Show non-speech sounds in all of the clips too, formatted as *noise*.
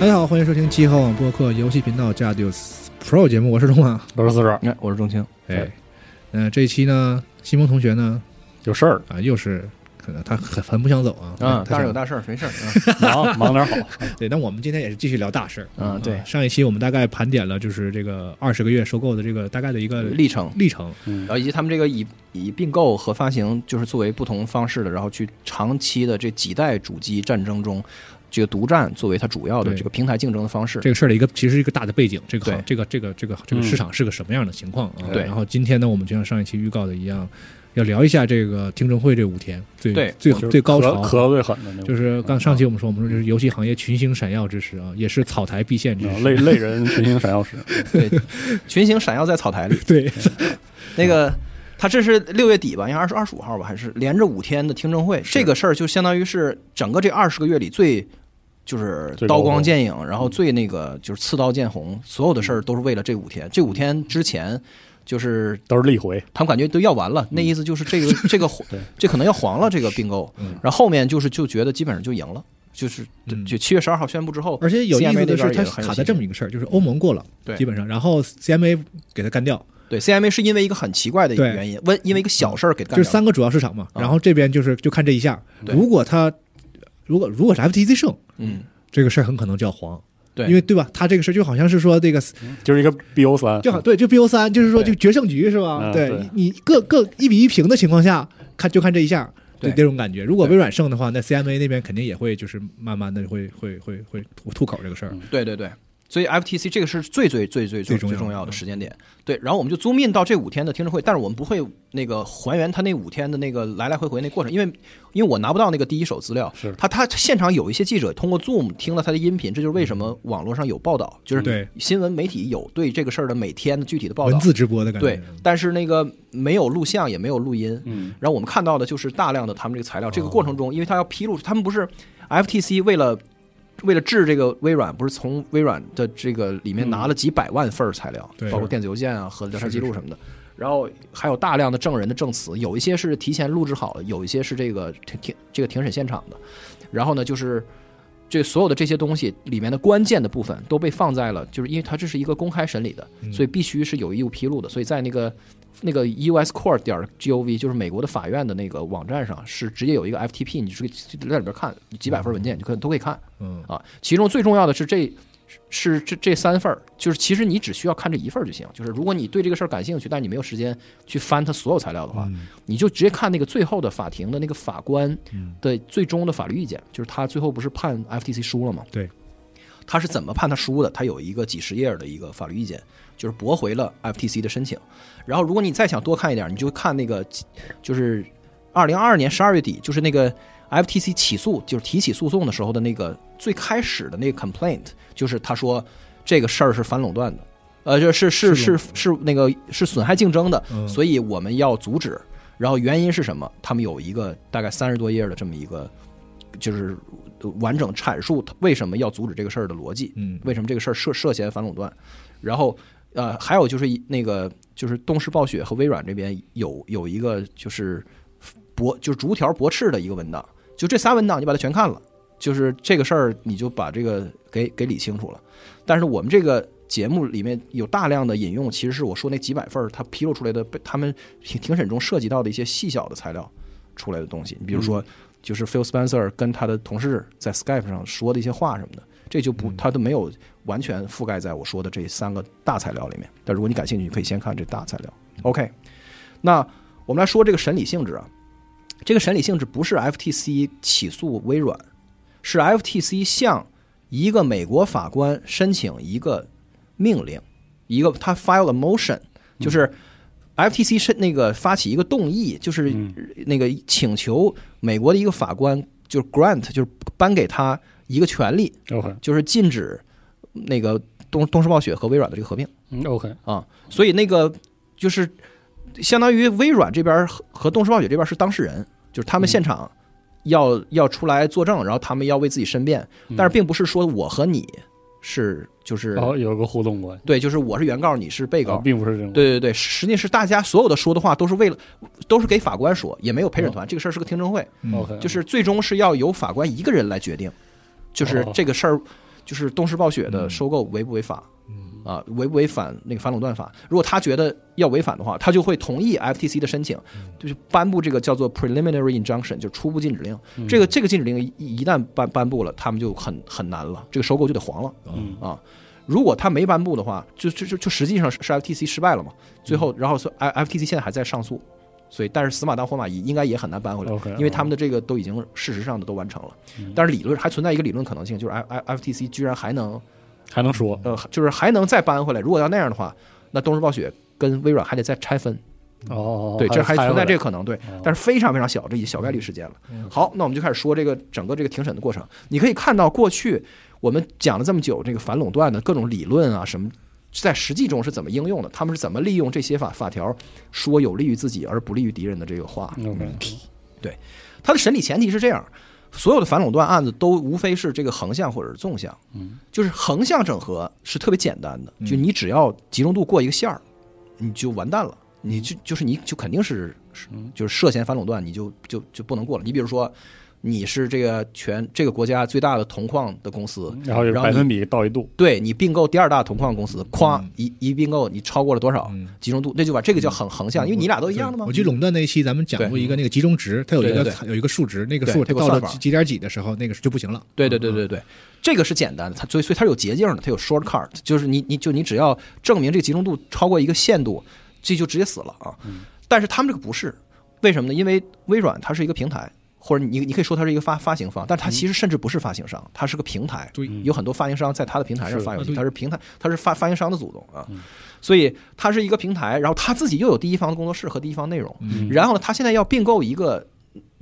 大家好，欢迎收听七号网播客游戏频道 Jadius Pro 节目，我是龙马。都是四十二，你看，我是钟青，哎，那这一期呢，西蒙同学呢，，有事儿哎啊，又是可能他很很不想走啊，嗯，他大事有想大事， *laughs* 没事儿， *laughs* 忙忙点好。对，但我们今天也是继续聊大事儿。嗯，嗯，对啊，上一期我们大概盘点了就是这个二十个月收购的这个大概的一个嗯历程，历程，嗯然呃后以及他们这个以以并购和发行，就是作为不同方式的，然后去长期的这几代主机战争中，这个独占作为它主要的对这个平台竞争的方式，这个事儿的一个其实一个大的背景，这个对行这个这个这个这个市场是个什么样的情况啊？对然后今天呢，我们就像上一期预告的一样，要聊一下这个听证会这五天最对最就是最高咳潮咳到最狠的那种，就是刚上期我们说，我们说这是游戏行业群星闪耀之时啊，也是草台必现之啊嗯时。类类人群星闪耀时，对，群星闪耀在草台 *laughs* 里，对，那个。它这是六月底吧，应该二十二十五号吧，还是连着五天的听证会？这个事儿就相当于是整个这二十个月里最就是最高刀峰光剑影，然后最那个就是刺刀见红，所有的事儿都是为了这五天。这五天之前，就是都是例回。他们感觉都要完了，那嗯意思就是 *laughs* 这个这个对这可能要黄了这个并购，然后后面就是就觉得基本上就赢了，就是就嗯就七月十二号宣布之后，而且有意思的 CMA 是，那边它也很有卡在这么一个事儿，就是欧盟过了，对基本上，然后 CMA 给它干掉，对 CMA 是因为一个很奇怪的一个对原因，问因为一个小事儿给干就是掉了，三个主要市场嘛。啊然后这边就是就看这一下，对如果它如果如果是 FTC 胜，嗯，这个事儿很可能就要黄，对，因为对吧？它这个事儿就好像是说这个就是一个 BO 三，就好对，就 BO 三，就是说啊对就决胜局是吧？嗯对对，你你各各一比一平的情况下，看就看这一下，对那对种感觉。如果对微软胜的话，那 CMA 那边肯定也会就是慢慢的会会会会吐吐口这个事儿嗯。对对对，所以 FTC 这个是最最最最最重最要的嗯重要的时间点。对，然后我们就 zoom in 到这五天的听证会，但是我们不会那个还原他那五天的那个来来回回那过程，因为因为我拿不到那个第一手资料。是他他现场有一些记者通过 Zoom 听了他的音频，这就是为什么网络上有报道，就对是新闻媒体有对这个事儿的每天的具体的报道文。字直播的感觉，对，但是那个没有录像，也没有录音，嗯，然后我们看到的就是大量的他们这个材料。这哦个过程中，因为他要披露，他们不是 FTC 为了为了治这个微软，不是从微软的这个里面拿了几百万份儿材料，嗯对包括电子邮件啊和聊天记是录是什么的。然后还有大量的证人的证词，有一些是提前录制好的，有一些是这个庭庭这个庭审现场的。然后呢，就是这所有的这些东西里面的关键的部分都被放在了，就是因为它这是一个公开审理的，嗯所以必须是有义务披露的。所以在那个那个 US Court 点 gov，就是美国的法院的那个网站上，是直接有一个 FTP，你就在里边看几百份文件，你可以都可以看嗯，啊。其中最重要的是这。是这这三份儿，就是其实你只需要看这一份儿就行。就是如果你对这个事儿感兴趣，但你没有时间去翻它所有材料的话，嗯你就直接看那个最后的法庭的那个法官嗯的最终的法律意见，就是他最后不是判 FTC 输了吗？对，他是怎么判他输的？他有一个几十页的一个法律意见，就是驳回了 FTC 的申请。然后，如果你再想多看一点，你就看那个，就是二零二二年十二月底，就是那个 FTC 起诉，就是提起诉讼的时候的那个最开始的那个 complaint，就是他说这个事儿是反垄断的，呃，就是是是是是是那个是损害竞争的，嗯所以我们要阻止。然后原因是什么？他们有一个大概三十多页的这么一个，就是完整阐述他为什么要阻止这个事儿的逻辑，嗯为什么这个事儿涉涉嫌反垄断。然后呃，还有就是一那个就是动视暴雪和微软这边有有一个就是驳就是逐条驳斥的一个文档，就这仨文档你把它全看了，就是这个事儿你就把这个给给理清楚了。但是我们这个节目里面有大量的引用，其实是我说那几百份儿它披露出来的被他们庭庭审中涉及到的一些细小的材料出来的东西，你比如说。就是 Phil Spencer 跟他的同事在 Skype 上说的一些话什么的，这就不，他都没有完全覆盖在我说的这三个大材料里面。但如果你感兴趣，你可以先看这大材料。OK，那我们来说这个审理性质啊，这个审理性质不是 FTC 起诉微软，是 FTC 向一个美国法官申请一个命令，一个他 file a motion，就是。FTC 是那个发起一个动议，就是那个请求美国的一个法官，就是 grant，就是颁给他一个权利， OK 就是禁止那个东东视暴雪和微软的这个合并嗯 OK，啊。所以那个就是相当于微软这边和和东视暴雪这边是当事人，就是嗯他们现场要、要出来作证，然后他们要为自己申辩，但是并不是说我和你是就是、嗯哦有个互动关系，对，就是我是原告，你是被告。哦并不是这种，对对对，实际是大家所有的说的话都是为了，都是给法官说，也没有陪审哦团。这个事儿是个听证会，嗯，OK 就是最终是要由法官一个人来决定，就是哦这个事儿，就是东石暴雪的收购违不违法？嗯啊，违不违反那个反垄断法？如果他觉得要违反的话，他就会同意 FTC 的申请，嗯就是颁布这个叫做 preliminary injunction，就初步禁止令。嗯这个这个禁止令一一旦颁颁布了，他们就很很难了，这个收购就得黄了。嗯啊。如果他没颁布的话，就就就就实际上是是 FTC 失败了嘛。最嗯后，然后所以哎 F FTC 现在还在上诉，所以但是死马当活马医应该也很难搬回来， OK，因为他们的这个都已经事实上的都完成了嗯。但是理论还存在一个理论可能性，就是 F F FTC 居然还能还能说呃就是还能再搬回来。如果要那样的话，那东芝暴雪跟微软还得再拆分，哦，嗯对，这还存在这个，个可能，对哦，但是非常非常小，这一小概率事件了嗯。好，那我们就开始说这个整个这个庭审的过程。你可以看到，过去我们讲了这么久，这个反垄断的各种理论啊，什么在实际中是怎么应用的？他们是怎么利用这些法法条说有利于自己而不利于敌人的这嗯个话？ OK，它的审理前提是这样：所有的反垄断案子都无非是这个横向或者是纵向，嗯，就是横向整合是特别简单的，嗯就你只要集中度过一个线儿，你就完蛋了，你就就是你就肯定是是嗯就是涉嫌反垄断，你就就就不能过了。你比如说，你是这个全这个国家最大的铜矿的公司，然后有然后百你分比到一度，对你并购第二大铜矿公司，咵一一并购你超过了多少嗯集中度，那就把这个叫横横向，因为你俩都一样的嘛。嗯我记得垄断那一期咱们讲过一个那个集中值，它有一对个对有一个数值，那个对数它这个到算了法几几点几的时候，那个就不行了。对对对对嗯对，这个是简单的，它所以所以它是有捷径的，它有 shortcut，就是你你就你只要证明这个集中度超过一个限度，这就直接死了啊。嗯但是他们这个不是，为什么呢？因为微软它是一个平台，或者你你可以说它是一个发发行方，但它其实甚至不是发行商，它是个平台。嗯对有很多发行商在它的平台上是发游啊戏，对嗯它是平台，它是发发行商的祖宗啊，所以它是一个平台，然后它自己又有第一方的工作室和第一方内容，嗯然后呢，它现在要并购一个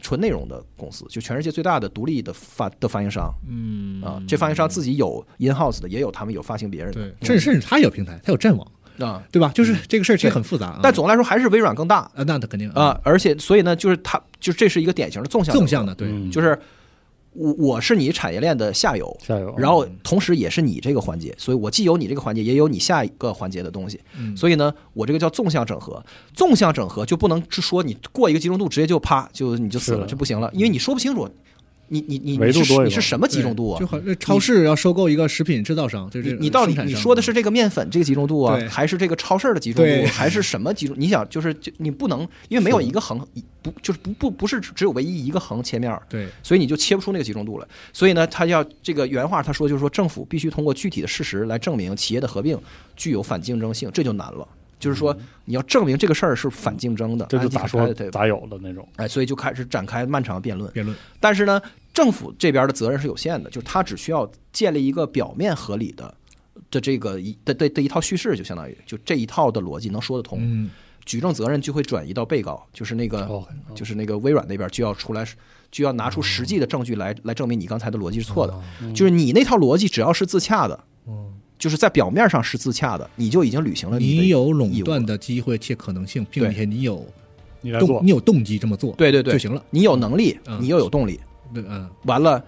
纯内容的公司，就全世界最大的独立的发的发行商，嗯啊，这发行商自己有 in house 的，也有他们有发行别人对的，甚至甚至它有平台，它有战网，啊，对吧？就是这个事儿其实很复杂啊。但总的来说还是微软更大啊，那它肯定啊，而且所以呢，就是它就这是一个典型的纵向纵向的，对，嗯就是我我是你产业链的下游，下游，然后同时也是你这个环节，所以我既有你这个环节，也有你下一个环节的东西。嗯所以呢，我这个叫纵向整合。纵向整合就不能是说你过一个集中度直接就啪就你就死是了，的这不行了，因为你说不清楚，你你你维你度是多一个你是什么集中度啊就？好，那超市要收购一个食品制造商，就是你这个你到底生产你商说的是这个面粉这个集中度啊对，还是这个超市的集中度，对还是什么集中？你想就是就你不能，因为没有一个横不就是不不不是只有唯一一个横切面儿，对，所以你就切不出那个集中度来。所以呢，他要这个原话他说就是说，政府必须通过具体的事实来证明企业的合并具有反竞争性，这就难了。就是说，你要证明这个事儿是反竞争的，嗯这哎就你咋看说哎对，咋有的那种，哎，所以就开始展开漫长的辩论。辩论但是呢，政府这边的责任是有限的，就是他只需要建立一个表面合理的的这个一的的的一套叙事，就相当于就这一套的逻辑能说得通，嗯，举证责任就会转移到被告，就是那个哦，就是那个微软那边就要出来，就要拿哦出实际的证据来来证明你刚才的逻辑是错的。就是你那套逻辑只要是自洽的，就是在表面上是自洽的，你就已经履行了哦你的有垄义务断了。的机会且可能性，并对且你有你来做动，你有动机这么做，对对对就行了。你有能力，嗯你又有动力，对，嗯，完了，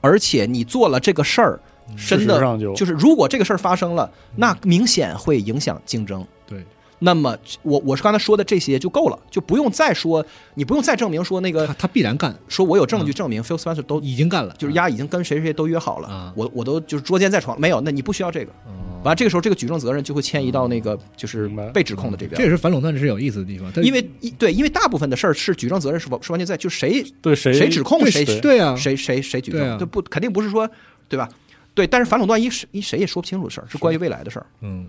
而且你做了这个事儿，嗯真事实的上就就是如果这个事儿发生了，那明显会影响竞争。对，那么我我是刚才说的这些就够了，就不用再说，你不用再证明说那他嗯个他必然干，说我有证据证明 Phil Spencer 都已经干了，就是丫已经跟谁谁都约好了啊，我我都就是捉奸在床，没有，那你不需要这个。哦完了，这个时候这个举证责任就会迁移到那个就是明白被指控的这这也边，是反垄断是有意思的地方，它因为一对，因为大部分的事儿是举证责任是完是完全在就谁对谁谁指控对谁是对啊，谁谁谁举对证，啊就不肯定不是说对吧？对，但是反垄断一谁一谁也说不清楚的事儿，是关于未来的事儿。嗯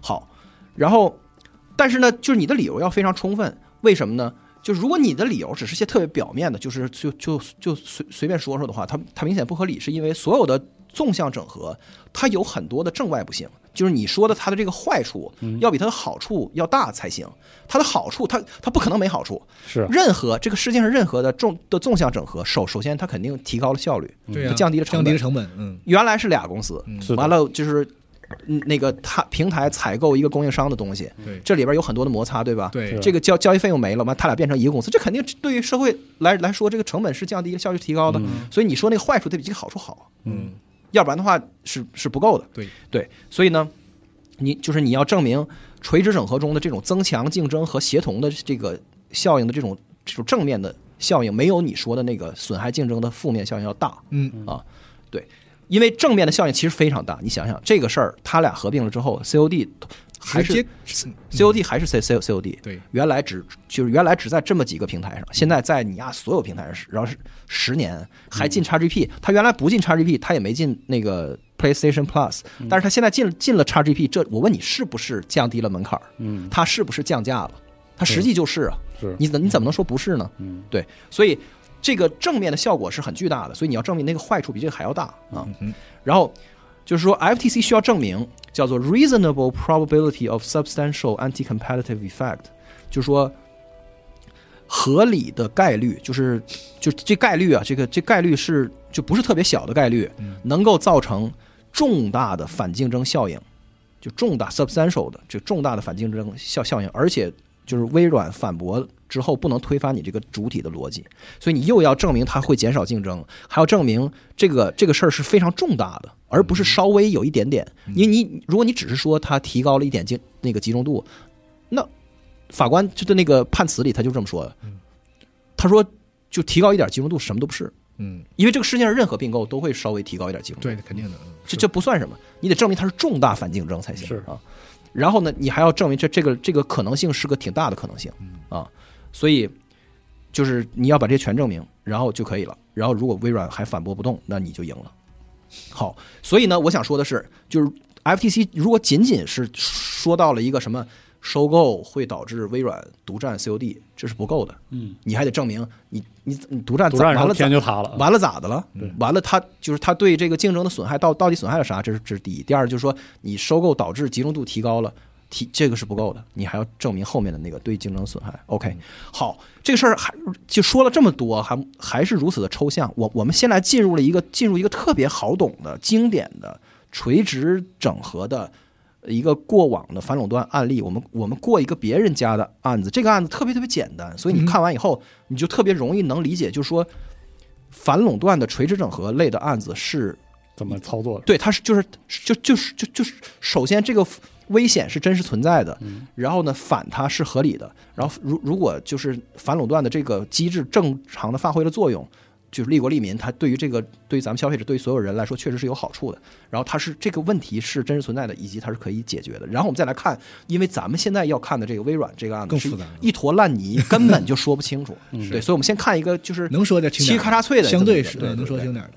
好，然后，但是呢，就是你的理由要非常充分。为什么呢？就如果你的理由只是些特别表面的，就是就就就随随便说说的话，它它明显不合理，是因为所有的纵向整合，它有很多的正外部性，就是你说的它的这个坏处嗯要比它的好处要大才行。它的好处，它它不可能没好处。是任何这个世界上任何的纵的纵向整合，首首先它肯定提高了效率，对呀，它降低了成降低本了。成本，嗯原来是俩公司，是的完了就是嗯那个他平台采购一个供应商的东西，对这里边有很多的摩擦，对吧？对是这个交交易费用没了嘛，他俩变成一个公司，这肯定对于社会来来说，这个成本是降低，效率提高的。所以你说那个坏处得比这个好处好，嗯，要不然的话是是不够的。对对，所以呢，你就是你要证明垂直整合中的这种增强竞争和协同的这个效应的这种这种正面的效应，没有你说的那个损害竞争的负面效应要大。嗯啊，对，因为正面的效应其实非常大。你想想这个事儿，他俩合并了之后，COD 还是直接 COD 还是 C C COD，对，原来只就是原来只在这么几个平台上，现在在你呀所有平台上，然后是十年还进 XGP，他原来不进 XGP，他也没进那个 PlayStation Plus，但是他现在进进了 XGP，这我问你是不是降低了门槛儿？嗯，它是不是降价了？它实际就是啊，是，你怎你怎么能说不是呢？嗯对，所以这个正面的效果是很巨大的，所以你要证明那个坏处比这个还要大啊。嗯然后就是说，FTC 需要证明叫做 reasonable probability of substantial anti-competitive effect，就是说合理的概率，就是就这概率啊，这个这概率是就不是特别小的概率，嗯能够造成重大的反竞争效应，就重大 substantial 的就重大的反竞争效效应，而且就是微软反驳之后不能推翻你这个主体的逻辑，所以你又要证明它会减少竞争，还要证明这个这个事儿是非常重大的，而不是稍微有一点点。你你如果你只是说它提高了一点竞那个集中度，那法官就的那个判词里他就这么说，他说就提高一点集中度什么都不是，嗯，因为这个世界上任何并购都会稍微提高一点集中度。对，肯定的，嗯这这不算什么，你得证明它是重大反竞争才行是啊。然后呢，你还要证明这这个这个可能性是个挺大的可能性嗯啊，所以就是你要把这些全证明，然后就可以了。然后如果微软还反驳不动，那你就赢了。好，所以呢，我想说的是，就是 FTC 如果仅仅是说到了一个什么收购会导致微软独占 COD，这是不够的，嗯，你还得证明你你你独占独占完上了天就塌了，完了咋的了对？完了他，就是他对这个竞争的损害到到底损害了啥？这是这是第一。第二就是说，你收购导致集中度提高了，提这个是不够的，你还要证明后面的那个对竞争损害。OK，好，嗯这个事儿还就说了这么多，还还是如此的抽象。我我们先来进入了一个进入一个特别好懂的、经典的垂直整合的。一个过往的反垄断案例，我们我们过一个别人家的案子，这个案子特别特别简单，所以你嗯看完以后，你就特别容易能理解，就是说反垄断的垂直整合类的案子是怎么操作的？对，它是就是就就是就就是首先这个危险是真实存在的，嗯然后呢反它是合理的，然后如如果就是反垄断的这个机制正常的发挥了作用。就是利国利民，它对于这个对于咱们消费者，对于所有人来说，确实是有好处的。然后它是这个问题是真实存在的，以及它是可以解决的。然后我们再来看，因为咱们现在要看的这个微软这个案子更是复杂了嗯一坨烂泥，根本就说不清楚。对，所以我们先看一个就是能说的清点嘁咔嚓脆的相对这么一个是嗯对对能说对清点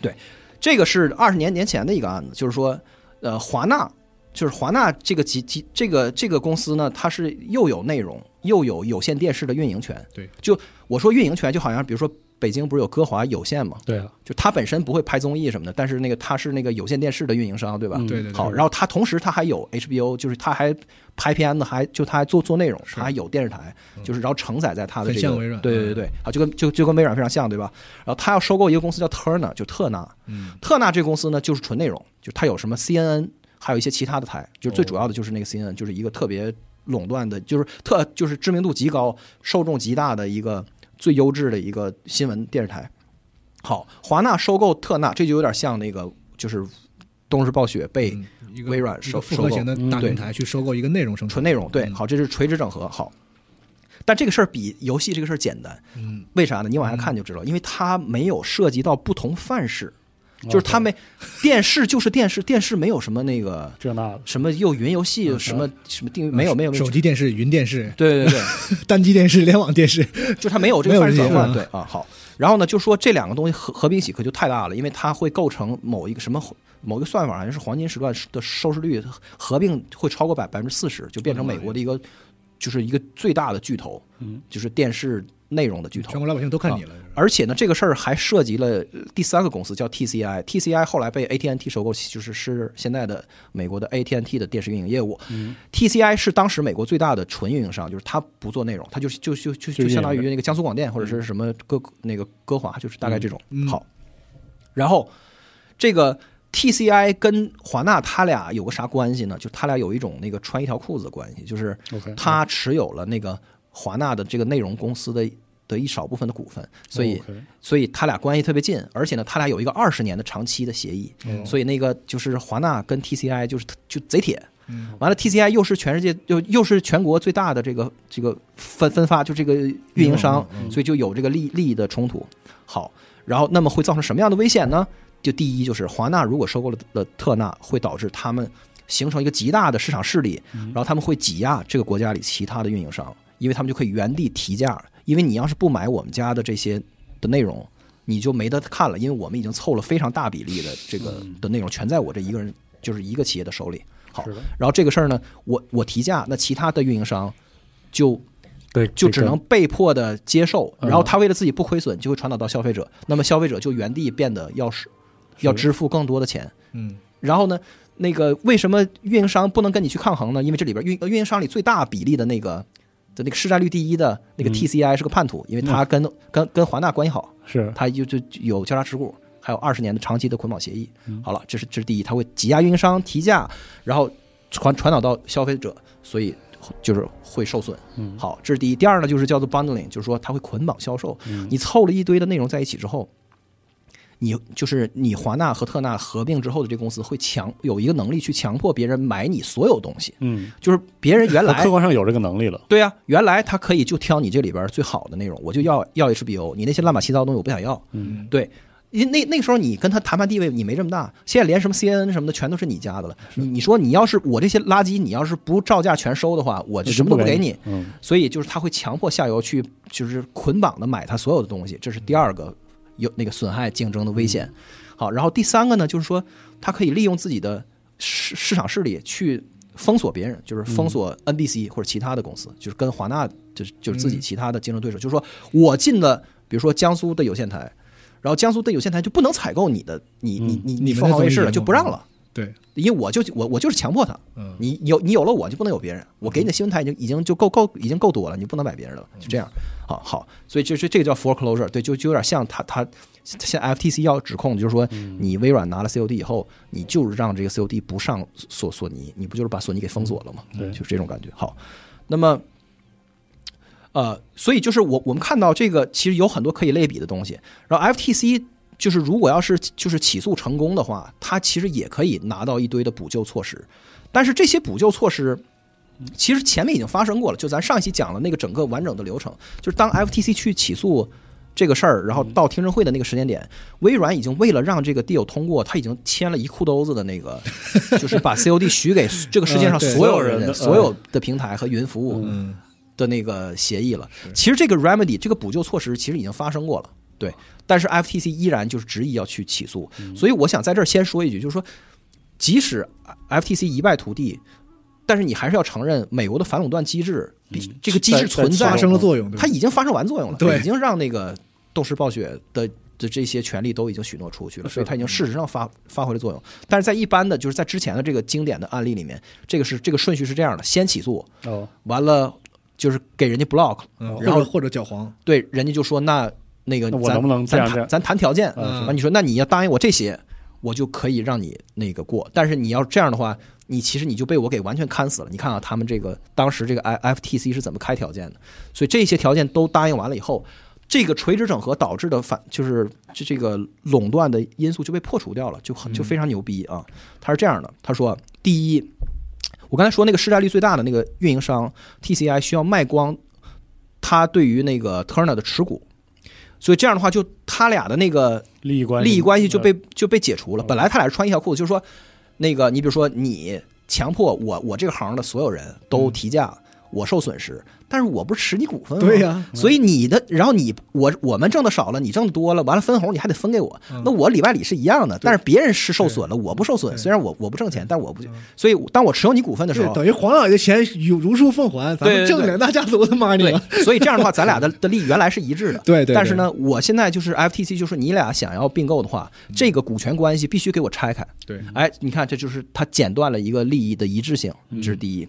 的，这个是二十年年前的一个案子，就是说，呃，华纳就是华纳这个集集这个这个公司呢，它是又有内容又有有线电视的运营权。对，就我说运营权，就好像比如说北京不是有歌华有线嘛，对啊，就它本身不会拍综艺什么的，但是那个它是那个有线电视的运营商，对吧？嗯对对对好，然后它同时它还有 HBO，就是它还拍片子，还就它还做做内容，它还有电视台，就是然后承载在它嗯的很这个像微软嗯对对对对，啊，就跟就就跟微软非常像，对吧？然后它要收购一个公司叫 Turner，就特纳，嗯，特纳这个公司呢就是纯内容，就它有什么 CNN，还有一些其他的台，就是最哦主要的就是那个 CNN，就是一个特别垄断的，就是特就是知名度极高、受众极大的一个最优质的一个新闻电视台。好，华纳收购特纳，这就有点像那个就是东日暴雪被嗯一个哎微软一个收复收合购型的嗯大对平台去收购一个内容生产纯，内容，对，嗯好，这是垂直整合，好。但这个事儿比游戏这个事儿简单，嗯，为啥呢？你往下看就知道，因为它没有涉及到不同范式，就是哦它没电视就是电视，电视没有什么那个这那的，什么又云游戏什么什么定没有没有没嗯有手，机电视、云电视、对对对，单机电视、联网电视， *laughs* 就它没有这没有个范式这转些嗯换，对啊好。然后呢，就说这两个东西合合并起可就太大了，因为它会构成某一个什么某一个算法，好像是黄金时段的收视率合并会超过百百分之四十，就变成美国的一个就是一个最大的巨头，嗯，就是电视内容的巨头全。国老百姓都看你了，而且呢，这个事儿还涉及了呃第三个公司，叫 TCI。TCI 后来被 AT&T 收购，就是是现在的美国的 AT&T 的电视运营业务。TCI 嗯是当时美国最大的纯运营商，就是它不做内容，它就就就就就相当于那个江苏广电或者是什么歌那个歌华，就是大概这种。嗯嗯嗯好，然后这个 TCI 跟华纳他俩有个啥关系呢？就他俩有一种那个穿一条裤子的关系，就是 OK，他持有了那个华纳的这个内容公司的的一少部分的股份，所以哦 OK 所以他俩关系特别近，而且呢，他俩有一个二十年的长期的协议，所以那个就是华纳跟 TCI 就是就贼铁。完了，TCI 又是全世界又又是全国最大的这个这个分分发，就这个运营商，所以就有这个利利益的冲突。好，然后那么会造成什么样的危险呢？就第一就是华纳如果收购了了特纳，会导致他们形成一个极大的市场势力，然后他们会挤压这个国家里其他的运营商，因为他们就可以原地提价，因为你要是不买我们家的这些的内容。你就没得看了，因为我们已经凑了非常大比例的这个的内容，全在我这一个人，就是一个企业的手里。好是的，然后这个事儿呢，我我提价，那其他的运营商就对，就这只个能被迫的接受，嗯然后他为了自己不亏损，就会传导到消费者，那么消费者就原地变得要是要支付更多的钱。嗯，然后呢，那个为什么运营商不能跟你去抗衡呢？因为这里边运运营商里最大比例的那个的那个市占率第一的那个嗯 TCI 是个叛徒，因为他跟跟跟华纳关系好，是他就就就有交叉持股，还有二十年的长期的捆绑协议嗯。好了，这是这是第一，他会挤压运营商提价，然后传传导到消费者，所以就是会受损。嗯好，这是第一。第二呢，就是叫做 bundling，就是说它会捆绑销售。嗯你凑了一堆的内容在一起之后，你就是你华纳和特纳合并之后的这公司会强有一个能力去强迫别人买你所有东西，嗯，就是别人 *laughs* 原他来客观上有这个能力了，对呀、原来他可以就挑你这里边最好的内容，我就要要 HBO，你那些乱七八糟的东西我不想要。嗯，对。因那那个时候你跟他谈判地位你没这么大，现在连什么 CNN 什么的全都是你家的了。你你说你要是我这些垃圾，你要是不照价全收的话，我那什么都不给你你。，嗯所以就是他会强迫下游去，就是捆绑的买他所有的东西，这是第二个有那个损害竞争的危险。嗯好，然后第三个呢，就是说他可以利用自己的市市场势力去封锁别人，就是封锁 NBC 或者其他的公司，就是跟华纳就是就是自己嗯其他的竞争对手，就是说我进了比如说江苏的有线台，然后江苏的有线台就不能采购你的你你你嗯你们的凤凰卫视综了，艺节就目不让了，对，因为我就我我就是强迫他。嗯，你有你有了我就不能有别人，我给你的新闻台已经已经就够够已经够多了，你不能买别人的了，就这样。好好，所以这这这个叫 foreclosure，对，就就有点像他他像 FTC 要指控，就是说你微软拿了 COD 以后，你就是让这个 COD 不上索索尼，你不就是把索尼给封锁了吗？对就是这种感觉。好，那么。呃，所以就是我我们看到这个，其实有很多可以类比的东西。然后 FTC 就是如果要是就是起诉成功的话，它其实也可以拿到一堆的补救措施。但是这些补救措施，其实前面已经发生过了。就咱上一期讲了那个整个完整的流程，就是当 FTC 去起诉这个事儿，然后到听证会的那个时间点，微软已经为了让这个 deal 通过，他已经签了一裤兜子的那个，就是把 COD 许给这个世界上嗯对所有所有人人、的所有的平台和云服务。嗯的那个协议了。其实这个 remedy 这个补救措施其实已经发生过了，对。但是 FTC 依然就是执意要去起诉，嗯所以我想在这儿先说一句，就是说，即使 FTC 一败涂地，但是你还是要承认美国的反垄断机制，比这个机制在存在在嗯发生了作用，对吧它已经发生完作用了，对已经让那个动视暴雪的的这些权利都已经许诺出去了，是所以它已经事实上发发挥了作用。但是在一般的，就是在之前的这个经典的案例里面，这个是这个顺序是这样的：先起诉，哦，完了就是给人家 block，嗯，然后或者或者搅黄，对，人家就说那那个那我咱能不能这咱样这谈样咱谈条件，嗯啊，你说那你要答应我这些，我就可以让你那个过。但是你要这样的话，你其实你就被我给完全砍死了。你看啊，他们这个当时这个 I FTC 是怎么开条件的？所以这些条件都答应完了以后，这个垂直整合导致的反就是这这个垄断的因素就被破除掉了，就很就非常牛逼啊！他是这样的，他说第一。我刚才说那个市占率最大的那个运营商 TCI 需要卖光他对于那个 Turner 的持股，所以这样的话，就他俩的那个利益关系呃利益关系就嗯被就被解除了。嗯本来他俩是穿一条裤子，就是说，那个你比如说你强迫我我这个行的所有人都提价，我受损失，但是我不是持你股份吗？嗯对呀，所以你的，然后你我我们挣的少了，你挣的多了，完了分红你还得分给我，那我里外里是一样的，但是别人是受损了，我不受损。嗯对嗯虽然我我不挣钱，但我不，所以当我持有你股份的时对，候，等于黄老爷的钱如如数奉还，咱对对们对挣两大家族的 money 对了，， *laughs* 所以这样的话，咱俩的的利益原来是一致的。 *laughs* 对对，但是呢，我现在就是 FTC，就是你俩想要并购的话，这个股权关系必须给我拆开。对，哎，你看，这就是它剪断了一个利益的一致性，嗯这是第一。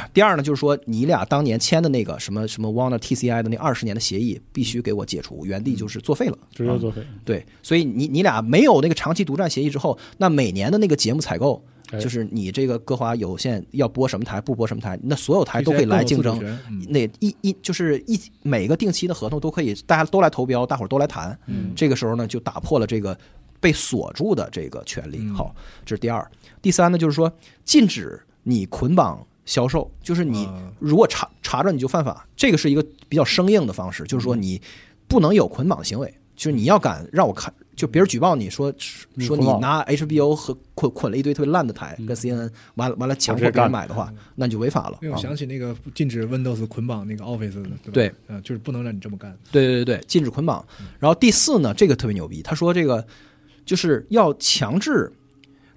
*clears throat* 第二呢，就是说你俩当年签的那个什么什么 Warner TCI 的那二十年的协议，必须给我解除，原地就是作废嗯了。直接作废，对，所以你你俩没有那个长期独占协议之后，那每年的那个节目采购哎，就是你这个歌华有线要播什么台，不播什么台，那所有台都可以来竞争这些共有自主权，嗯那一一就是一每个定期的合同都可以，大家都来投标，大伙儿都来谈。嗯这个时候呢，就打破了这个被锁住的这个权利。嗯好，这是第二。第三呢，就是说禁止你捆绑销售，就是你啊嗯如果嗯查查着你就犯法，这个是一个比较生硬的方式，就是说你不能有捆绑行为。就是你要敢让我看，就别人举报你说嗯你说你胡闹拿 HBO 和捆捆了一堆特别烂的台，嗯跟 CNN 完了完了强我迫这别人干嗯买的话，那你就违法了。因为我啊想起那个禁止 Windows 捆绑那个 Office 的，对吧？对，呃，就是不能让你这么干。对对对对，禁止捆绑。然后第四呢，这个特别牛逼，他说这个就是要强制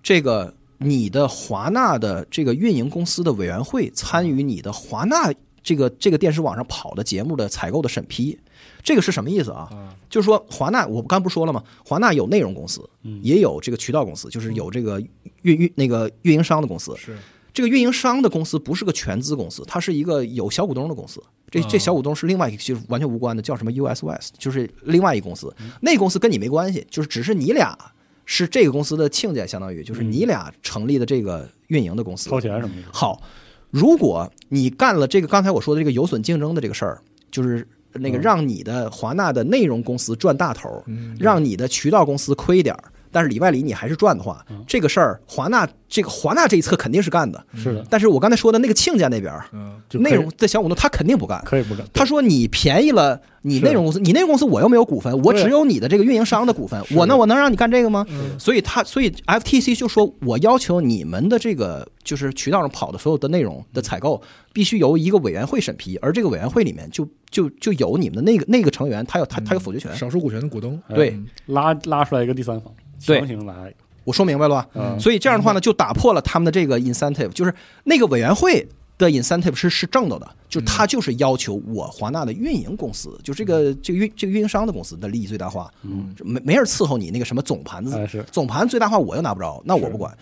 这个你的华纳的这个运营公司的委员会参与你的华纳这个这个电视网上跑的节目的采购的审批。这个是什么意思啊？就是说华纳，我刚不说了吗？华纳有内容公司，也有这个渠道公司，就是有这个运运那个运营商的公司。是，这个运营商的公司不是个全资公司，它是一个有小股东的公司。这这哦小股东是另外一个，就是完全无关的，叫什么 US West，就是另外一公司。那公司跟你没关系，就是只是你俩是这个公司的亲家，相当于就是你俩成立的这个运营的公司。掏钱什么的，好，如果你干了这个刚才我说的这个有损竞争的这个事儿，就是那嗯个让你的华纳的内容公司赚大头儿，让你的渠道公司亏点儿，但是里外里你还是赚的话，嗯这个事儿华纳这个华纳这一侧肯定是干的。是的，但是我刚才说的那个亲家那边儿，嗯，嗯就可以内容的小股东他肯定不干。可以不干。他说：“你便宜了你是内容公司，你内容公司我又没有股份，我对只有你的这个运营商的股份，是的我那我能让你干这个吗？嗯所以他所以 FTC 就说，我要求你们的这个就是渠道上跑的所有的内容的采购，必须由一个委员会审批，而这个委员会里面就就就有你们的那个那个成员，他有他嗯他有否决权。少数股权的股东，哎对嗯拉拉出来一个第三方，对强行来，我说明白了吧？嗯，所以这样的话呢，就打破了他们的这个 incentive，就是那个委员会的 incentive 是是正当的，就是他嗯就是要求我华纳的运营公司，就这个这个运这个运营商的公司的利益最大化，嗯，没没人伺候你那个什么总盘子哎是，总盘最大化我又拿不着，那我不管。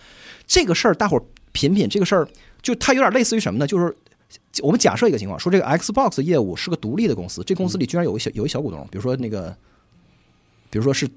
这个事儿大伙儿品品，这个事儿就它有点类似于什么呢？就是我们假设一个情况，说这个 Xbox 业务是个独立的公司，这公司里嗯居然有一小有一小股东，比如说那个，比如说是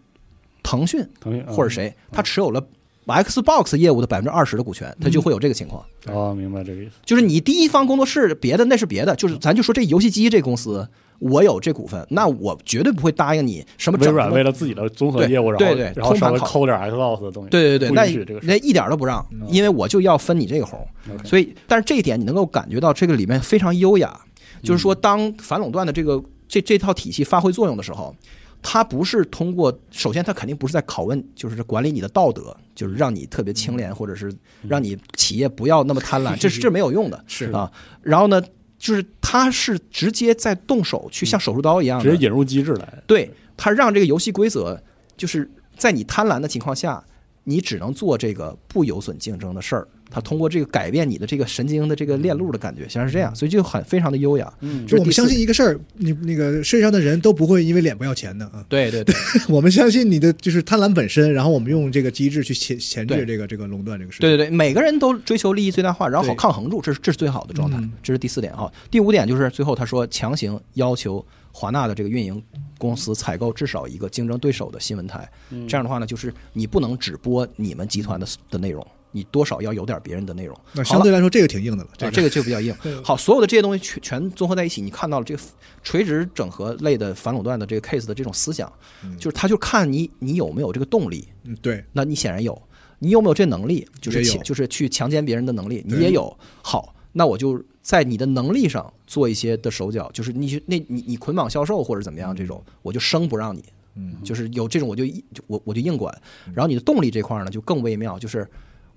腾讯腾讯嗯或者谁，他持有了 Xbox 业务的百分之二十的股权，他就会有这个情况。啊，哦明白这个意思，就是你第一方工作室别的那是别的，就是咱就说这游戏机这公司，我有这股份，那我绝对不会答应你什么微整软什么为了自己的综合业务，然后对对对然后稍微通盘考抠点 Xbox 的东西，对对对，不那允许这个事嗯那一点儿都不让，因为我就要分你这个红。 OK 所以，但是这一点你能够感觉到，这个里面非常优雅，就是说，嗯当反垄断的这个这这套体系发挥作用的时候，它不是通过，首先它肯定不是在拷问，就是管理你的道德，就是让你特别清嗯廉，或者是让你企业不要那么贪婪，*laughs* 这是这没有用的，是啊。然后呢，就是它是直接在动手去像手术刀一样嗯的，直接引入机制来，对，它让这个游戏规则就是在你贪婪的情况下，你只能做这个不有损竞争的事儿。它通过这个改变你的这个神经的这个链路的感觉，像是这样，所以就很非常的优雅。嗯就是这我们第四相信一个事儿，你那个世界上的人都不会因为脸不要钱的啊。对对对，我们相信你的就是贪婪本身，然后我们用这个机制去钳钳制对这个这个垄断这个事情。对对对，每个人都追求利益最大化，然后好对抗衡住，这是这是最好的状态嗯。这是第四点哈。第五点就是最后他说强行要求华纳的这个运营公司采购至少一个竞争对手的新闻台，嗯这样的话呢，就是你不能只播你们集团的的内容，你多少要有点别人的内容。那好相了对来说这个挺硬的了，啊，这这个个就比较硬。好，所有的这些东西全全综合在一起，你看到了这个垂直整合类的反垄断的这个 case 的这种思想，就是他就看你你有没有这个动力，嗯对，那你显然有，你有没有这能力，就是也有强就是去强奸别人的能力，你对也有。好，那我就在你的能力上做一些的手脚，就是你去那你你捆绑销售或者怎么样这种，我就生不让你，嗯，就是有这种我就一就我我就硬管。然后你的动力这块儿呢就更微妙，就是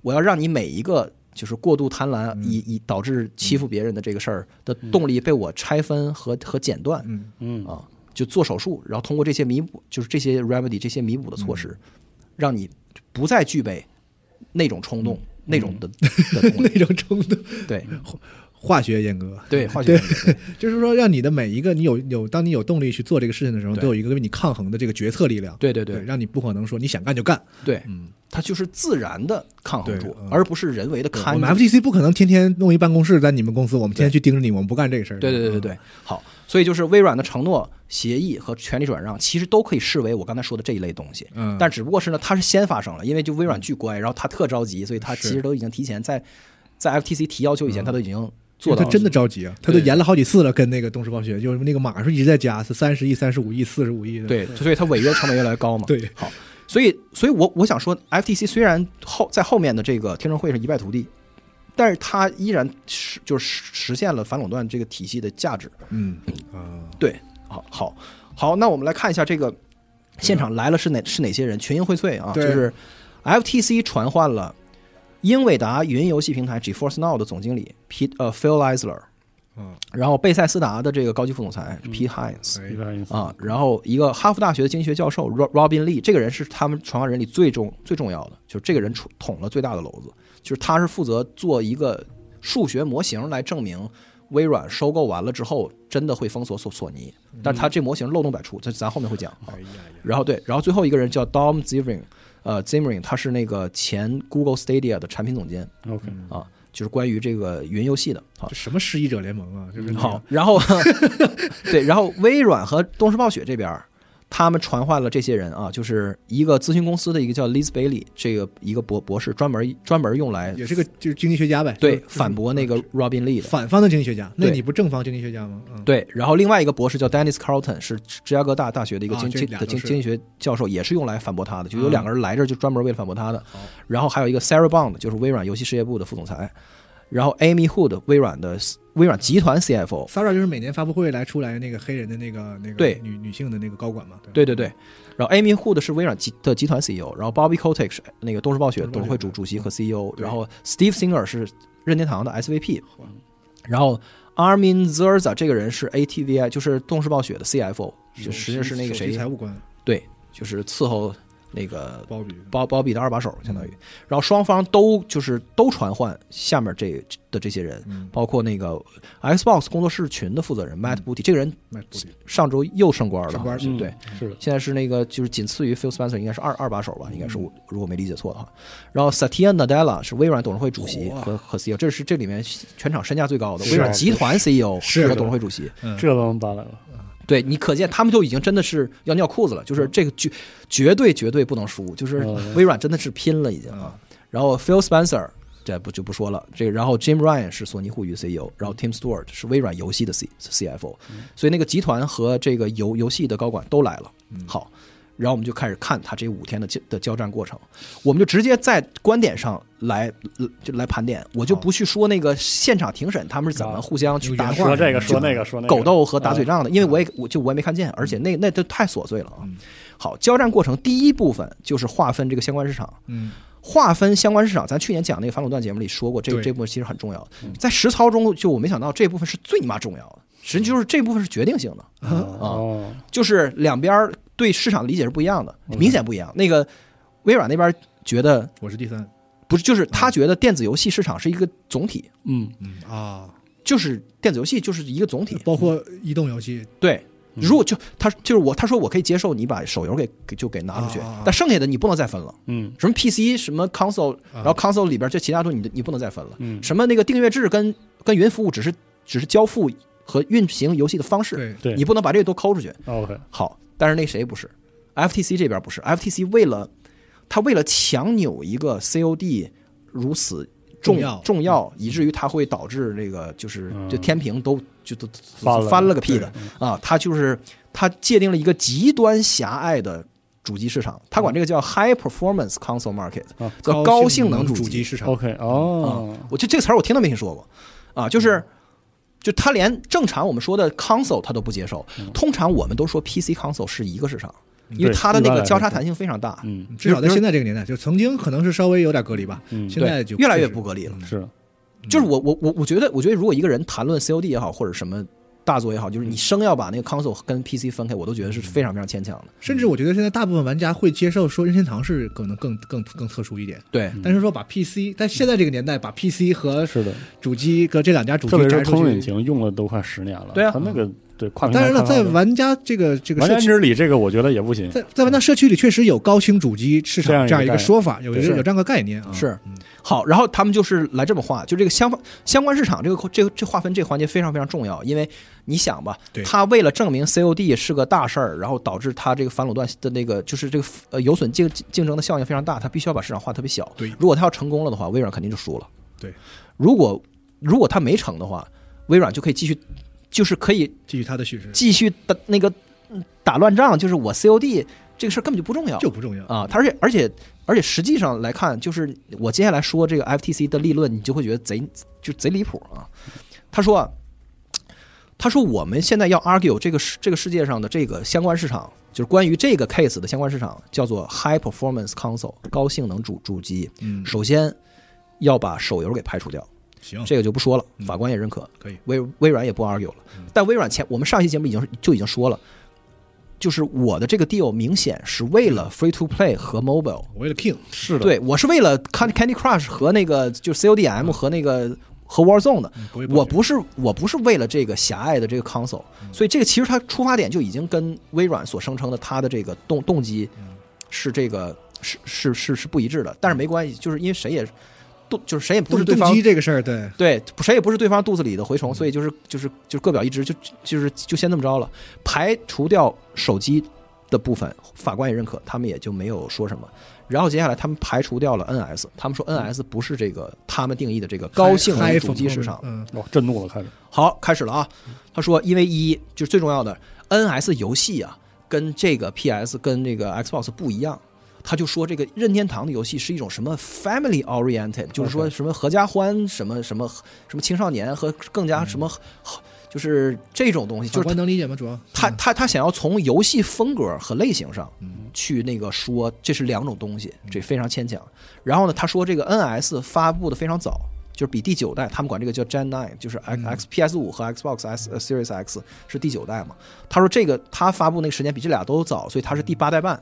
我要让你每一个。就是过度贪婪，嗯以以导致欺负别人的这个事儿的动力被我拆分和和剪断，嗯嗯啊，就做手术，然后通过这些弥补，就是这些 remedy 这些弥补的措施，嗯让你不再具备那种冲嗯动、那种的 *laughs* 的动那 *laughs* 力。种程度对化学阉割，对，化学反应就是说让你的每一个你有有当你有动力去做这个事情的时候，对都有一个跟你抗衡的这个决策力量。对对对对让你不可能说你想干就干。对，它就是自然的抗衡嗯对住嗯，而不是人为的我看们着。 FTC 不可能天天弄一办公室在你们公司，我们天天去盯着你，我们不干这个事儿。对对对对嗯对，好，所以就是微软的承诺、协议和权利转让，其实都可以视为我刚才说的这一类东西。嗯但只不过是呢，它是先发生了，因为就微软巨乖，然后它特着急，所以它其是嗯实都已经提前在在 FTC 提要求以前，它都已经做到他了。真的着急啊，他都对延了好几次了，跟那个东石暴雪， *laughs* 就是那个码数一直在加，是三十亿、三十五亿、四十五亿的。对，所以它违约成本越来越高嘛。对，好，所以所以我我想说，FTC 虽然后在后面的这个听证会上一败涂地，但是它依然实就是实现了反垄断这个体系的价值。嗯啊，对，好好好，那我们来看一下这个现场来了是哪是哪些人？群英荟萃啊，就对是 FTC 传唤了英伟达云游戏平台 GeForce Now 的总经理 Pete 呃 Phil Isler，嗯，然后贝塞斯达的这个高级副总裁 Pete Hines、哎一百零四啊，然后一个哈佛大学的经济学教授 Ro- Robin Lee，这个人是他们传话人里最重最重要的，就是这个人出捅了最大的篓子，就是他是负责做一个数学模型来证明微软收购完了之后真的会封锁索索尼，但是他这模型漏洞百出，这咱后面会讲啊。哎呀呀，然后对，然后最后一个人叫 Dom Zimring，呃，Zimring 他是那个前 Google Stadia 的产品总监 OK，嗯啊，就是关于这个云游戏的啊这。什么失忆者联盟啊？这是好，，然后 *laughs* 对，然后微软和东视暴雪这边儿，他们传唤了这些人啊，就是一个咨询公司的一个叫 Liz Bailey 这个一个博博士，专门专门用来也是个就是经济学家呗，对就是嗯反驳那个 Robin Lee 的。反方的经济学家，那对你不正方经济学家吗？嗯，对，然后另外一个博士叫 Dennis Carlton，是芝加哥大大学的一个啊经这济俩的都经是经济学教授，也是用来反驳他的，就嗯有两个人来这儿就专门为了反驳他的好。然后还有一个 Sarah Bond，就是微软游戏事业部的副总裁，然后 Amy Hood，微软的微软集团 CFO。 ，Sara 就是每年发布会来出来那个黑人的那个那个对女女性的那个高管嘛，吧对对对，然后 Amy Hood 是微软集的集团 CEO，然后 Bobby Kotick 是那个东视暴雪东视暴董事会雪主的主席和 CEO，对嗯然后 Steve Singer 是任天堂的 SVP，哇然后 Armin Zerza 这个人是 ATVI，就是东视暴雪的 CFO，就首实际上是那个首席谁财务官对，就是伺候那个鲍比，包包庇的二把手，相当于。然后双方都就是都传唤下面这的这些人，嗯，包括那个 Xbox 工作室群的负责人 Matt Booty，这个人麦布里上周又升官了，上班去嗯对，是的，现在是那个就是仅次于 Phil Spencer，应该是二二把手吧，应该是我如果没理解错的话。然后 Satya Nadella 是微软董事会主席嚯和和 CEO，这是这里面全场身价最高的是微软集团 E CEO 是和董事会主席。嗯这都能搬来了，对你可见他们就已经真的是要尿裤子了，就是这个绝绝对绝对不能输，就是嗯微软真的是拼了已经啊。然后 Phil Spencer 这不就不说了，这个然后 Jim Ryan 是索尼互娱 CEO，然 E 后 Tim Stewart 是微软游戏的 C CFO，所以嗯那个集团和这个游游戏的高管都来了。嗯好，然后我们就开始看他这五天的交的交战过程，我们就直接在观点上来呃就来盘点，我就不去说那个现场庭审他们是怎么啊互相去有搭原话话说这个就说那个说那个嗯狗斗和打嘴啊仗的，因为我也我就我也没看见，而且那那都太琐碎了嗯啊。好，交战过程第一部分就是划分这个相关市场，嗯，划分相关市场，咱去年讲那个反垄断节目里说过，这对这部分其实很重要的，嗯在实操中就我没想到这部分是最你妈重要的，实际就是这部分是决定性的，哦，就是两边儿对市场理解是不一样的，嗯明显不一样。那个微软那边觉得我是第三，不是，就是他觉得电子游戏市场是一个总体，嗯，嗯啊，就是电子游戏就是一个总体，包括移动游戏，对，嗯如果就他就是我，他说我可以接受你把手游给给就给拿出去啊啊啊，但剩下的你不能再分了。嗯什么 PC 什么 console，然啊后 console 里边这其他东西你你不能再分了。嗯，什么那个订阅制跟跟云服务只是只是交付和运行游戏的方式，对，对你不能把这个都抠出去。 ，OK，好，但是那谁不是？FTC 这边不是，FTC 为了他为了强扭一个 COD 如此重重要嗯重要，以至于它会导致这个就是嗯就天平都就都翻了个屁的啊！他就是他界定了一个极端狭隘的主机市场，他管这个叫 High Performance Console Market，啊叫高高性能能主机机。市场， OK，哦，我就这个词儿我听都没听说过啊，就是。就他连正常我们说的 console 他都不接受，通常我们都说 PC console 是一个市场，因为对它的一那般个来交叉说弹性非常大，嗯至少在现在这个年代，就曾经可能是稍微有点隔离吧，嗯，现对，在就越来越确实不隔离了。是的，就是我我我我觉得，我觉得如果一个人谈论 COD 也好，或者什么大作也好，就是你生要把那个 console 跟 PC 分开，我都觉得是非常非常牵强的。甚至我觉得现在大部分玩家会接受说任天堂是可能更更更特殊一点，对但是说把 PC，但现在这个年代把 PC 和是的，主机和这两家主嗯特机别摘是通出用引去，擎用了都快十年了，对啊它那个对跨平当台然了，开发在的玩家这个这个完社全区之理这个我觉得也不行，在在玩家社区里确实有高清主机市这场样一个这样一概个念说法，有一是个有这样个概念啊。是好，然后他们就是来这么画，就这个相相关市场这个这个这划分这个环节非常非常重要，因为你想吧对，他为了证明 COD 是个大事儿，然后导致他这个反垄断的那个就是这个呃有损竞竞争的效应非常大，他必须要把市场划特别小。对如果他要成功了的话，微软肯定就输了。对，如果如果他没成的话，微软就可以继续，就是可以继续他的叙事继续打那个嗯打乱仗，就是我 COD 这个事儿根本就不重要就不重要。啊。他而且而且而且实际上来看，就是我接下来说这个 FTC 的立论，你就会觉得贼就贼离谱啊。他说啊，他说我们现在要 argue 这个世这个世界上的这个相关市场就是关于这个 case 的相关市场叫做 High Performance Console 高性能主主机。嗯，首先要把手游给排除掉，行，这个就不说了，嗯法官也认可，可以微微软也不 argue 了嗯。但微软前我们上一期节目已经就已经说了，就是我的这个 deal 明显是为了嗯 free to play 和 mobile，为了 King，是的，对我是为了 Can- Candy Crush 和那个就是 CODM 和那个和 Warzone 的。嗯不会暴我雪不是我不是为了这个狭隘的这个 console，所以嗯这个其实它出发点就已经跟微软所声称的它的这个动动机嗯是这个是是是是不一致的。但是没关系，就是因为谁也动就是谁也不不是是对动方机这个事儿，对，对，谁也不是对方肚子里的蛔虫，所以就是就是就是各表一枝，就就是就先这么着了。排除掉手机的部分，法官也认可，他们也就没有说什么。然后接下来他们排除掉了 NS，他们说 NS 不是这个他们定义的这个高性能 High- 主机市场。嗯，哦，震怒了，开始好，开始了啊！他说，因为一就是最重要的 NS 游戏啊，跟这个 PS 跟这个 Xbox 不一样。他就说这个任天堂的游戏是一种什么 family oriented，就是说 OK 什么合家欢，什么什么什么青少年和更加什么，就是这种东西，法就是官能理解吗？主要他嗯他他想要从游戏风格和类型上嗯去那个说这是两种东西，这非常牵强。然后呢，他说这个 NS 发布的非常早，就是比第九代，他们管这个叫 Gen 9，就是嗯 X X PS 五和 Xbox S 呃 Series X 是第九代嘛。他说这个他发布那个时间比这俩都早，所以它是嗯第八代半，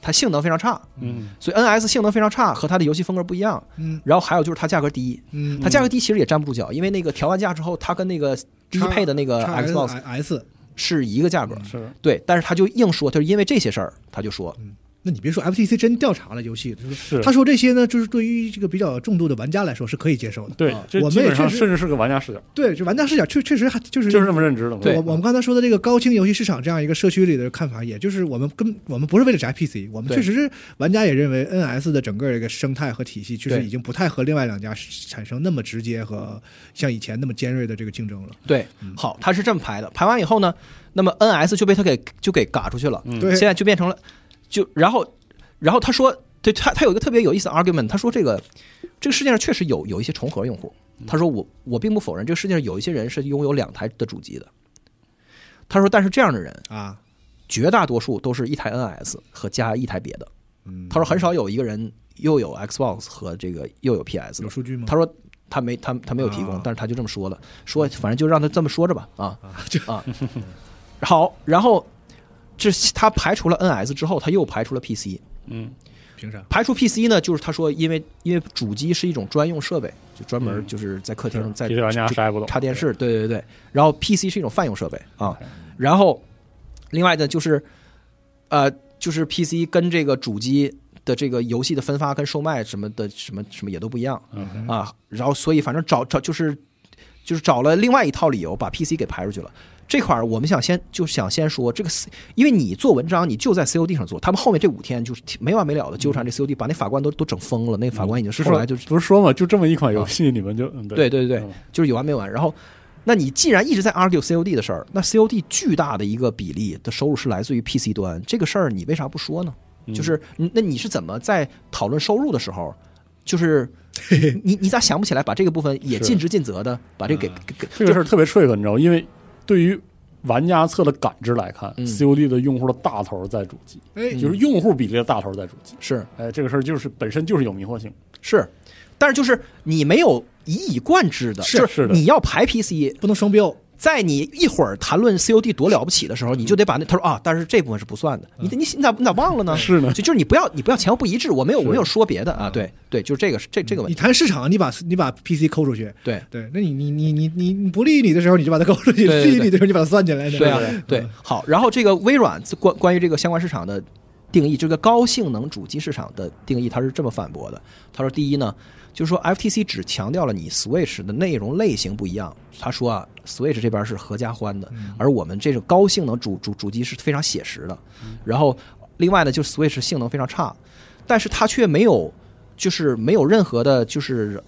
它性能非常差，嗯，所以 NS 性能非常差，和它的游戏风格不一样。嗯然后还有就是它价格低，嗯，它价格低其实也站不住脚，因为那个调完价之后，它跟那个低配的那个 X 呃 Xbox S，嗯是一个价格。是对，但是他就硬说，就是因为这些事儿，他就说，那你别说 FTC 真调查了游戏，就是是，他说这些呢，就是对于这个比较重度的玩家来说是可以接受的。对啊，这我们基也本上确实甚至是个玩家视角，对，就玩家视角确确实还就是就是这么认知的嘛。对我我们刚才说的这个高清游戏市场这样一个社区里的看法，也就是我们跟我们不是为了宅 PC，我们对确实是玩家也认为 NS 的整个这个生态和体系，确实对已经不太和另外两家产生那么直接和像以前那么尖锐的这个竞争了。对，好，他是这么排的。排完以后呢，那么 NS 就被他给就给嘎出去了，嗯对，现在就变成了，就然后然后他说，对他他有一个特别有意思的 argument，他说这个这个世界上确实有有一些重合用户，他说我我并不否认这个世界上有一些人是拥有两台的主机的，他说但是这样的人啊，绝大多数都是一台 NS 和加一台别的，嗯他说很少有一个人又有 Xbox 和这个又有 PS 的有。数嗯据吗？他说他没他他没有提供啊，但是他就这么说了，说嗯反正就让他这么说着吧啊啊，这啊，好，然后这他排除了 NS 之后，他又排除了 PC，嗯，凭啥？排除 PC 呢，就是他说因为因为主机是一种专用设备，就专门嗯就是在客是厅在其实玩家就啥也不懂，插电视，对对对，然后 PC 是一种泛用设备啊，然后另外呢就是呃就是 PC 跟这个主机的这个游戏的分发跟售卖什么的什么什么也都不一样。嗯，啊，然后所以反正找找就是就是找了另外一套理由把 PC 给排出去了。这块儿我们想先就想先说这个 C，因为你做文章你就在 COD 上做，他们后面这五天就是没完没了的纠缠这 COD，把那法官都都整疯了，那法官已经嗯是是后说来就是不是说嘛，就这么一款游戏，你们就嗯对对对嗯，就是有完没完。然后，那你既然一直在 argue COD 的事儿，那 COD 巨大的一个比例的收入是来自于 PC 端，这个事儿你为啥不说呢？嗯就是你那你是怎么在讨论收入的时候， *laughs* 就是你你咋想不起来把这个部分也是尽职尽责嗯的把这个给啊给给这个事儿特别 trick，你知道吗？因为对于玩家侧的感知来看嗯，COD 的用户的大头在主机，哎，嗯就是用户比例的大头在主机。是哎，这个事儿就是本身就是有迷惑性，是，但是就是你没有一以贯之的，是就是的你要排 PC，不能双标，在你一会儿谈论 COD 多了不起的时候，你就得把那他说啊，但是这部分是不算的，你你你咋你咋忘了呢？是呢就就是你不要你不要前后不一致，我没有我没有说别的啊，啊对对，就是这个这这个问你题，谈市场，你把你把 PC 抠出去，对对，那你你你你你你不利于你的时候，你就把它抠出去；对对对利于你的时候，你把它算进来。对啊吧对，好，然后这个微软关关于这个相关市场的定义，这个高性能主机市场的定义，它是这么反驳的，他说第一呢。就是说，FTC 只强调了你 Switch 的内容类型不一样。他说啊，Switch 这边是合家欢的，而我们这种高性能主主主机是非常写实的。然后，另外呢，就是 Switch 性能非常差，但是它却没有，就是没有任何的，就是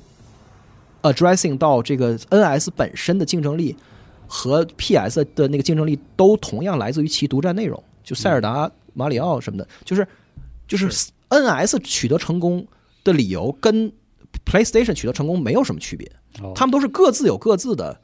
addressing 到这个 NS 本身的竞争力和 PS 的那个竞争力都同样来自于其独占内容，就塞尔达、马里奥什么的，就是就是 NS 取得成功的理由跟 PlayStation 取得成功没有什么区别，哦他们都是各自有各自的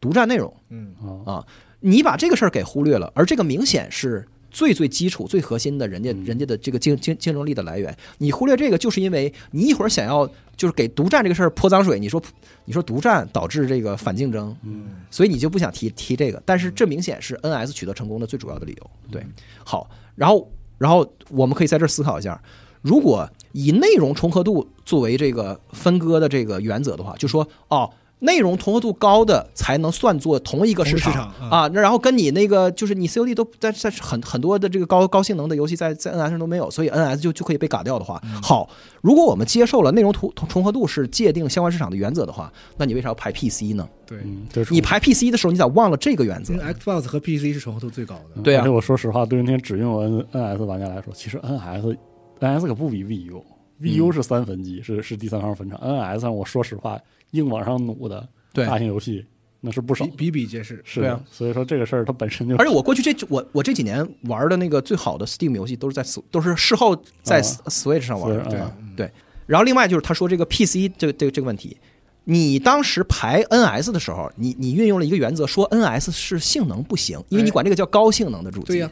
独占内容。啊嗯，哦你把这个事儿给忽略了，而这个明显是最最基础、最核心的人家人家的这个竞竞竞争力的来源。你忽略这个，就是因为你一会儿想要就是给独占这个事儿泼脏水，你说你说独占导致这个反竞争，嗯，所以你就不想提提这个。但是这明显是 NS 取得成功的最主要的理由。对，好，然后然后我们可以在这儿思考一下，如果以内容重合度作为这个分割的这个原则的话，就说哦。内容重合度高的才能算作同一个市同场一市场啊，那然后跟你那个就是你 COD 都在在很很多的这个高高性能的游戏在在 NS 上都没有，所以 NS 就就可以被嘎掉的话，好，如果我们接受了内容重重合度是界定相关市场的原则的话，那你为啥要排 PC 呢？对，嗯，这是你排 PC 的时候，你咋忘了这个原则因？为 Xbox 和 PC 是重合度最高的，对啊而且我说实话，对于那些只用 N NS 玩家来说，其实 NS NS 可不比 VU。VU 嗯是三分机，是是第三方分厂。NS 上我说实话，硬往上努的对大型游戏那是不少比，比比皆是。是对的。啊所以说这个事儿它本身就而且我过去这我我这几年玩的那个最好的 Steam 游戏都是在 Sw- 都是事后在啊 S- Switch 上玩的。对啊然后另外就是他说这个 PC 这个这个这个问题，你当时排 NS 的时候，你你运用了一个原则，说 NS 是性能不行，因为你管这个叫高性能的主机。对呀、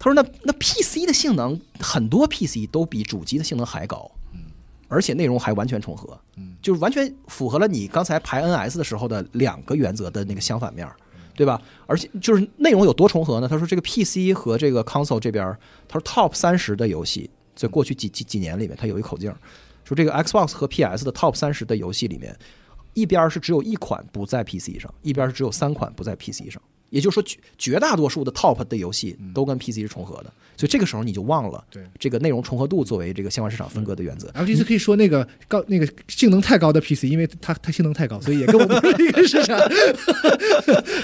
他说那那 PC 的性能很多 PC 都比主机的性能还高，而且内容还完全重合，就是完全符合了你刚才排 NS 的时候的两个原则的那个相反面儿，对吧？而且就是内容有多重合呢？他说这个 PC 和这个 console 这边儿，他说 top 三十的游戏，在过去几几几年里面，他有一口径儿，说这个 Xbox 和 PS 的 top 三十的游戏里面，一边儿是只有一款不在 PC 上，一边儿是只有三款不在 PC 上。也就是说，绝绝大多数的 top 的游戏都跟 PC 是重合的，所以这个时候你就忘了对这个内容重合度作为这个相关市场分割的原则。 FTC 可以说那个高那个性能太高的 PC，因为它它性能太高，所以也跟我们不是一个市场。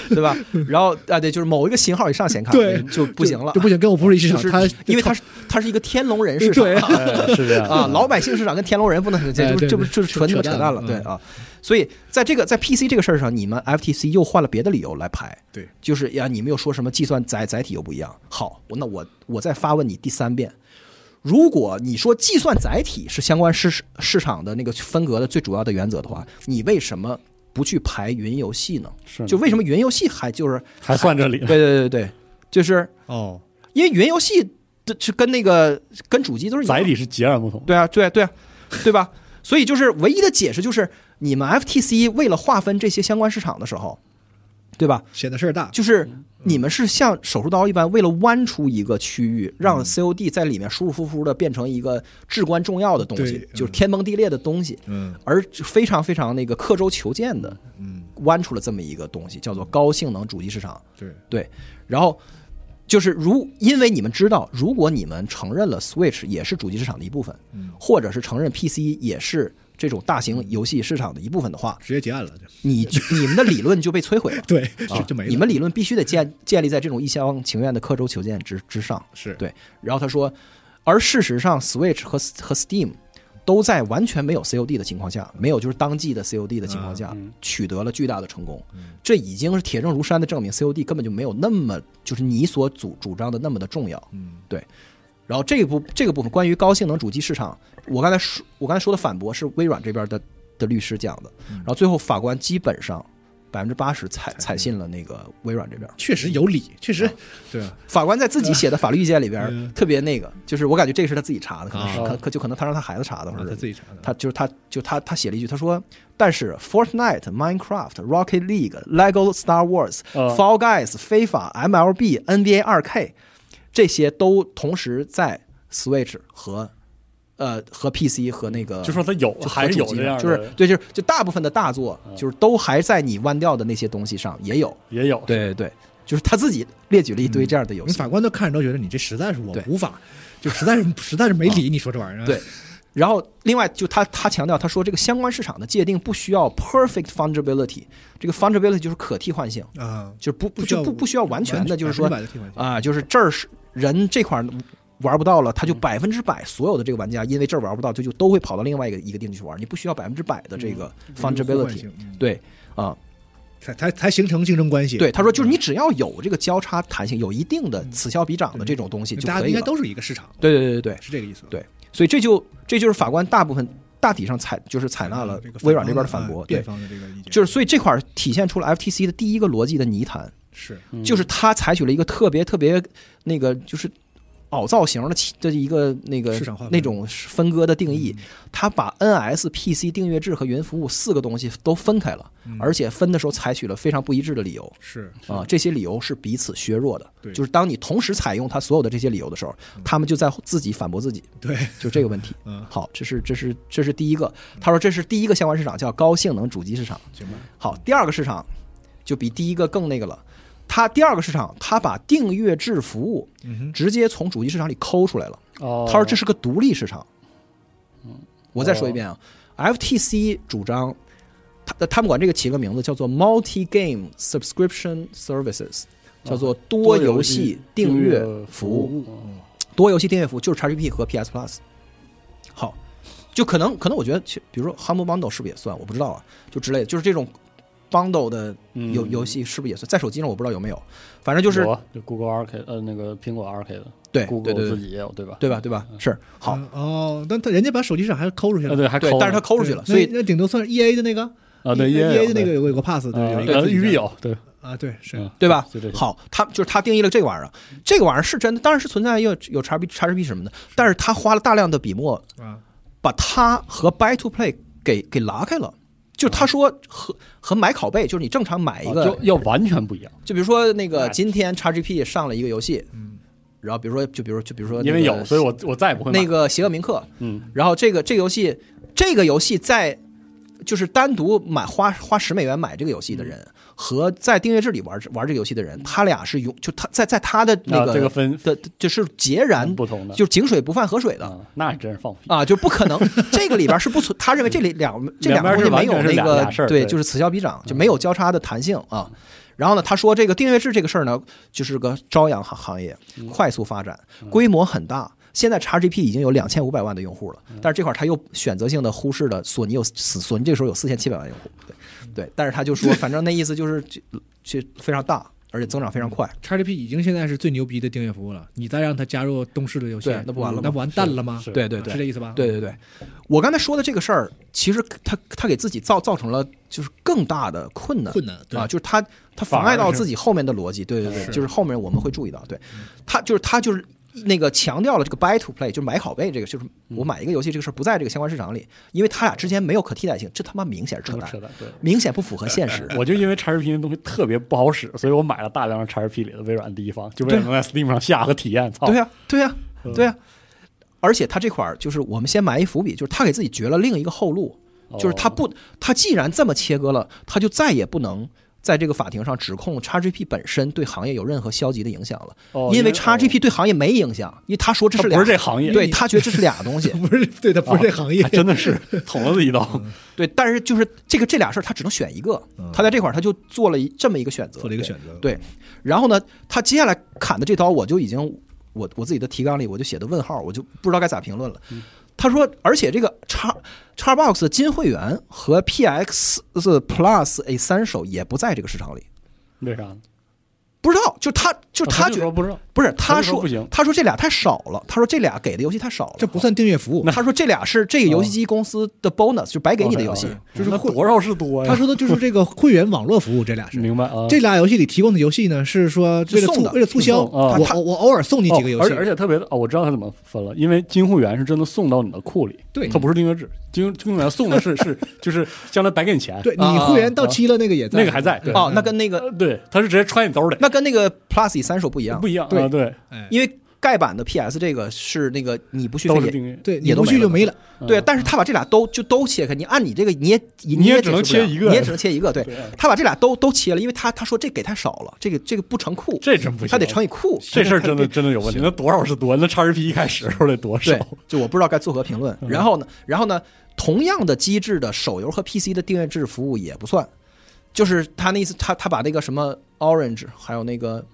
对吧？然后啊，对，就是某一个型号以上显卡对就 *laughs* 不行了啊就，不行，跟我不是一市就场。是它因为它是它是一个天龙人市场对啊哎是这样 *laughs* 啊，老百姓市场跟天龙人不能这哎就对这不对就是纯他妈扯扯淡淡了了，对嗯啊。所以在这个在 PC 这个事儿上，你们 FTC 又换了别的理由来排，对，就是呀，你们又说什么计算载载体又不一样。好，那我我再发问你第三遍。如果你说计算载体是相关市市场的那个分隔的最主要的原则的话，你为什么不去排云游戏呢？是就为什么云游戏 *laughs* 还就是还算这里呢，对对对对，就是哦，因为云游戏的是跟那个跟主机都是一样载的体是截然不同。对啊，对啊，对啊，*laughs* 对吧？所以就是唯一的解释就是，你们 FTC 为了划分这些相关市场的时候，对吧？显得事儿大。就是你们是像手术刀一般，为了弯出一个区域，嗯让 COD 在里面舒舒服服的变成一个至关重要的东西对，就是天崩地裂的东西，嗯而非常非常那个刻舟求剑的嗯，弯出了这么一个东西，叫做高性能主机市场。对，对，然后就是如因为你们知道，如果你们承认了 Switch 也是主机市场的一部分，嗯或者是承认 PC 也是这种大型游戏市场的一部分的话，直接结案了，就你就你们的理论就被摧毁了。 *laughs* 对，*laughs* 啊就就没了。你们理论必须得建建立在这种一厢情愿的刻舟求剑之之上。是对，然后他说，而事实上，Switch 和和 Steam 都在完全没有 COD 的情况下，没有就是当季的 COD 的情况下，取得了巨大的成功。这已经是铁证如山的证明，COD 根本就没有那么就是你所主主张的那么的重要。嗯，对。然后这一部这个部分关于高性能主机市场，我刚才说我刚才说的反驳是微软这边的的律师讲的，然后最后法官基本上百分之八十采采信了那个微软这边。确实有理，确实，对 *laughs* 啊，法官在自己写的法律意见里边儿嗯特别那个，就是我感觉这个是他自己查的，可能是啊可可就可能他让他孩子查的，啊或者他是自己查的。他就是他就他他写了一句，他说：“但是 Fortnite、Minecraft、Rocket League、Lego Star Wars、啊 Fall Guys、非法 MLB、NBA 2K 这些都同时在 Switch 和呃和 PC 和那个就说它有，嗯就和还是有主机这样的，啊就是对，就是就大部分的大作就是都还在你弯掉的那些东西上也有，也有，对对对，就是他自己列举了一堆嗯这样的游你戏。法官都看着都觉得你这实在是我对啊无法，就实在是实在是没理你说这玩意儿。对，然后另外就他他强调，他说这个相关市场的界定不需要 perfect fungibility，这个 fungibility 就是可替换性，啊，就是不不需要就不不需要完全的，就是说百分之百的替换性啊、就是这儿是人这块儿玩不到了，他嗯就百分之百所有的这个玩家因为这儿玩不到，就就都会跑到另外一个一个地方去玩，你不需要百分之百的这个互换 fungibility，、性嗯对啊、才才才形成竞争关系。对，他说就是你只要有这个交叉弹性，有一定的此消彼长的这种东西就嗯大家可以应该了，都是一个市场，对对对对对。是这个意思吧。对，所以这就这就是法官大部分大体上采就是采采纳了这个微软这边的方反啊驳，对辩，方的这个意见，就是所以这块儿体现出了 FTC 的第一个逻辑的泥潭，是嗯就是它采取了一个特别特别那个就是凹造型的其的一个那个市场划分嗯那种分割的定义，它把 NS、PC 订阅制和云服务四个东西都分开了，嗯而且分的时候采取了非常不一致的理由。是啊，这些理由是彼此削弱的，对嗯就是当你同时采用它所有的这些理由的时候，他们就在自己反驳自己，对，就这个问题。嗯，好，这是这是这是第一个，他说这是第一个相关市场叫高性能主机市场。行吧，好，第二个市场就比第一个更那个了。它第二个市场，它把订阅制服务嗯哼，直接从主机市场里抠出来了。哦，他说这是个独立市场。我再说哦一遍啊，FTC 主张，他他们管这个起个名字叫做 Multi Game Subscription Services，叫做多多游游戏戏订阅服服务。务，多游戏订阅服务就是 XGP 和 PS Plus。好，就可能可能我觉得其，比如说 Humble Bundle 是不是也算？我不知道啊，就之类的，就是这种 Bundle 的嗯游、游戏是不是也算？在手机上我不知道有没有，反正就是有啊就 Google Arcade 呃那个苹果 Arcade 对对 Google 对自对己也有对吧？对吧对吧？是好，嗯哦，但他人家把手机市场还抠出去啊了，对还对抠，但是他呢抠出去对了，所以那那顶多算是 E A 的那个啊对，E 也 A 的有那个有有个 pass，对，有一个呃自己育的碧有对啊，对，是嗯对吧就这？些好，他就是他定义了这个玩意儿，啊这个玩意儿是真的，当然是存在有有 XGP XGP 什么的，但是他花了大量的笔墨啊，把它和 buy to play 给给拉开了。就他说和和买拷贝，就是你正常买一个啊就要完全不一样，就比如说那个那今天 XGP 上了一个游戏，嗯，然后比如说就比如就比如说那因个为有，所以我我再也不会买那个邪恶铭刻，嗯然后这个这个游戏这个游戏在就是单独买花花十美元买这个游戏的人。嗯和在订阅制里玩玩这个游戏的人，他俩是永就他在在他的那啊个、这个分的就是截然不同的就是井水不犯河水的啊，那真是放屁。啊，就不可 *laughs* 能这个里边是不存，他认为这里两这两个东西没有两边是完全是那俩个俩事儿对，对嗯就是此消彼长，就没有交叉的弹性啊。然后呢，他说这个订阅制这个事儿呢，就是个朝阳行行业，快速发展，嗯规模很大。现在 XGP 已经有两千五百万的用户了，嗯但是这块儿他又选择性的忽视了索尼有索索尼这个时候有四千七百万用户，对对，但是他就说，反正那意思就是就就非常大，而且增长非常快。 x GP 已经现在是最牛逼的订阅服务了，你再让它加入东视的游戏对，那不完了吗那完蛋了吗？啊是对对对是这，意思吧？对对对，我刚才说的这个事儿，其实他他给自己造造成了就是更大的困难困难对啊，就是他他反妨而碍到是自己后面的逻辑，对对对，是，就是后面我们会注意到，对他就是他就是那个强调了这个 buy to play，就是买拷贝这个，就是我买一个游戏这个事儿不在这个相关市场里，因为他俩之间没有可替代性，这他妈明显是扯都淡扯，淡，对。明显不符合 *laughs* 现实。我就因为 XGP 那东西特别不好使，所以我买了大量的 XGP 里的微软第一方，就为了能在 Steam 上下和体验。操，对呀、对呀、对呀、而且他这块儿就是我们先埋一伏笔，就是他给自己掘了另一个后路，哦就是他不，他既然这么切割了，他就再也不能在这个法庭上指控 XGP 本身对行业有任何消极的影响了，哦因为因为 XGP 对行业没影响，因为他说这是它俩，不是这行业对他觉得这是俩东西不是，对它不啊是这行业嗯还，真的是 *laughs* 捅了自己一刀。 *laughs* 对，但是就是这个这俩事儿他只能选一个，他在这块儿他就做了一这么一个选择，做了一个对选嗯择，对，然后呢，他接下来砍的这刀，我就已经我我自己的提纲里我就写的问号，我就不知道该咋评论了。嗯他说，而且这个叉叉 box 金会员和 PX 是 Plus A 三手也不在这个市场里，为啥呢？不知道，就他就他就觉说不知道，不是啊哦他他就说说不行他说这俩太少了，他说这俩给的游戏太少了，这不算订阅服务。他说这俩是这个游哦戏机公司的 bonus，就白给你的 OK，游戏。 OK 就是啊那会多少是多呀。他说的就是这个会员网络服务，这俩是明白啊，这俩游戏里提供的游戏呢，是说为了送促的为了促销，送啊我我偶尔送你几个游戏哦而且而，且特别的哦，我知道他怎么分了，因为金护员是真的送到你的库里，对他不是订阅制，金金护员送的是 *laughs* 是就是将来白给你钱，对啊你会员到期了，那个也在，啊那个还在，对哦，那跟那个呃对，他是直接揣你兜里，那跟那个 Plus 三手不一样不，一样，对啊对，哎，因为盖版的 PS 这个是那个你不续都费是也订阅，对，也你都不去就没了。对，但是他把这俩都就都切开，你按你这个你也你也也只能解释不了切一个你也只能切一个。对对啊，他把这俩都都切了，因为他他说这给太少了，这个这个不成库，这真不行，他得乘以 *laughs* 库。这事儿真的真的有问题，那多少是多，那叉 r p 一开始时候得多少对？， *laughs* 就我不知道该作何评论。然后呢，然后呢，同样的机制的手游和 PC 的订阅制服务也不算，就是他那意思，他他把那个什么 Orange 还有那个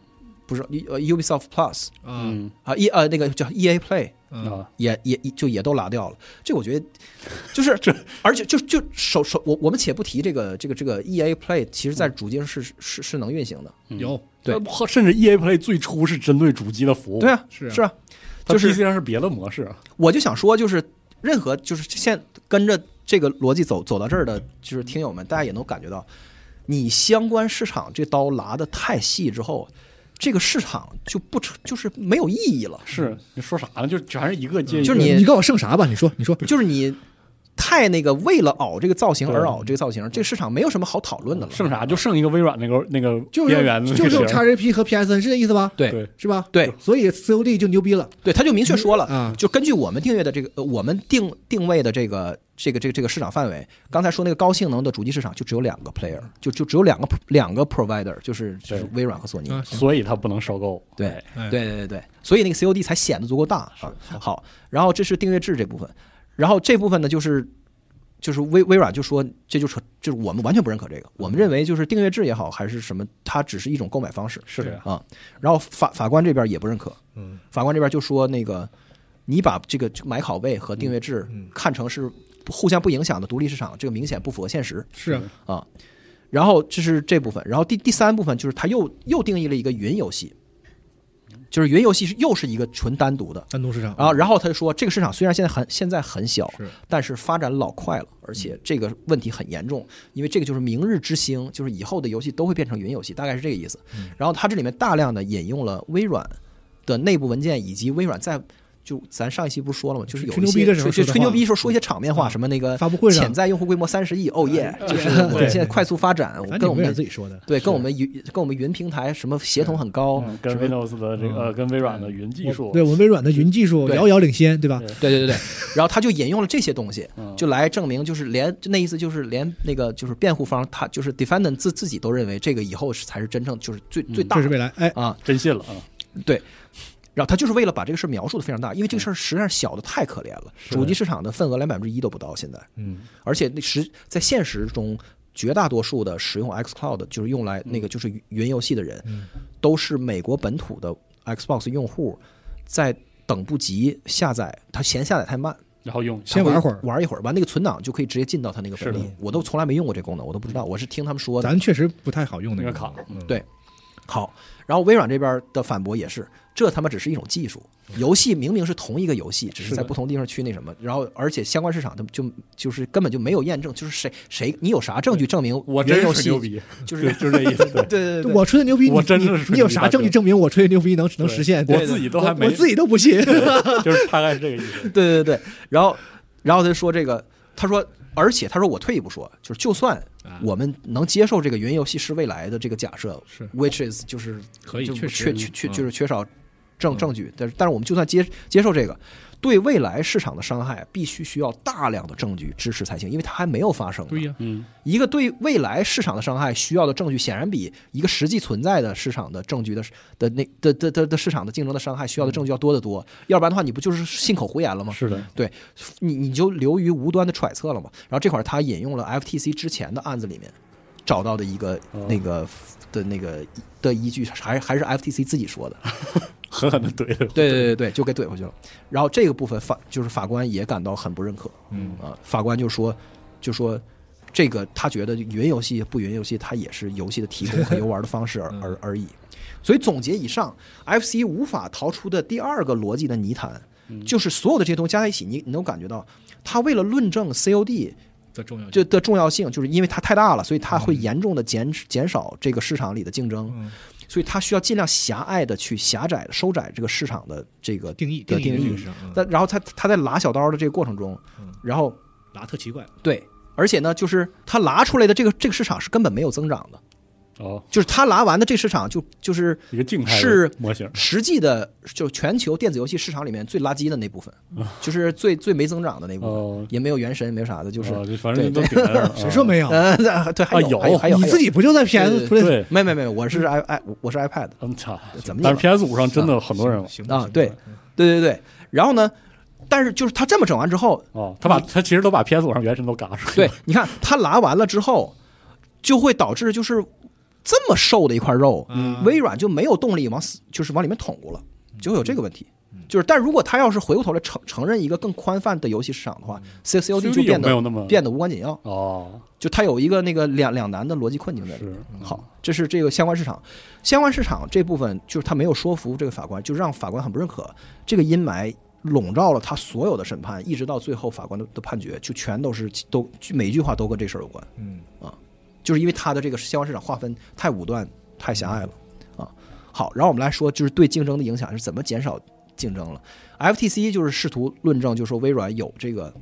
不是呃 Ubisoft Plus 啊嗯啊 E 呃那个叫 EA Play。啊，啊，也也就也都拉掉了。这我觉得 *laughs* 就是，而且就就手手我我们且不提这个这个这个 E A Play，其实在主机上是是是能运行的。有对呃甚至 EA Play 最初是针对主机的服务，对啊，是啊是啊，哦它就是 PC 上是别的模式啊，我就想说，就是任何就是现跟着这个逻辑走走到这儿的，就是听友们，大家也能感觉到，你相关市场这刀拉的太细之后，这个市场就不成就是没有意义了。是嗯你说啥呢？就全是一个接一个，就是你你告诉我剩啥吧？你说，你说，就是你太那个为了熬这个造型而对熬这个造型，这个市场没有什么好讨论的了。剩啥就剩一个微软那个那个就边缘是的那就是个型儿 XGP 和 PSN 是这意思吧？对对是吧？对所以 COD 就牛逼了。对，他就明确说了，啊就根据我们订阅的这个，呃我们定定位的这个这个这个这个市场范围，刚才说那个高性能的主机市场就只有两个 player，就就只有两个两个 provider，就是就对是嗯微软和索尼。啊，行所以它不能收购。对哎哎对对对对，所以那个 COD 才显得足够大啊。好，然后这是订阅制这部分，然后这部分呢就是就是微微软就说这就是就是我们完全不认可这个，我们认为就是订阅制也好还是什么，它只是一种购买方式。是的呀，啊，然后法法官这边也不认可，嗯，法官这边就说那个，你把这个买拷贝和订阅制嗯嗯看成是互相不影响的独立市场，这个明显不符合现实是啊，啊。然后这是这部分，然后第第三部分就是他又又定义了一个云游戏，就是云游戏是又是一个纯单独的。单独市场然后，然后他就说，这个市场虽然现在很现在很小，是但是发展老快了，而且这个问题很严重，因为这个就是明日之星，就是以后的游戏都会变成云游戏，大概是这个意思。嗯然后它这里面大量的引用了微软的内部文件，以及微软在就咱上一期不是说了吗？就是有吹一牛逼些的时候吹说的吹牛话逼时候说一些场面话，什么那个发布会上潜在用户规模三十亿，哦耶，就是我们对现在快速发展，我咱跟纽我约们自己说的，对跟我们云跟我们云平台什么协同很高嗯，什跟么 Windows 的这个呃跟微软的云技术对我们微软的云技术对遥遥领先，对吧？对对对对，然后他就引用了这些东西嗯，就来证明，就是连就那意思就是连那个就是辩护方他就是 defendant 自自己都认为这个以后是才是真正就是最最大这是的未来，哎，啊，真信了啊，然后他就是为了把这个事儿描述的非常大，因为这个事儿实际上小的太可怜了，是主机市场的份额连百分之一都不到现在，嗯，而且那实在现实中。绝大多数的使用 xCloud 就是用来那个就是云游戏的人，都是美国本土的 Xbox 用户，在等不及下载，他嫌下载太慢，然后用先玩会儿玩一会儿，完那个存档就可以直接进到他那个本是地的。我都从来没用过这功能，我都不知道，我是听他们说的。咱确实不太好用那那个个卡，嗯好，然后微软这边的反驳也是，这他妈只是一种技术，游戏明明是同一个游戏，只嗯是是在的不同地方去那什么。然后，而且相关市场他们就就是根本就没有验证，就是谁谁你有啥证据证明我原真游是戏牛逼，就就是就是这意思。 *laughs* 对对对对对我吹的牛逼，你我真你是吹牛逼你有啥大哥证据证明我吹的牛逼能能对实现？我对自己都我还没我自己都不信。就是大概是这个意思。对对对，然后然后他就说这个，他说，而且他说我退一步说，就是就算啊我们能接受这个云游戏是未来的这个假设，是 which is 就是 *laughs* 可以就确缺实缺缺嗯就是缺少证嗯证据，但是但是我们就算接接受这个。对未来市场的伤害，必须需要大量的证据支持才行，因为它还没有发生呢。呀，嗯，一个对未来市场的伤害需要的证据，显然比一个实际存在的市场的证据的的那的的的的市场的竞争的伤害嗯需要的证据要多得多。要不然的话，你不就是信口胡言了吗？是的，你你就流于无端的揣测了嘛。然后这块儿他引用了 FTC 之前的案子里面找到的一个哦那个的那个的依据，还还是 FTC 自己说的。狠狠的怼了。对对对对，就给怼回去了。然后这个部分法就是法官也感到很不认可，嗯啊，法官就说就说这个他觉得云游戏不云游戏，它也是游戏的提供和游玩的方式而 *laughs* 嗯而而已。所以总结以上，FC 无法逃出的第二个逻辑的泥潭，嗯就是所有的这些东西加在一起，你你能感觉到，他为了论证 COD 这重要这的重要性，就是因为它太大了，所以它会严重的减减少这个市场里的竞争。嗯所以它需要尽量狭隘的去狭窄、收窄这个市场的这个定义的定定义义。是嗯但然后它它在拉小刀的这个过程中嗯，然后拉特奇怪，对，而且呢，就是它拉出来的这个这个市场是根本没有增长的，哦，就是它拉完的这市场就就是一个静态的是模型，实际的，就全球电子游戏市场里面最垃圾的那部分，就是最最没增长的那部分，哦，也没有原神，没有啥的，就是哦反正都顶在那 *laughs* 儿了。谁说啊没有？呃，对，还有啊还有还有你还有自己不就在 PS 对 Play 对？没有没有没有，我是 i i 我是 iPad 嗯，操！ *laughs* 怎么啊也但是 PS 五上真的很多人玩行啊行对行对对对，然后呢，但是就是他这么整完之后，哦，他把嗯他其实都把 PS 五上原神都嘎出来对，你看他拉完了之后，就会导致就是这么瘦的一块肉，嗯微软就没有动力往死就是往里面捅咕了，嗯就会有这个问题。就是，但如果他要是回过头来承承认一个更宽泛的游戏市场的话，C C O D 就有变没有得那么变得无关紧要，哦，就它有一个那个两两难的逻辑困境在里面。是嗯好，这是这个相关市场，相关市场这部分就是他没有说服这个法官，就让法官很不认可。这个阴霾笼罩了他所有的审判，一直到最后法官的的判决，就全都是都每一句话都跟这事儿有关。嗯就是因为它的这个消费市场划分太武断、太狭隘了啊。好，然后我们来说，就是对竞争的影响是怎么减少竞争了。FTC 就是试图论证，就是说微软有这个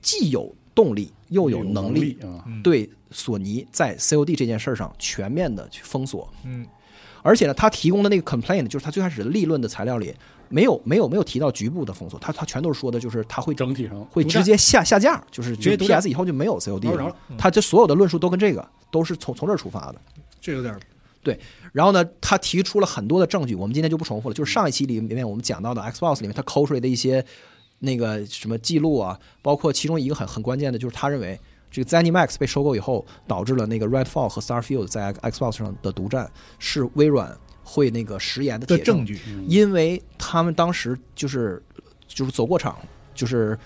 既有动力又有能力力啊，嗯，对索尼在 COD 这件事儿上全面的去封锁，嗯而且呢，他提供的那个 complaint 就是他最开始的立论的材料里没有没有没有提到局部的封锁，他他全都说的就是他会整体上会直接下下架，就是直接独占 PS 以后就没有 COD 挠着挠了着嗯，他这所有的论述都跟这个都是从从这儿出发的。这有点儿然后呢，他提出了很多的证据，我们今天就不重复了。嗯就是上一期里面我们讲到的 Xbox 里面他抠出来的一些那个什么记录啊，包括其中一个很很关键的就是他认为这个 ZeniMax 被收购以后，导致了那个 Redfall 和 Starfield 在 Xbox 上的独占是微软会那个食言的的铁证证据，嗯因为他们当时就是就是走过场，就是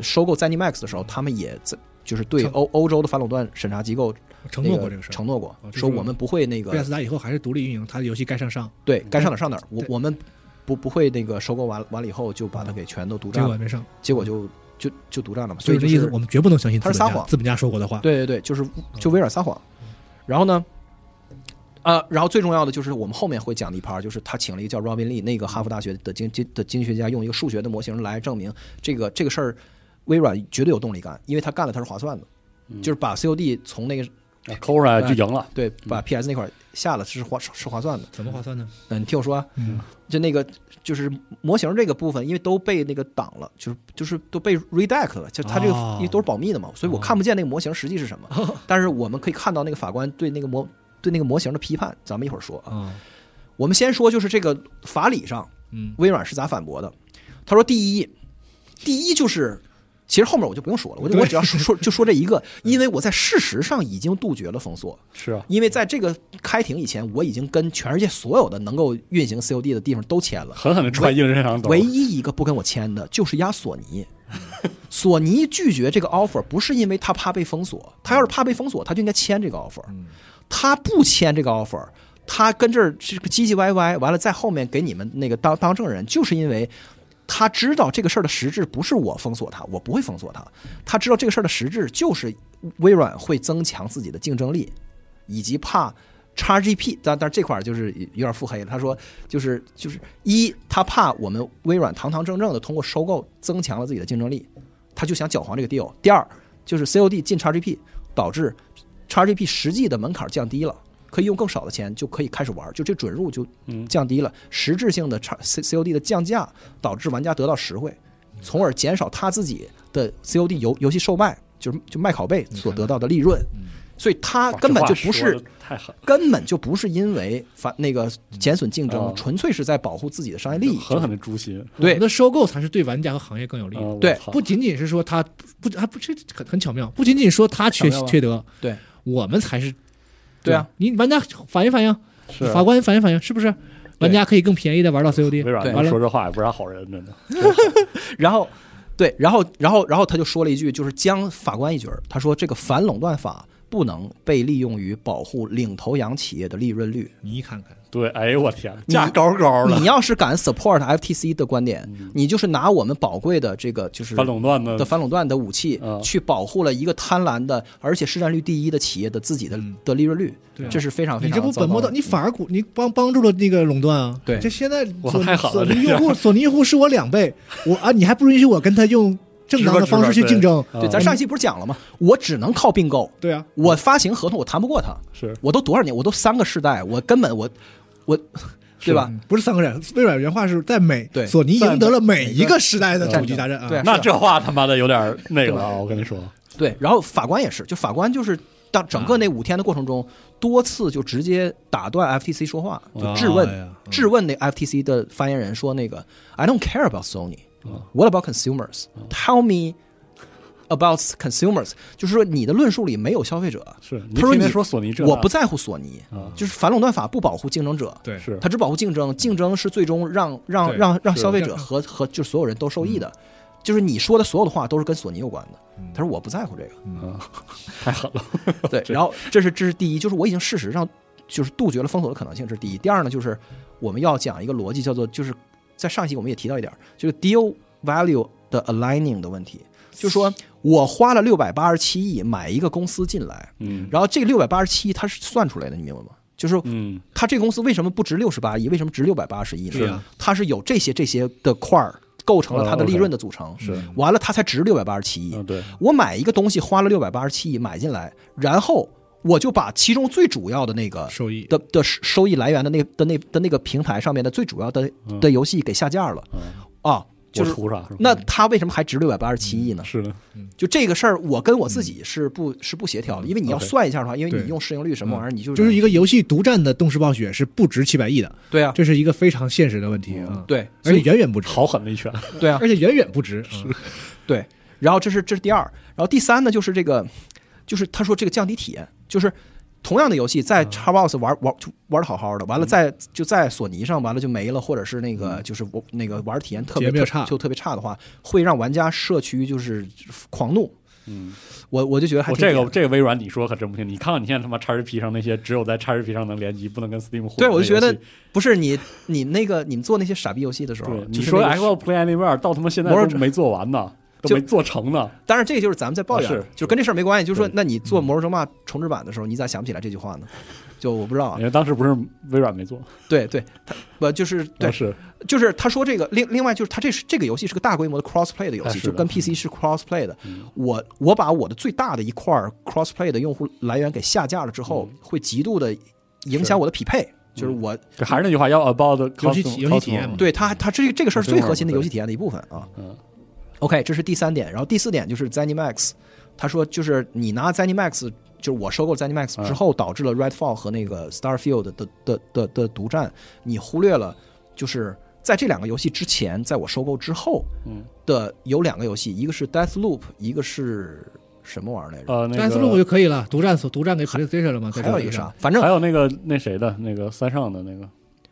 收购 ZeniMax 的时候，他们也在就是对承欧欧洲的反垄断审查机构承诺那过个这个事儿。承诺过哦，这说是我们不会那贝个塞斯达以后还是独立运营，他的游戏该上上，对该上哪儿上哪儿，我嗯对我们不不会那个收购完完了以后就把它给全都独结占果了，没上。结果就就就独占了嘛，所所以以就这意思是，我们绝不能相信他资是本撒家谎资本家说过的话。对对对，就是嗯就微软撒谎，然后呢？呃，然后最重要的就是我们后面会讲的一盘儿，就是他请了一个叫 Robin Lee 那个哈佛大学的经经的经济学家，用一个数学的模型来证明这个这个事儿，微软绝对有动力干，因为他干了他是划算的，嗯就是把 COD 从那个啊抠出哎来就赢了，嗯对把 PS 那块儿下了是划是是划算的。怎么划算呢？嗯，你听我说啊，嗯，就那个就是模型这个部分，因为都被那个挡了，就是就是都被 redact 了，就它这个哦因为都是保密的嘛，所以我看不见那个模型实际是什么， *laughs* 但是我们可以看到那个法官对那个模对那个模型的批判，咱们一会儿说啊。啊，我们先说就是这个法理上，嗯，微软是咋反驳的？他说第一，第一就是。其实后面我就不用说了，我就我 *laughs* 只要说说就说这一个，因为我在事实上已经杜绝了封锁，是啊，因为在这个开庭以前，我已经跟全世界所有的能够运行 COD 的地方都签了，狠狠的踹硬人上头，唯一一个不跟我签的就是压索尼。索尼拒绝这个 offer 不是因为他怕被封锁，他要是怕被封锁，他就应该签这个 offer。他不签这个 offer，他跟这儿这个唧唧歪歪，完了在后面给你们那个当当证人，就是因为他知道这个事儿的实质不是我封锁他，我不会封锁他，他知道这个事儿的实质就是微软会增强自己的竞争力，以及怕 XGP，但但是这块儿就是有点腹黑了。他说就是就是一，他怕我们微软堂堂正正的通过收购增强了自己的竞争力，他就想搅黄这个 deal。第二，就是 COD 进 XGP 导致 XGP 实际的门槛降低了。可以用更少的钱就可以开始玩，就这准入就嗯降低了，实质性的 X C C O D 的降价导致玩家得到实惠，从而减少他自己的 C O D 游游戏售卖，就是就卖拷贝所得到的利润。所以他哇根本这就嗯话不说是得太狠，根本就不是因为反那个减损竞争，啊纯粹是在保护自己的商业利益。狠狠的诛心，我对们的收购才是对玩家和行业更有利啊的。我对操不仅仅是说他不还不是很很巧妙，不仅仅说他缺巧妙吧缺德，对我们才是对啊，你玩家反映反映，是法官反映反映，是不是？玩家可以更便宜的玩到 COD，微软对能完了说这话也不是啥好人，真的，然后，对，然后，然后，然后他就说了一句，就是将法官一角儿，他说这个反垄断法不能被利用于保护领头羊企业的利润率。你看看，对，哎呦我天，你价高高你要是敢 support FTC 的观点，嗯你就是拿我们宝贵的这个就是反垄断的的反垄断的武器嗯啊，去保护了一个贪婪的而且市占率第一的企业的自己的嗯的利润率对啊，这是非常非你常这不本末倒，糟糕的你反而鼓你帮帮助了那个垄断啊！对这现在哇索太狠了索尼这 *laughs* 用户索尼用户是我两倍，我啊你还不允许我跟他用正当的方式去竞争？啊对，咱上一期不是讲了吗？我只能靠并购，对啊，我发行合同我谈不过他，是我都多少年，我都三个世代，我根本我我，对吧？嗯不是三个人，微软原话是在美对索尼赢得了每一个时代的主机大战啊！对啊，那是啊这话他妈的有点儿那个了啊，我跟你说，对，然后法官也是，就法官就是当整啊个那五天的过程中，多次就直接打断 FTC 说话，就质问、哎呀嗯质问那 FTC 的发言人说那个 I don't care about Sony, 啊 what about consumers? Tell me about consumers，就是说你的论述里没有消费者。是你他说天天你说索尼这，我不在乎索尼，啊就是反垄断法不保护竞争者，对是它只保护竞争，竞争是最终让让对让让是消费者和和就是所有人都受益的，就是你说的所有的话都是跟索尼有关的。他说我不在乎这个，啊， *laughs* 太狠了， *laughs* 对。然后这是这是第一，就是我已经事实上就是杜绝了封锁的可能性，这是第一。第二呢，就是我们要讲一个逻辑，叫做就是在上一期我们也提到一点儿，就是 deal value 的 aligning 的问题。就说我花了六百八十七亿买一个公司进来，嗯然后这六百八十七它是算出来的，你明白吗？就是嗯它这个公司为什么不值六十八亿，为什么值六百八十亿呢？是啊它是有这些这些的块儿构成了它的哦利，OK 润的组成，是完了它才值六百八十七亿。嗯对我买一个东西花了六百八十七亿买进来，然后我就把其中最主要的那个收益的的收收益来源的那的那的那个平台上面的最主要的嗯的游戏给下架了嗯，啊，就我是图啥是吧？那它为什么还值六百八十七亿呢？是的，嗯就这个事儿，我跟我自己是不是不协调的，因为你要 OK 算一下的话，因为对你用市盈率什么玩意儿，你就就是一个游戏独占的动视暴雪是不值七百亿的，对啊，嗯这是一个非常现实的问题啊。，对，而且远远不值，好狠的一 *laughs* 拳，对啊，而且远远不值。啊对。然后这是这是第二，然后第三呢，就是这个，就是他说这个降低体验，就是同样的游戏在嗯 Xbox 玩玩就玩的好好的，完了在就在索尼上完了就没了，或者是那嗯个就是我那个玩体验特别体验比较差就特别差的话，会让玩家社区就是狂怒。嗯，我我就觉得还我挺这个点这个微软你说可真不听，你看看你现在他妈 XGP 上那些只有在 XGP 上能联机，不能跟 Steam 混对的游戏，我就觉得不是你你那个你们做那些傻逼游戏的时候对，就你是说那个 Xbox Play Anywhere 到他妈现在摩尔都没做完呢，都就没做成呢，当然，这个就是咱们在抱怨，啊是就是跟这事儿没关系。就是说对，嗯那你做《魔兽争霸》重置版的时候，你咋想不起来这句话呢？就我不知道啊因。为当时不是微软没做，对对，他不就是对啊，是就是他说这个另另外就是他这是这个游戏是个大规模的 crossplay 的游啊戏，是的就跟 PC 是 crossplay 的嗯。我我把我的最大的一块 crossplay 的用户来源给下架了之后，嗯会极度的影响我的匹配。就是我这还是那句话，要 about the 游戏 customer- 游戏体验嘛 customer 对他他这这个事儿是最核心的对游戏体验的一部分啊。嗯 OK，这是第三点。然后第四点就是 ZeniMax，他说就是你拿 ZeniMax，就是我收购 ZeniMax 之后，导致了 Redfall 和那个 Starfield 的的的的的独占，你忽略了就是在这两个游戏之前，在我收购之后嗯的有两个游戏，一个是 Deathloop，一个是什么玩意儿来着？呃那但是路个就可以了，独占所独占给 PlayStation 了嘛？在还有这一个上啥？？反正还有那个那谁的那个三上的那个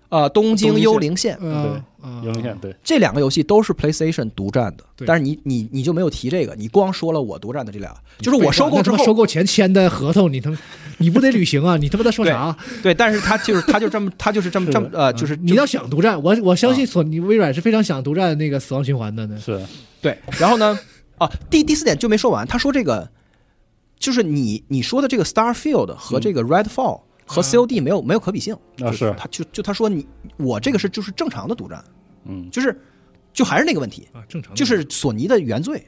呃，东东京京幽灵线呃啊，英雄线，对，这两个游戏都是 PlayStation 独占的，对但是你你你就没有提这个，你光说了我独占的这俩，就是我收购那之他妈后收购前签的合同，你他妈 *laughs* 你不得履行 *laughs* 啊？你他妈在说啥？嗯对，但是他就是他就这么 *laughs* 他就是这么这么呃，就是啊你要想独占，我我相信索尼、微软是非常想独占那个死亡循环的呢。是对，然后呢，啊，第第四点就没说完，他说这个就是你你说的这个 Starfield 和这个 Redfall 嗯和 COD 没有没有可比性啊是他就就他说你我这个是就是正常的独占，嗯就是就还是那个问题，啊，正常的就是索尼的原罪，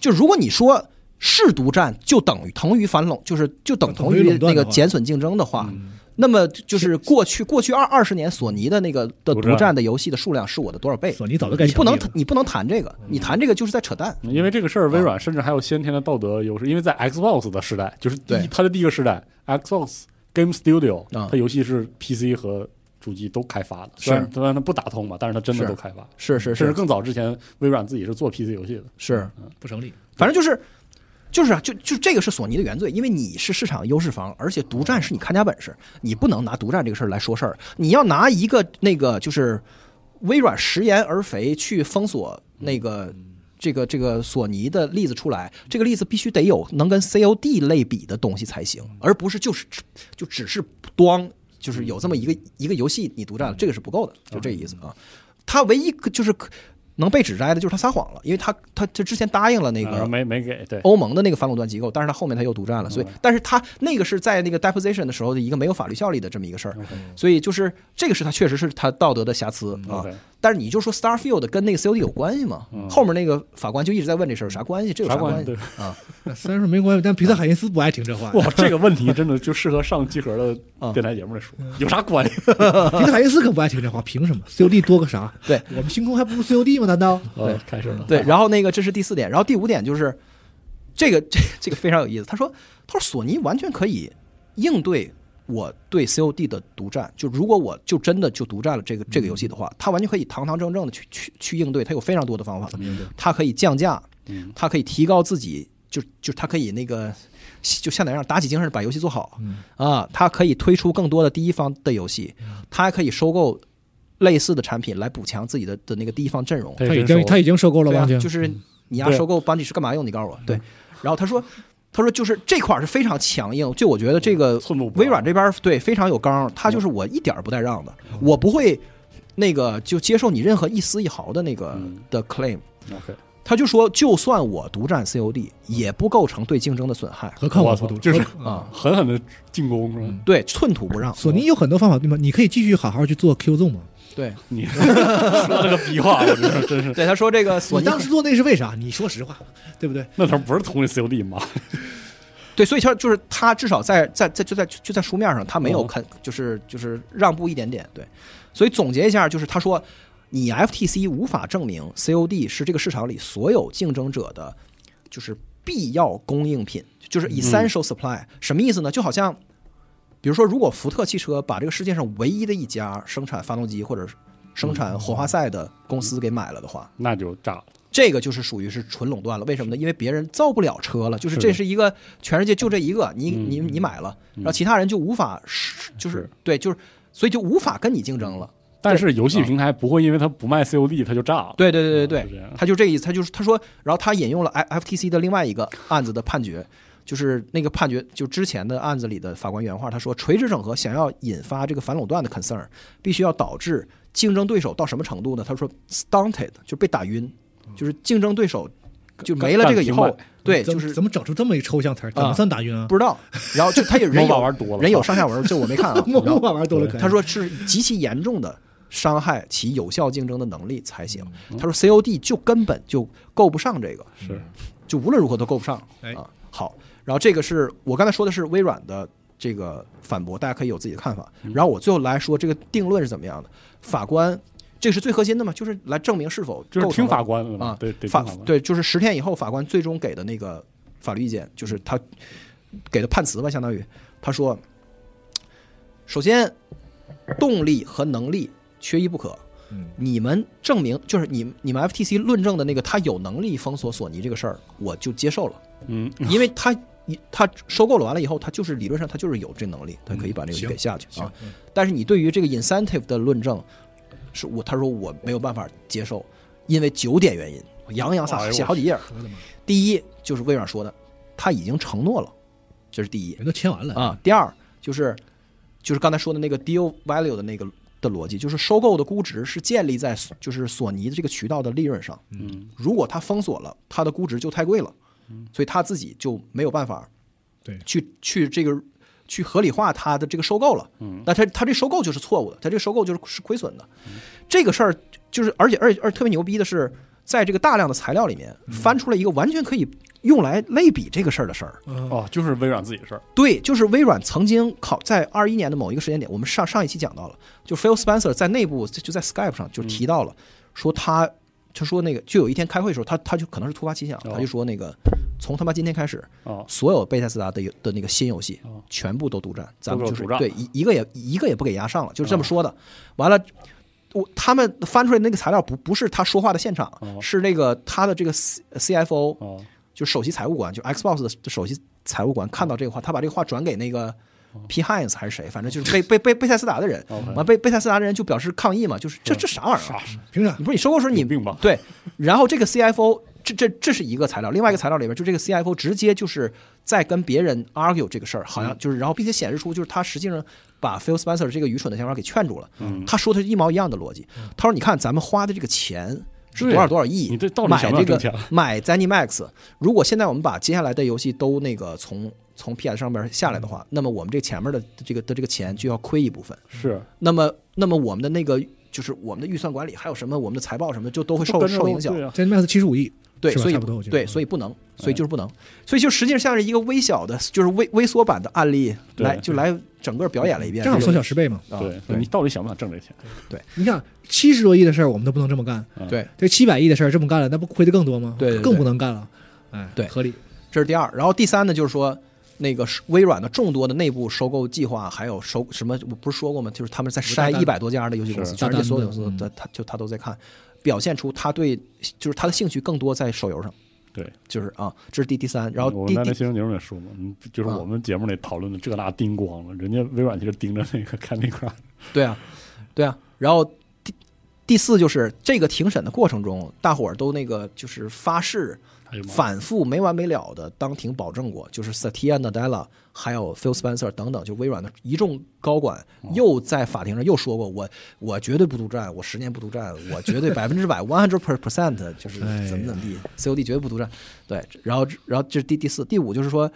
就如果你说。是独占就等于同于反垄，就是就等同等于于垄断那的个话减损竞争的话，嗯那么就是过去过去二二十年索尼的那个的独独占占的游戏的数量是我的多少倍？索尼早就该你不抢能你了你不能谈这个，你谈这个就是在扯淡。因为这个事啊儿，微软甚至还有先天的道德优势，因为在 Xbox 的时代，就是第对一它的第一个时代，Xbox Game Studio，、啊它游戏是 PC 和主机都开发的，是虽然虽然它不打通嘛，但是它真的是都开发，是是甚至更早之前，微软自己是做 PC 游戏的，是，不成立。反正就是就是啊，就就这个是索尼的原罪，因为你是市场优势方，而且独占是你看家本事，你不能拿独占这个事儿来说事儿。你要拿一个那个就是微软食言而肥去封锁那个。这个这个索尼的例子出来，这个例子必须得有能跟 COD 类比的东西才行，而不是就是就只是装，就是有这么一个一个游戏你独占了，这个是不够的，就这意思啊。他唯一可就是可能被指摘的就是他撒谎了，因为他他他之前答应了那啊然个后没没给对。嗯欧盟的那个反垄断机构，但是他后面他又独占了，所以，但是他那个是在那个 deposition 的时候的一个没有法律效力的这么一个事儿，所以就是这个是他确实是他道德的瑕疵啊嗯 OK。嗯但是你就说 Starfield 跟那个 COD 有关系吗？后面那个法官就一直在问这事儿有啥关系，这有啥关系？对，啊？那虽然说没关系，但皮特海因斯不爱听这话。哇，这个问题真的就适合上集合啊的电台节目来说，有啥关系？皮特海因斯可不爱听这话，凭什么？COD 多个啥？对我们星空还不如 COD 吗？难道？对，啊开始了。 *laughs* 对，然后那个这是第四点，然后第五点就是这个这这个非常有意思。他说他说索尼完全可以应对我对 COD 的独占，就如果我就真的就独占了这个这个游戏的话，他完全可以堂堂正正的去去去应对，他有非常多的方法，他可以降价，嗯他可以提高自己，就就他可以那个。就像那样打起精神把游戏做好嗯啊，他可以推出更多的第一方的游戏，他还可以收购类似的产品来补强自己的的那个第一方阵容。他他也已真经熟他已经收购了对王晶，啊，就是你要嗯对嗯收购班底是干嘛用？你告诉我。对，然后他说，他说就是这块儿是非常强硬，就我觉得这个寸步不微让软这边儿对非常有嗯刚，他就是我一点儿不带让的，我不会那个就接受你任何一丝一毫的那个嗯的 claim。 OK，他就说，就算我独占 COD，也不构成对竞争的损害何况我不我读，操这是啊。狠狠的进攻是吧？对，寸土不让。嗯索尼有很多方法对吗？你可以继续好好去做 Q zone 嘛。对你 *laughs* 说这个逼话，我觉得真是对，他说这个索你尼当时做那是为啥？你说实话，对不对？ *laughs* 那头不是同意 COD 吗？ *laughs* 对，所以他就是他至少在在在就在就在书面上，他没有嗯肯就是就是让步一点点。对，所以总结一下，就是他说，你 FTC 无法证明 COD 是这个市场里所有竞争者的，就是必要供应品，就是 essential supply、什么意思呢？就好像，比如说，如果福特汽车把这个世界上唯一的一家生产发动机或者是生产火花塞的公司给买了的话，那就炸了。这个就是属于是纯垄断了。为什么呢？因为别人造不了车了，就是是这是一个全世界就这一个，你嗯你你买了，嗯然后其他人就无法就是是对，就是所以就无法跟你竞争了。但是游戏平台不会因为它不卖 COD 它就炸了。嗯对对对对哦是这对样，他就这个意思，他就是他说，然后他引用了哎 F FTC 的另外一个案子的判决，就是那个判决就之前的案子里的法官原话，他说垂直整合想要引发这个反垄断的 concern，必须要导致竞争对手到什么程度呢？他说 stunted 就被打晕，就是竞争对手就没了这个以干后干停，对，怎就么是怎么整出这么一抽象词儿？怎么啊算打晕啊？。不知道。然后就他 *laughs* 也人 MOBA 有玩多了人有上下文，这我没看啊 *laughs* *laughs* 我然后玩多了可爱，他说是极其严重的伤害其有效竞争的能力才行。他说 COD 就根本就够不上这个，嗯是就无论如何都够不上哎啊。好，然后这个是我刚才说的是微软的这个反驳，大家可以有自己的看法。嗯然后我最后来说这个定论是怎么样的，法官。这个是最核心的嘛，就是来证明是否就是构成听了法官的嘛啊，对，得听法官。对，就是十天以后，法官最终给的那个法律意见，就是他给的判词吧，相当于他说，首先动力和能力缺一不可。嗯你们证明就是你你们 FTC 论证的那个他有能力封锁索尼这个事儿，我就接受了，嗯，因为他一他收购了完了以后，他就是理论上他就是有这能力，他可以把这嗯个行给下去啊。行，嗯但是你对于这个 incentive 的论证，是我他说我没有办法接受，因为九点原因，洋洋洒哎呦洒我写好几页。我的妈，第一就是微软说的，他已经承诺了，这是第一人都签完了，啊。第二就是就是刚才说的那个 deal value 的那个的逻辑，就是收购的估值是建立在就是索尼的这个渠道的利润上。嗯，如果它封锁了，它的估值就太贵了，所以它自己就没有办法对去去这个去合理化它的这个收购了。嗯，那它它这收购就是错误的，它这个收购就是是亏损的。这个事儿就是，而且而且而且特别牛逼的是，在这个大量的材料里面翻出来一个完全可以用来类比这个事儿的事儿。嗯哦，就是微软自己的事儿。对，就是微软曾经考在二一年的某一个时间点，我们上上一期讲到了，就 Phil Spencer 在内部就在 Skype 上嗯就提到了，说他就说那个就有一天开会的时候，他他就可能是突发奇想，哦他就说那个从他妈今天开始，哦，所有贝塞斯达的游的那个新游戏哦全部都独占，咱们都给我就是独占对一一个也一个也不给压上了，就是这哦么说的。完了。我他们翻出来那个材料不不是他说话的现场，哦是那个他的这个 C CFO 哦，就首席财务官，就 Xbox 的首席财务官看到这个话，他把这个话转给那个 P. Hines 还是谁，反正就 *laughs* 是贝贝贝贝塞斯达的人 OK，完贝贝塞斯达的人就表示抗议嘛，就是这这啥玩意儿啊？凭啥你？不是你收购时候你有病吧对，然后这个 CFO 这这这是一个材料，另外一个材料里边就这个 CFO 直接就是在跟别人 argue 这个事儿，好嗯像就是然后并且显示出就是他实际上把 Phil Spencer 这个愚蠢的想法给劝住了。嗯他说的是一毛一样的逻辑，他说你看咱们花的这个钱。是对多少多少亿？你这到底买想不想这个挣钱买 ZeniMax，如果现在我们把接下来的游戏都那个从从 PS 上面下来的嗯话，那么我们这前面的这个的这个钱就要亏一部分。是那么，那么我们的那个就是我们的预算管理，还有什么我们的财报什么的，就都会受跟着受都影响对。啊，哎这 Max 七十五亿，对，是吧所以差不多我觉得对，所以不能，所以就是不能，所以就实际上像是一个微小的，就是微微缩版的案例对来就来整个表演了一遍。正好这缩个小十倍嘛。啊对，你到底想不想挣这钱？你想七十多亿的事儿，我们都不能这么干，嗯对，这七百亿的事儿这么干了，那不亏的更多吗？对对对更不能干了。哎，对合理。这是第二。然后第三呢，就是说那个是微软的众多的内部收购计划，还有收什么，我不是说过吗？就是他们在大筛单一百多家的游戏公司，是嗯全世界所有的大单公子司，他他就他都在看，表现出他对就是他的兴趣更多在手游上，对，就是啊，这是第第三。然后我第们在那第新闻节目里说嘛，嗯就是啊我们节目里讨论的这那叮 *laughs* 咣了，人家微软就是盯着那个看那块儿，对啊，对啊。然后第第四就是这个庭审的过程中，大伙儿都那个就是发誓，哎还有吗？反复没完没了的当庭保证过，就是 Satya Nadella 还有 Phil Spencer 等等，就微软的一众高管哦又在法庭上又说过，我我绝对不独占，我十年不独占，我绝对百分之百 one hundred percent 就 *laughs* 是哎呀怎么怎么地，COD 绝对不独占。对，然后然后这是第第四第五就是说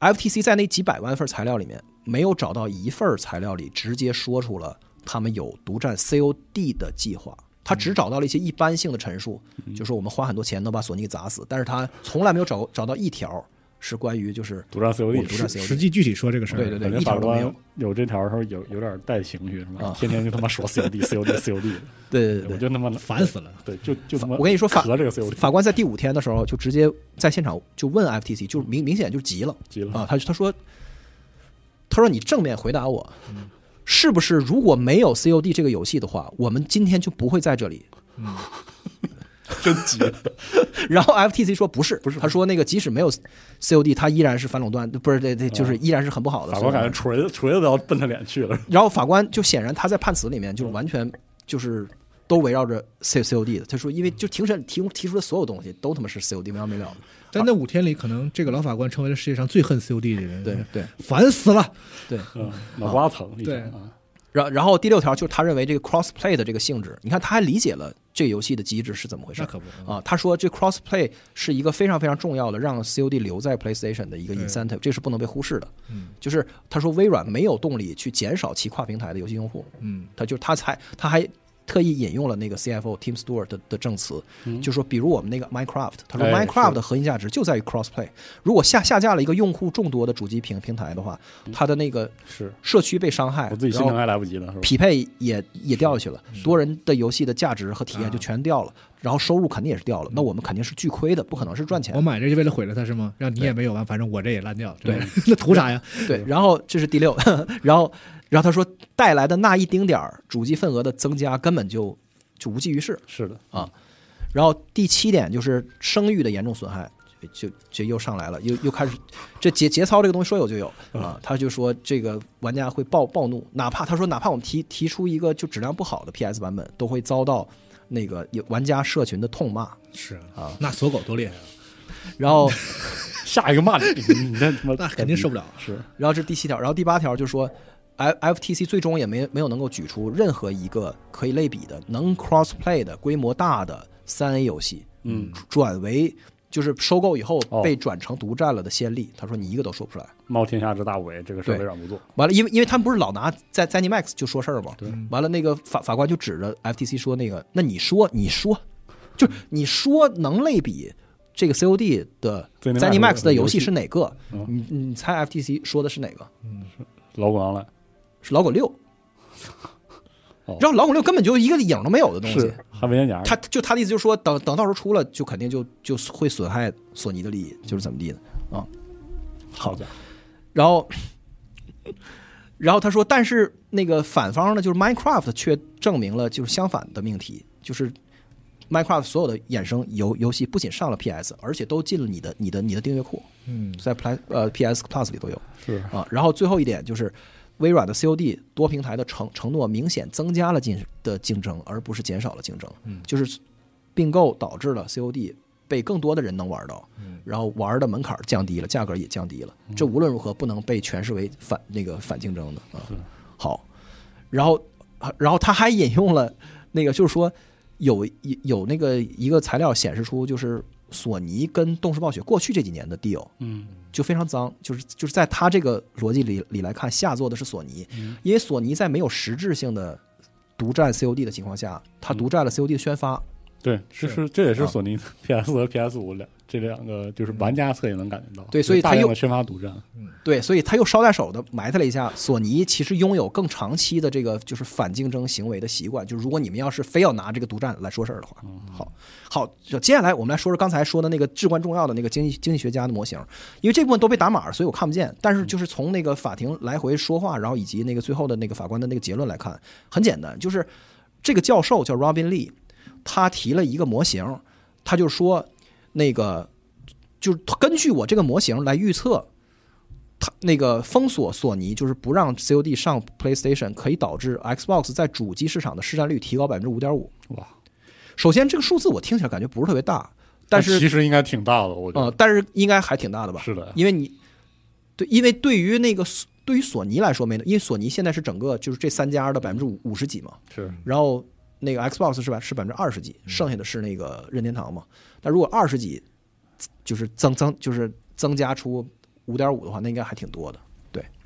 ，FTC 在那几百万份材料里面没有找到一份材料里直接说出了他们有独占 COD 的计划。他只找到了一些一般性的陈述，就说我们花很多钱能把索尼砸死，但是他从来没有找找到一条是关于就是独占我 COD 们独占实 COD 实际具体说这个事儿，对对感对觉一条法都没有官有这条的时候有有点带情绪是吧啊？天天就他妈说 COD COD COD， *laughs* 对对我对就他妈烦死了。对，就就他妈我跟你说法咳这个对， COD 法官在第五天的时候就直接在现场就问 FTC，就是明明显就急了急了啊，他他说他说你正面回答我，是不是如果没有 COD 这个游戏的话，我们今天就不会在这里？嗯 *laughs* 真急， *laughs* 然后 FTC 说不是，不是，他说那个即使没有 COD，它依然是反垄断，不是对对，就是依然是很不好的。啊法官感觉锤子锤子都要奔他脸去了，然后法官就显然他在判词里面嗯就是完全就是都围绕着 C C O D 的，他说因为就庭审提供提出的所有东西都他妈是 C O D 没完没了的，在那五天里，可能这个老法官成为了世界上最恨 COD 的人，对，对烦死了。嗯对。嗯，脑瓜疼一下对啊，然后然后第六条就是他认为这个 cross play 的这个性质，你看他还理解了这个游戏的机制是怎么回事那可不嗯啊，他说这 cross play 是一个非常非常重要的让 C O D 留在 PlayStation 的一个对 incentive，这是不能被忽视的。嗯，就是他说微软没有动力去减少其跨平台的游戏用户，嗯，他就他才他还特意引用了那个 CFO Tim Stewart 的的证词，就说比如我们那个 Minecraft，他说嗯哎 Minecraft 是的核心价值就在于 crossplay。如果下下架了一个用户众多的主机平平台的话，它的那个是社区被伤害，嗯我自己心然后疼还来不及呢，是吧？匹配也也掉下去了，多人的游戏的价值和体嗯验就全掉了，然后收入肯定也是掉了，那我们肯定是巨亏的，不可能是赚钱我嗯的。买这是为了毁了他是吗？让你也没有完，反正我这也烂掉。对， *laughs* 那图啥呀？嗯对，然后这是第六， *laughs* 然后然后他说带来的那一丁点儿主机份额的增加根本就就无济于事，是的，啊然后第七点就是声誉的严重损害，就就就又上来了，又又开始这节节操这个东西说有就有啊，他就说这个玩家会暴暴怒，哪怕他说哪怕我们提提出一个就质量不好的 PS 版本，都会遭到那个有玩家社群的痛骂。是啊，那锁狗多厉害啊！然后，下一个骂你， *laughs* 你你这他妈那肯定受不了是然后这是第七条，然后第八条就说。F FTC 最终也没没有能够举出任何一个可以类比的能 crossplay 的规模大的三 A 游戏，嗯，转为就是收购以后哦被转成独占了的先例。他说你一个都说不出来。冒天下之大不韪，这个事儿对微软不做，完了，因为因为他们不是老拿在 ZeniMax 就说事儿嘛，对。完了，那个法法官就指着 FTC 说那个，那你说你说，就是你说能类比这个 COD 的 ZeniMax 的游戏嗯是哪个？你你猜 FTC 说的是哪个？老滚昂来，是老狗六 *laughs* 哦。然后老狗六根本就一个影都没有的东西是，还没人讲，他就他的意思就是说，等等到时候出了，就肯定就就会损害索尼的利益，就是怎么地的啊。好家伙，然后，然后他说，但是那个反方呢，就是 Minecraft 却证明了就是相反的命题，就是 Minecraft 所有的衍生游游戏不仅上了 PS，而且都进了你的你的你的订阅库，嗯，在 Play 呃 PS Plus 里都有是啊。然后最后一点就是。微软的 COD 多平台的承承诺明显增加了竞的竞争，而不是减少了竞争。嗯，就是并购导致了 COD 被更多的人能玩到，然后玩的门槛降低了，价格也降低了。这无论如何不能被诠释为反那个反竞争的啊。好，然后然后他还引用了那个，就是说有有有那个一个材料显示出，就是索尼跟动视暴雪过去这几年的 deal，嗯，就非常脏，就是就是在他这个逻辑里里来看，下做的是索尼，因为索尼在没有实质性的独占 COD 的情况下，他独占了 COD 的宣发，对，这是这啊也是索尼 PS 和 PS 五两这两个就是玩家侧也能感觉到，对所以大它量又嗯的宣发独占，对，所以他又捎带手的埋汰了一下索尼，其实拥有更长期的这个就是反竞争行为的习惯。就是如果你们要是非要拿这个独占来说事儿的话，好，好，就接下来我们来说说刚才说的那个至关重要的那个经济经济学家的模型，因为这部分都被打码，所以我看不见。但是就是从那个法庭来回说话，然后以及那个最后的那个法官的那个结论来看，很简单，就是这个教授叫 Robin Lee，他提了一个模型，他就说那个就是根据我这个模型来预测。它那个封锁索尼，就是不让 COD 上 PlayStation，可以导致 Xbox 在主机市场的市占率提高百分之五点五。哇，首先这个数字我听起来感觉不是特别大，但是嗯其实应该挺大的，我觉呃得，但是应该还挺大的吧？是的，因为你对，因为对于那个索对于索尼来说没那，因为索尼现在是整个就是这三家的百分之五五十几嘛，是然后那个 Xbox 是吧是百分之二十几，嗯剩下的是那个任天堂嘛。但如果二十几，就是增增就是增加出五点五的话，那应该还挺多的。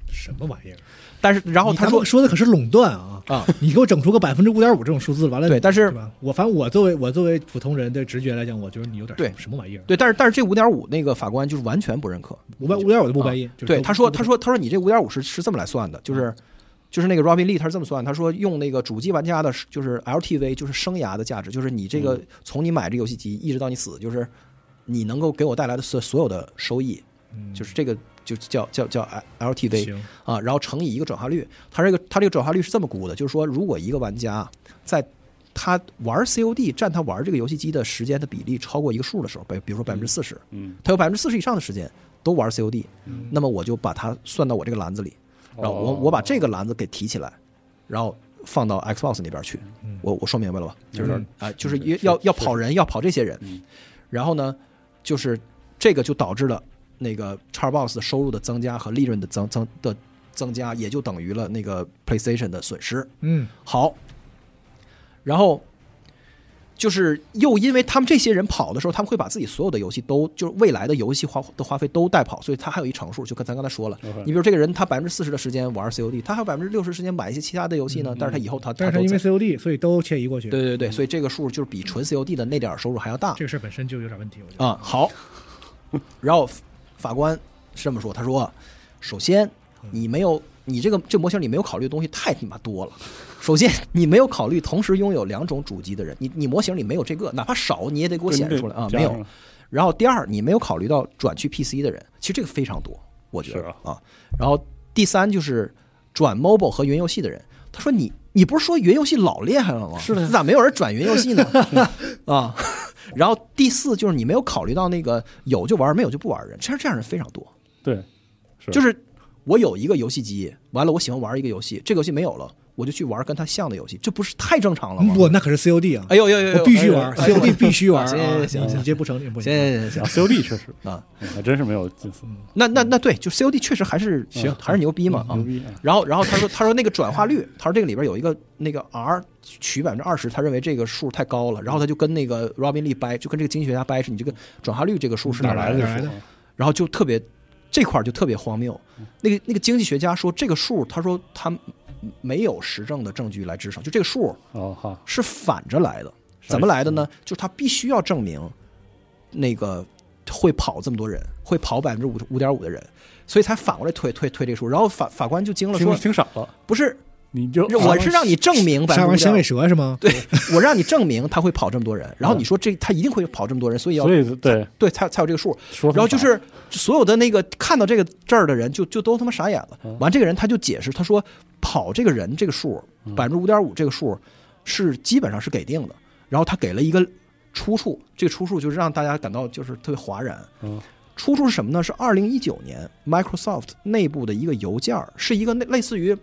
什么玩意儿？但是然后你他咱说们说的可是垄断啊！啊，你给我整出个百分之五点五这种数字，完了对，但是是吧？我反正我作为我作为普通人的直觉来讲，我觉得你有点对什么玩意儿？对，但是但是这五点五那个法官就是完全不认可。五百五点五都不白嗯音。就是啊对，都他说都他说他说你这五点五是是这么来算的，就是就是那个 Robin Lee 他是这么算，他说用那个主机玩家的，就是 LTV 就是生涯的价值，就是你这个嗯从你买这游戏机一直到你死，就是你能够给我带来的所所有的收益，就是这个就叫叫叫 LTV。嗯行，啊，然后乘以一个转化率，它这个它这个转化率是这么估的，就是说，如果一个玩家在他玩 COD 占他玩这个游戏机的时间的比例超过一个数的时候，比比如说百分之四十，嗯，他有百分之四十以上的时间都玩 COD，嗯那么我就把它算到我这个篮子里，然后我哦我把这个篮子给提起来，然后放到 Xbox 那边去嗯。我我说明白了吧？就是啊嗯、就是是要要是要跑人，要跑这些人嗯。然后呢，就是这个就导致了那个 Xbox 的收入的增加和利润的增增的增加，也就等于了那个 PlayStation 的损失。嗯，好，然后就是又因为他们这些人跑的时候，他们会把自己所有的游戏都就是未来的游戏花的花费都带跑，所以他还有一乘数，就跟咱刚才说嗯了 OK 你比如这个人他百分之四十的时间玩 COD，他还有百分之六十时间买一些其他的游戏呢，但是他以后他嗯但是他他都因为在 COD，所以都迁移过去。对对对，所以这个数就是比纯 COD 的那点儿收入还要大这个事儿本身就有点问题，我觉得。啊、好，然后法官是这么说，他说，首先你没有你这个这模型里没有考虑的东西太他妈多了。首先，你没有考虑同时拥有两种主机的人，你你模型里没有这个，哪怕少你也得给我显示出来啊，没有。，然后第二，你没有考虑到转去 PC 的人，其实这个非常多，我觉是得啊啊。然后第三就是转 mobile 和云游戏的人，他说你你不是说云游戏老厉害了吗？是的，咋没有人转云游戏呢？ *laughs* 啊，然后第四就是你没有考虑到那个有就玩，没有就不玩的人，其实这样人非常多。对，是就是我有一个游戏机，完了我喜欢玩一个游戏，这个游戏没有了，我就去玩跟它像的游戏，这不是太正常了吗？嗯我那可是 COD 啊！哎呦呦呦呦，我必须玩哎呦哎呦 COD，必须玩行啊！行你行你这不成，你不行。行行行然后 COD 确实， *laughs* 啊。嗯嗯还真是没有近似，那那那对，就 COD 确实还是行还是牛逼嘛啊牛。逼啊！然后然后他说他说那个转化率，他说这个里边有一个那个 R 取百分之二十，他认为这个数太高了，然后他就跟那个 Robin Lee 掰，就跟这个经济学家掰是你这个转化率这个数是哪哪儿来来的？哪来的说啊然后就特别这块儿就特别荒谬。那个那个经济学家说这个数，他说他没有实证的证据来支撑，就这个数哦哈，是反着来的。啥怎么来的呢？就是他必须要证明那个会跑这么多人，会跑百分之五五点五的人，所以才反过来推推推这个数。然后法法官就惊了，听说听傻了，不是，你就啊我是让你证明百杀分完之响尾五蛇是吗？ *laughs* 对我让你证明他会跑这么多人，然后你说这他一定会跑这么多人，所以要所以对对才才有这个数。说法，然后就是所有的那个看到这个这儿的人就就都他妈傻眼了嗯。完，这个人他就解释，他说跑这个人这个数嗯百分之五点五这个数是基本上是给定的，然后他给了一个出处，这个出处就是让大家感到就是特别哗然嗯。出处是什么呢？是二零一九年 Microsoft 内部的一个邮件儿，是一个那类似于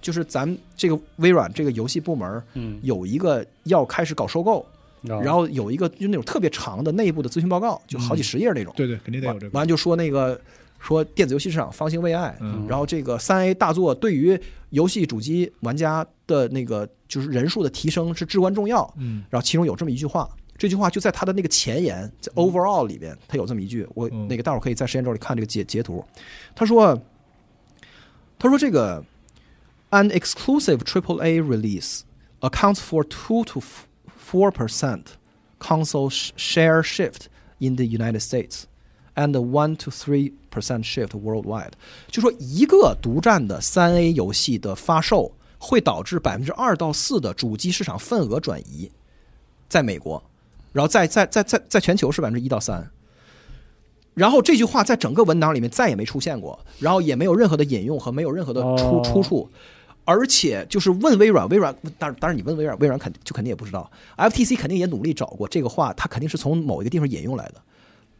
就是咱们这个微软这个游戏部门儿嗯，啊有一个要开始搞收购，然后后有一个就那种特别长的内部的咨询报告，就嗯好几十页那种。对对，肯定得有完这个。完就说那个说电子游戏市场方兴未艾，嗯然后这个三 A 大作对于游戏主机玩家的那个就是人数的提升是至关重要。嗯然后其中有这么一句话，这句话就在他的那个前言，在 overall 里边，他有这么一句，我嗯那个待会儿可以在时间轴里看这个截截图。他说，他说这个 an exclusive AAA release accounts for two to four percent console sh- share shift in the United States and one to three percent shift worldwide。就说一个独占的三 A 游戏的发售会导致百分之二到四的主机市场份额转移，在美国，然后在在在在在全球是百分之一到三。然后这句话在整个文档里面再也没出现过，然后也没有任何的引用和没有任何的出、哦出处，而且就是问微软，微软当然当然你问微软，微软肯就肯定也不知道，FTC 肯定也努力找过这个话，它肯定是从某一个地方引用来的，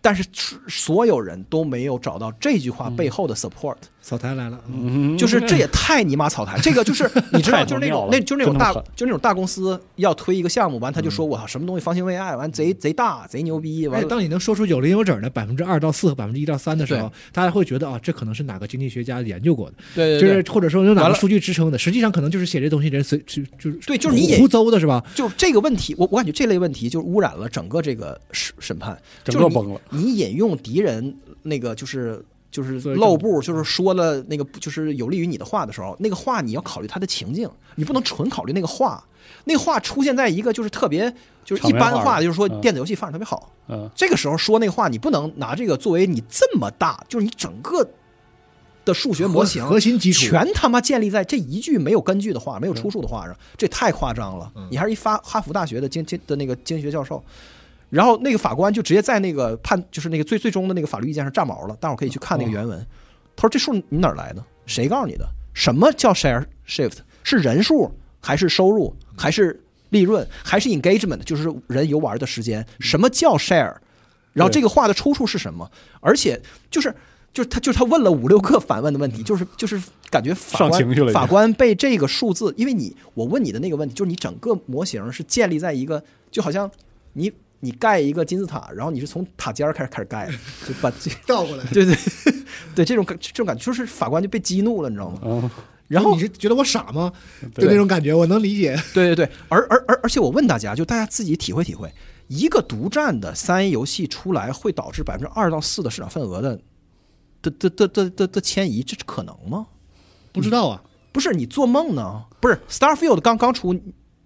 但是所有人都没有找到这句话背后的 support，、扫台来了，嗯嗯就是这也太尼玛草台，这个就是 *laughs* 你知道，太就是那妙种了那就是那种真的大很就是那种大公司要推一个项目，完他嗯就说我操什么东西方兴未艾，完贼贼大贼牛逼，哎完，了当你能说出有零有整的百分之二到四和百分之一到三的时候，大家会觉得啊，这可能是哪个经济学家研究过的，对就对是或者说用哪完个了数据支撑的，实际上可能就是写这东西人随就就是对就是你也胡诌的是吧？就是这个问题，我我感觉这类问题就是污染了整个这个审审判，整就个是你崩了。你引用敌人那个就是就是所以漏就步，就是说了那个就是有利于你的话的时候，那个话你要考虑它的情境，你不能纯考虑那个话。那个话出现在一个就是特别就是一般场面化话，的就是说嗯电子游戏发展特别好，嗯，这个时候说那个话，你不能拿这个作为你这么大，就是你整个的数学模型核核心基础嗯全他妈建立在这一句没有根据的话、没有出处的话上，这太夸张了。你还是一发哈佛大学的经经的那个经济学教授，然后那个法官就直接在那个判，就是那个最最终的那个法律意见上炸毛了。大伙儿可以去看那嗯个原文，他说这数你哪儿来的？谁告诉你的？什么叫 share shift？是人数还是收入嗯还是利润还是 engagement？就是人游玩的时间，嗯什么叫 share？然后这个话的出处是什么？而且就是就是他就是他问了五六个反问的问题，就是就是感觉法上官情绪了已经法官被这个数字，因为你我问你的那个问题，就是你整个模型是建立在一个就好像你你盖一个金字塔，然后你是从塔尖儿开始开始盖，就把这 *laughs* 倒过来对对 *laughs* 对这种感这种感觉，就是法官就被激怒了，你知道吗？嗯，然后你是觉得我傻吗？就对那种感觉，我能理解。对对对，而而而而且我问大家，就大家自己体会体会，一个独占的三 A 游戏出来会导致百分之二到四的市场份额的的的的的的的迁移，这是可能吗？不知道啊，不是你做梦呢？不是 Starfield 刚刚出，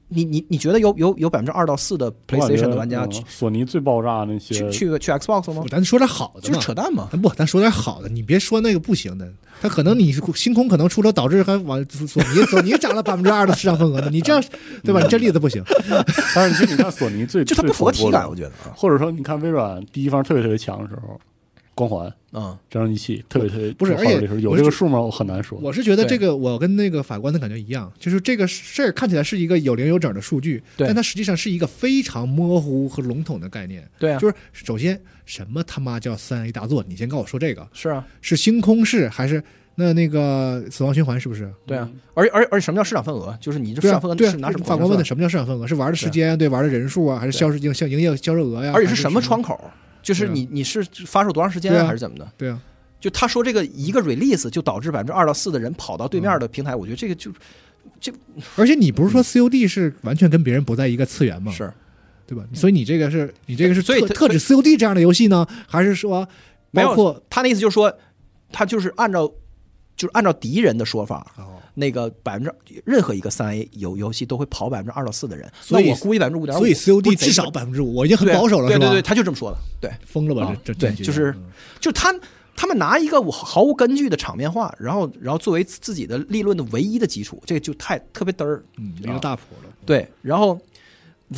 你你你觉得有有有百分之二到四的我感觉 *laughs* PlayStation 的玩家嗯去索尼最爆炸那些嗯去去去 Xbox 吗？咱说点好的嗯就是嘛。扯淡嘛。咱不，咱说点好的，你别说那个不行的。他可能你星空可能出了，导致还往索尼索尼涨了百分之二的市场份额呢。你这对吧？你这例子不行。 *laughs* 但是其实你看索尼最 *laughs* 就它不符合体感，我觉觉得啊，或者说你看微软第一方特别特别强的时候，光环嗯，这张机器特别特别不是有号召力的时候而且有我这是个数吗？我很难说。我是觉得对这个，我跟那个法官的感觉一样，就是这个事儿看起来是一个有零有整的数据，对但它实际上是一个非常模糊和笼统的概念。对啊，就是首先，什么他妈叫三 A 大作？你先跟我说这个是啊，是星空式还是那那个死亡循环？是不是？对啊，而而而且什么叫市场份额？就是你这市对啊场份额对啊是拿什么法官问的什什么叫市场份额？是玩的时间，对玩的人数啊，还是销售营销营业销售额呀？而且还是是什么窗？口？就是对啊你你是发售多长时间对啊啊还是怎么的？对啊，就他说这个一个 release 就导致百分之二到四的人跑到对面嗯的平台，我觉得这个就而且你不是嗯说 COD 是完全跟别人不在一个次元吗？是对吧？所以你这个是你这个是所以特它特指 COD 这样的游戏呢，还是说没包有括他那意思就是说，他就是按照就是按照敌人的说法，哦，那个百分之任何一个三 A 游游戏都会跑百分之二到四的人，所以那我估计百分之五点五，所以 COD 不是至少百分之五，我已经很对啊保守了，对是吧？对对，他就这么说的，对，疯了吧？啊这这对这局就是嗯就他他们拿一个我毫无根据的场面化，然后然后作为自己的立论的唯一的基础，这个就太特别嘚儿，嗯一个大谱了。对，然后。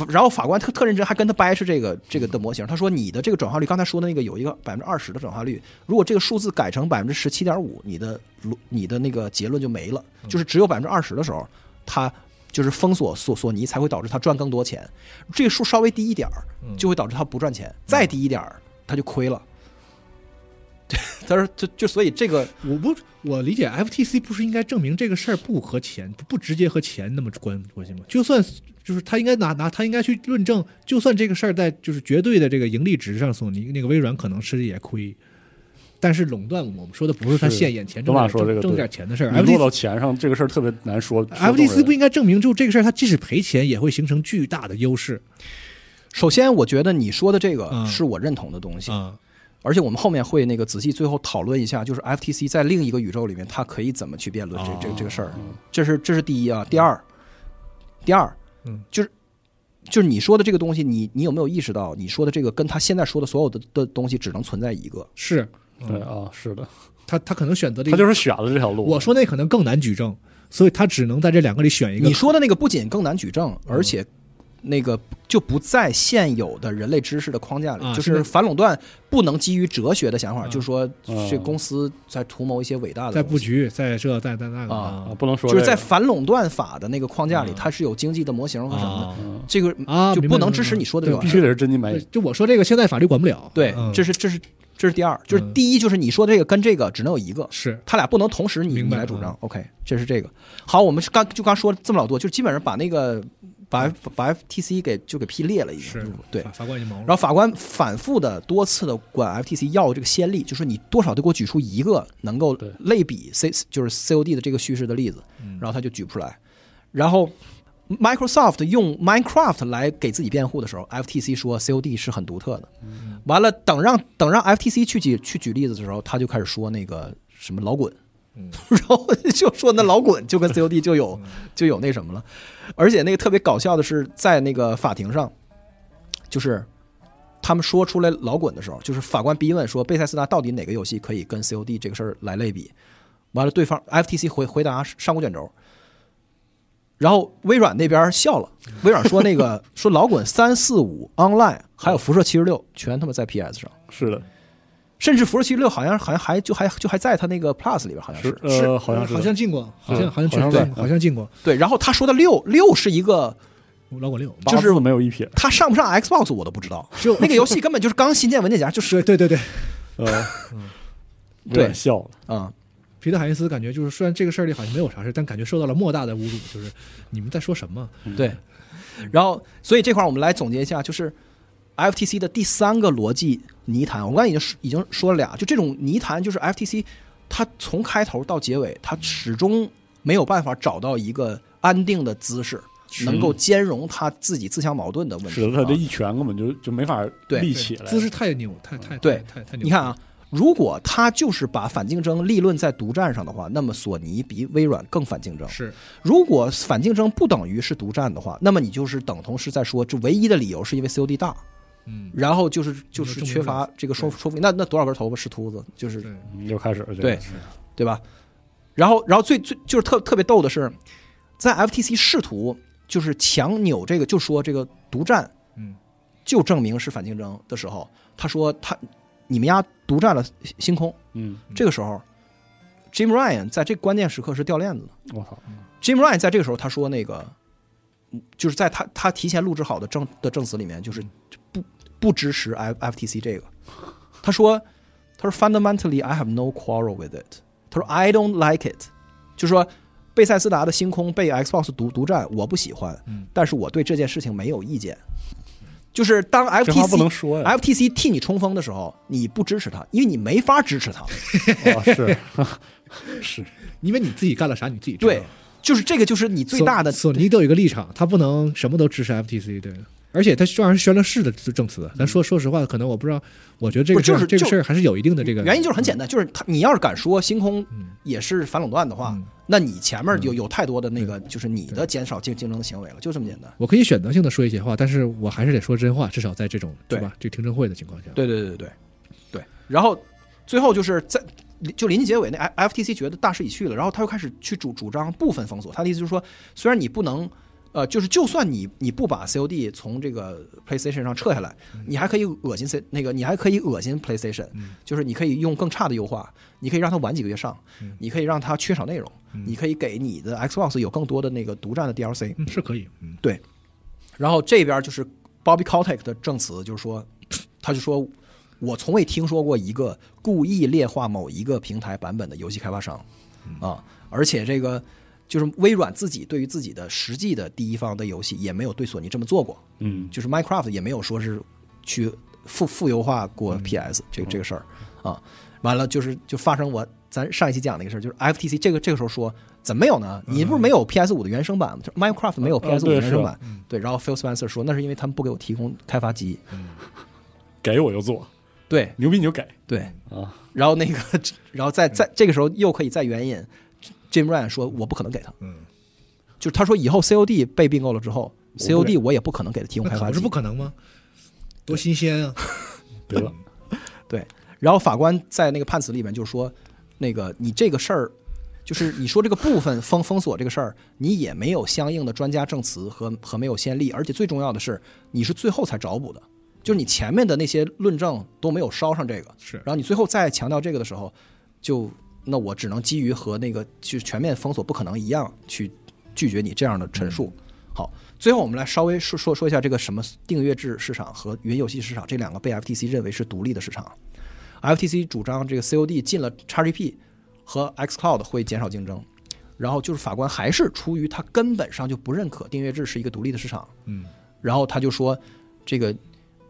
然后法官特特认真，还跟他掰扯这个这个的模型。他说：“你的这个转化率，刚才说的那个有一个百分之二十的转化率，如果这个数字改成百分之十七点五，你的逻你的那个结论就没了。就是只有百分之二十的时候，他就是封锁索索尼才会导致他赚更多钱。这个数稍微低一点儿，就会导致他不赚钱；再低一点儿，他就亏了。 *laughs* 他说：“就就所以这个我不，我理解 FTC 不是应该证明这个事儿不和钱不不直接和钱那么关关系吗？就算就是他应该拿拿他应该去论证，就算这个事儿在就是绝对的这个盈利值上，索尼那个微软可能吃也亏，但是垄断我们说的不是他是现眼前罗挣马点说这挣个挣对点钱的事儿你落，FTC 到钱上，这个事儿特别难说。说动人 FTC 不应该证明就这个事儿，他即使赔钱也会形成巨大的优势首先，我觉得你说的这个嗯是我认同的东西。啊、而且我们后面会那个仔细最后讨论一下，就是 FTC 在另一个宇宙里面，它可以怎么去辩论这哦这这个事儿，这是这是第一啊。第二，第二，嗯，就是就是你说的这个东西，你你有没有意识到，你说的这个跟他现在说的所有的的东西只能存在一个？是对啊，是的，他他可能选择了一他个，就是选了这条路。我说那可能更难举证，所以他只能在这两个里选一个。嗯你说的那个不仅更难举证，而且那个就不在现有的人类知识的框架里，啊就是是反垄断不能基于哲学的想法，啊就是说嗯这公司在图谋一些伟大的在东布西，局，在这，在在那个啊，啊不能说就是在这个反垄断法的那个框架里，嗯它是有经济的模型和什么的，啊嗯这个啊，就明白不能明白支持你说的这对玩意必儿须得是真金白对银，就我说这个，现在法律管不了。对，嗯这是这是这是第二，就是嗯第一就是你说这个跟这个只能有一个，是他俩不能同时你明你白嗯来主张。OK，这是这个。好，我们是刚就刚说了这么老多，就基本上把那个把 F- 把 FTC 给就给批裂了，已经嗯是就是，对。法法官已经忙然了。后法官反复的多次的管 FTC 要这个先例，就说你多少得给我举出一个能够对类比 C 就是 COD 的这个叙事的例子，然后他就举不出来。然后 Microsoft 用 Minecraft 来给自己辩护的时候，FTC 说 COD 是很独特的。完了，等让等让 FTC 去举去举例子的时候，他就开始说那个什么老滚，嗯 *laughs* 然后就说那老滚就跟 COD 就有就有那什么了。而且那个特别搞笑的是，在那个法庭上，就是他们说出来老滚的时候，就是法官逼问说贝塞斯达到底哪个游戏可以跟 COD 这个事儿来类比？完了，对方 FTC 回回答上古卷轴，然后微软那边笑了，微软说那 *laughs* 个说老滚三四五 Online 还有辐射七十六全他妈在 PS 上，是的，甚至辐射七十六好像好像还就还就还在他那个 Plus 里边好像是是呃，好像是好像进过，好像嗯好像确好像对是好像进过对，然后他说的六六是一个老滚六，八就是字没有一撇，他上不上 Xbox 我都不知道，只有那个游戏根本就是刚新建文件夹，就是对对对对，呃，有嗯对点笑了，啊、皮特海因斯感觉就是，虽然这个事儿里好像没有啥事，但感觉受到了莫大的侮辱，就是你们在说什么？对。然后，所以这块儿我们来总结一下，就是 FTC 的第三个逻辑泥潭。我们刚才已经说已经说了俩，就这种泥潭，就是 FTC 它从开头到结尾，它始终没有办法找到一个安定的姿势，能够兼容它自己自相矛盾的问题。使得他这啊一拳根本就就没法对立起来，姿势太牛，太太对太太太牛！你看啊，如果他就是把反竞争立论在独占上的话，那么索尼比微软更反竞争。是如果反竞争不等于是独占的话，那么你就是等同是在说，这唯一的理由是因为 COD 大，嗯，然后就是就有是证明缺乏这个说说服力。那那多少根头发是秃子，就是对，嗯又开始了这个对对吧？然后然后最最就是特特别逗的是，在 FTC 试图就是强扭这个，就说这个独占嗯就证明是反竞争的时候，他说他你们家独占了星空，嗯，这个时候，Jim Ryan 在这关键时刻是掉链子的。我操， Jim Ryan 在这个时候他说那个，嗯就是在他他提前录制好的证的证词里面，就是嗯不不支持 F FTC 这个。他说他说 fundamentally I have no quarrel with it。他说 I don't like it，就是说贝塞斯达的星空被 Xbox 独独占，我不喜欢嗯，但是我对这件事情没有意见。就是当这话 FTC 不能说呀， FTC 替你冲锋的时候，你不支持他，因为你没法支持 *laughs* 他。啊是是，因为你自己干了啥，你自己知道对，就是这个，就是你最大的索索尼都有一个立场，他不能什么都支持 FTC，对。而且他这玩意儿宣了誓的证词，咱说说实话，可能我不知道，我觉得这个不是嗯就是事儿这个就事儿还是有一定的这个原因，就是很简单，就是他你要是敢说星空嗯也是反垄断的话嗯，那你前面有有太多的那个就是你的减少竞竞争的行为了，就这么简单。我可以选择性的说一些话，但是我还是得说真话，至少在这种对是吧？这个听证会的情况下，对对对对对对。然后最后就是在就临近结尾，那 F FTC 觉得大势已去了，然后他又开始去主主张部分封锁。他的意思就是说，虽然你不能。呃，就是就算你你不把 COD 从这个 PlayStation 上撤下来，你还可以恶心 C 那个，你还可以恶心 PlayStation，、就是你可以用更差的优化，你可以让它晚几个月上，你可以让它缺少内容，你可以给你的 Xbox 有更多的那个独占的 DLC。嗯，是可以，嗯，然后这边就是 Bobby Kotick 的证词，就是说，他就说，我从未听说过一个故意劣化某一个平台版本的游戏开发商啊，而且这个就是微软自己对于自己的实际的第一方的游戏也没有对索尼这么做过，嗯，就是 Minecraft 也没有说是去负负优化过 PS 这个这个事儿啊。完了就是就发生我咱上一期讲那个事儿，就是 FTC 这个这个时候说怎么没有呢？你不是没有 PS 五的原生版吗？就是 Minecraft 没有啊 PS 五对的原生是版，对。然后 Phil Spencer 说那是因为他们不给我提供开发机，给我就做，对牛逼你就给对。啊，然后那个然后再再这个时候又可以再援引 Jim Ryan 说我不可能给他，嗯，就是他说以后 COD 被并购了之后我不给，COD 我也不可能给他提供那开可发不机是，不可能吗？多新鲜啊！得了，对，然后法官在那个判词里面就说，那个你这个事儿，就是你说这个部分封封锁这个事儿，你也没有相应的专家证词和和没有先例，而且最重要的是，你是最后才找补的，就是你前面的那些论证都没有捎上这个，是 *laughs* 然后你最后再强调这个的时候，就那我只能基于和那个就是全面封锁不可能一样去拒绝你这样的陈述。好，最后我们来稍微说说说一下这个什么订阅制市场和云游戏市场这两个被 FTC 认为是独立的市场。FTC 主张这个 COD 进了 XGP 和 XCloud 会减少竞争，然后就是法官还是出于他根本上就不认可订阅制是一个独立的市场，嗯，然后他就说，这个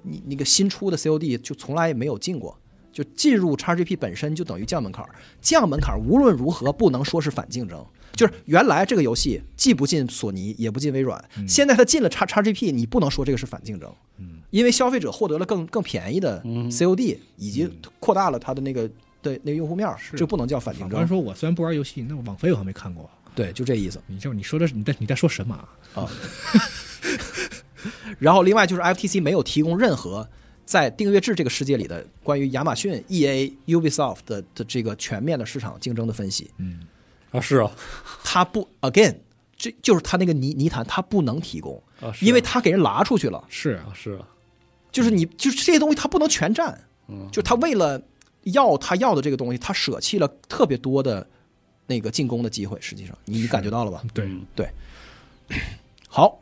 你那个新出的 COD 就从来没有进过，就进入 XGP 本身就等于降门槛儿，降门槛儿无论如何不能说是反竞争。就是原来这个游戏既不进索尼也不进微软，现在它进了 X XGP，你不能说这个是反竞争，因为消费者获得了更更便宜的 COD，以及扩大了它的那个的那个用户面儿，这不能叫反竞法官争。说：“我虽然不玩游戏，那我网飞我还没看过。对，就这意思。你这你说的是你在你在说什么啊？啊。然后另外就是 FTC 没有提供任何在订阅制这个世界里的关于亚马逊、EA、Ubisoft 的的这个全面的市场竞争的分析，啊，是啊，它不 again，这就是它那个泥泥潭，它不能提供，啊，是啊因为它给人拉出去了，是啊啊，是啊，就是你就是这些东西它不能全占，嗯就它为了要他要的这个东西，他舍弃了特别多的那个进攻的机会，实际上你感觉到了吧？对，嗯 *coughs* 好，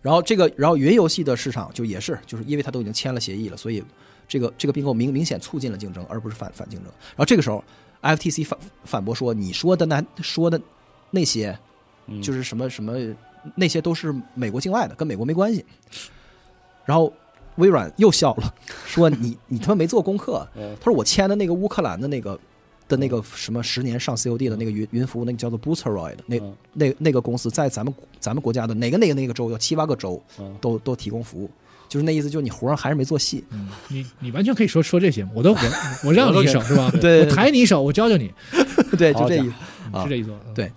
然后这个，然后云游戏的市场就也是，就是因为它都已经签了协议了，所以这个这个并购明明显促进了竞争，而不是反反竞争。然后这个时候，FTC 反反驳说：“你说的那说的那些，嗯就是什么什么那些都是美国境外的，跟美国没关系。”然后微软又笑了，说你：“你他妈没做功课。” *laughs* 嗯他说：“我签的那个乌克兰的那个。”的那个什么十年上 COD 的那个云云服务，那个叫做 Boosteroid，那嗯那那个公司在咱们咱们国家的哪个哪个哪个州有七八个州嗯都都提供服务，就是那意思，就是你活上还是没做细。嗯，你你完全可以说说这些嘛，我都我我让 *laughs* 你一手是吧？对我抬你一手，我教教你， *laughs* 对，好就这意思。嗯啊是这意思吧？嗯对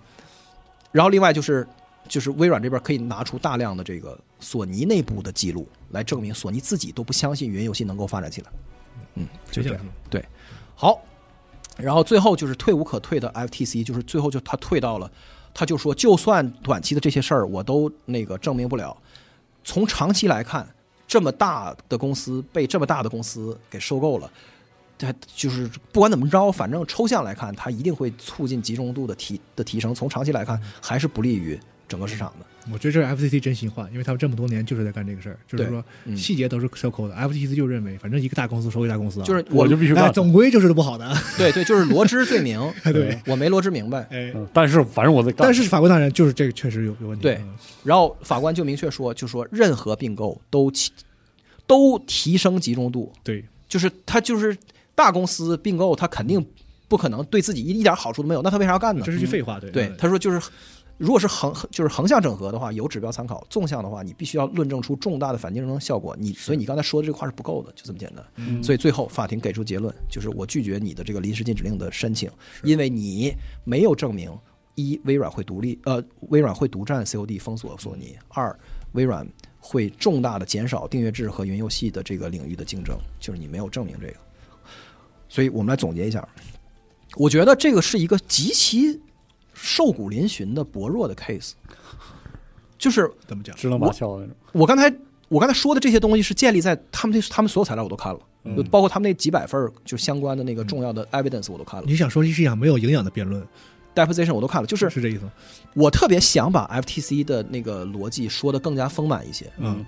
然后另外就是就是微软这边可以拿出大量的这个索尼内部的记录来证明索尼自己都不相信云游戏能够发展起来。嗯，就谁这想样。听？好，然后最后就是退无可退的 FTC，就是最后就他退到了，他就说，就算短期的这些事儿我都那个证明不了，从长期来看，这么大的公司被这么大的公司给收购了。它就是不管怎么着，反正抽象来看，它一定会促进集中度的提的提升。从长期来看，还是不利于整个市场的。我觉得这是 FCC 真心话，因为他们这么多年就是在干这个事儿，就是对说嗯细节都是收购的。FTC 就认为，反正一个大公司收一个大公司啊，就是我 *laughs* 就必须哎，干。总归就是不好的。 *laughs* 对对，就是罗织罪名，嗯对，我没罗织明白。哎，嗯但是反正我得干。但是法国大人就是这个确实有有问题。对嗯然后法官就明确说，就说任何并购都提都提升集中度，对，就是他就是大公司并购，他肯定不可能对自己一一点好处都没有，那他为啥要干呢这？是句废话，对嗯对，他说就是。如果是横就是横向整合的话，有指标参考；纵向的话，你必须要论证出重大的反竞争效果。你所以你刚才说的这块是不够的，就这么简单。所以最后法庭给出结论，就是我拒绝你的这个临时禁止令的申请，因为你没有证明一微软会独立，呃，微软会独占 COD 封锁索尼；二微软会重大的减少订阅制和云游戏的这个领域的竞争，就是你没有证明这个。所以我们来总结一下，我觉得这个是一个极其瘦骨嶙峋的薄弱的 case，就是怎么讲？支棱八翘的那种，我刚才我刚才说的这些东西是建立在他们他们所有材料我都看了，嗯就包括他们那几百份儿就相关的那个重要的 evidence 我都看了、你想说是一场没有营养的辩论， d e p o s i t i o n 我都看了，就是是这意思吗？我特别想把 FTC 的那个逻辑说的更加丰满一些。嗯，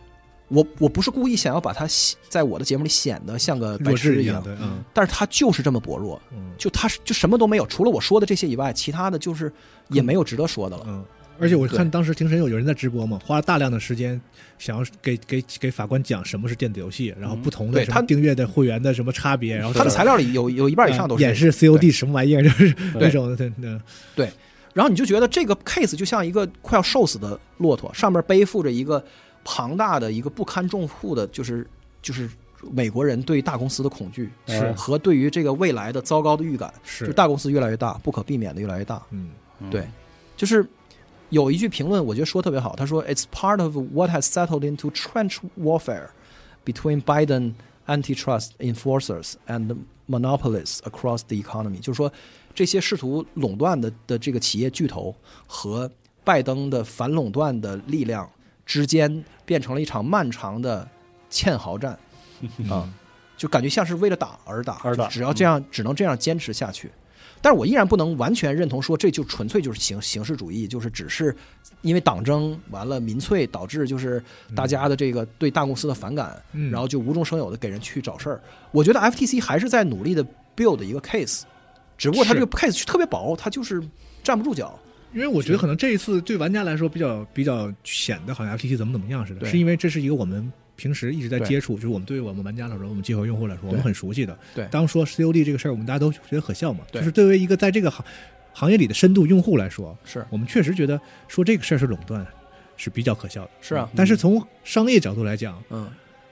我我不是故意想要把它显在我的节目里显得像个呃白弱痴智一样样，的，嗯但是它就是这么薄弱，嗯就它是就什么都没有，除了我说的这些以外，其他的就是也没有值得说的了。嗯。而且我看对当时庭审有有人在直播嘛，花了大量的时间想要给给给法官讲什么是电子游戏，然后不同的嗯对什他嗯么订阅的会员的什么差别，然后什它的么材料里有有一半以上都是演这个示 COD 什么玩意儿，就是那种对对然后你就觉得这个 case 就像一个快要瘦死的骆驼，上面背负着一个庞大的、一个不堪重负的，就是就是美国人对大公司的恐惧，是呃和对于这个未来的糟糕的预感，是就大公司越来越大，不可避免的越来越大。嗯对，就是有一句评论，我觉得说得特别好，他说：“It's part of what has settled into trench warfare between Biden antitrust enforcers and monopolists across the economy，就是说这些试图垄断的的这个企业巨头和拜登的反垄断的力量之间变成了一场漫长的堑 *laughs* 壕战啊，就感觉像是为了打而打，而打嗯就只要这样，只能这样坚持下去。但是我依然不能完全认同说这就纯粹就是形形式主义，就是只是因为党争完了民粹导致就是大家的这个对大公司的反感，嗯然后就无中生有的给人去找事儿。我觉得 FTC 还是在努力的 build 一个 case，只不过它这个 case 特别薄，它就是站不住脚。因为我觉得可能这一次对玩家来说比较比较显得好像 FTC 怎么怎么样似的，对是因为这是一个我们平时一直在对接触，就是我们对于我们玩家来说，我们接口用户来说，我们很熟悉的。对当说 COD 这个事儿，我们大家都觉得可笑嘛，对就是对于一个在这个行行业里的深度用户来说，是我们确实觉得说这个事儿是垄断是比较可笑的。是啊，但是从商业角度来讲，嗯，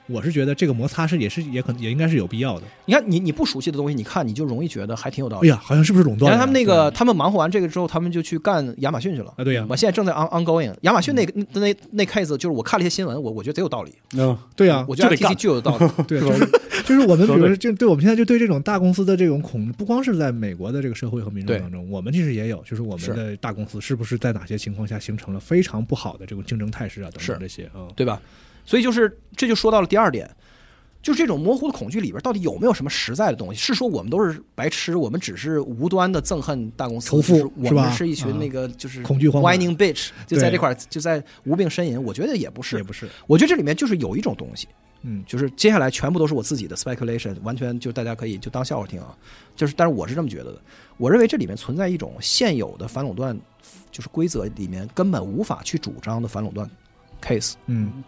我是觉得这个摩擦是也是也可能也应该是有必要的。你看你你不熟悉的东西，你看你就容易觉得还挺有道哎理。呀，好像是不是垄你断了看呀？哦他们那个，他们忙活完这个之后，他们就去干亚马逊去了。啊，对呀、我现在正在 on ongoing。亚马逊那个那那那 case 就是我看了一些新闻，我我觉得贼有道理，嗯，对啊呀、我觉得就得 FTC 干具有道理。对，是就吧是就是我们，比说得如说，就对我们现在就对这种大公司的这种恐，不光是在美国的这个社会和民众对当中，我们其实也有，就是我们是的大公司是不是在哪些情况下形成了非常不好的这种竞争态势啊，等是等这些啊，对吧？所以就是这就说到了第二点，就是这种模糊的恐惧里边到底有没有什么实在的东西？是说我们都是白痴，我们只是无端的憎恨大公司，仇富就是我是吧们是一群啊那个就是恐惧荒蛮 whining bitch，就在对这块儿就在无病呻吟。我觉得也不是也，不是，我觉得这里面就是有一种东西，嗯，就是接下来全部都是我自己的 speculation，完全就大家可以就当笑话听啊。就是，但是我是这么觉得的，我认为这里面存在一种现有的反垄断就是规则里面根本无法去主张的反垄断 case。嗯，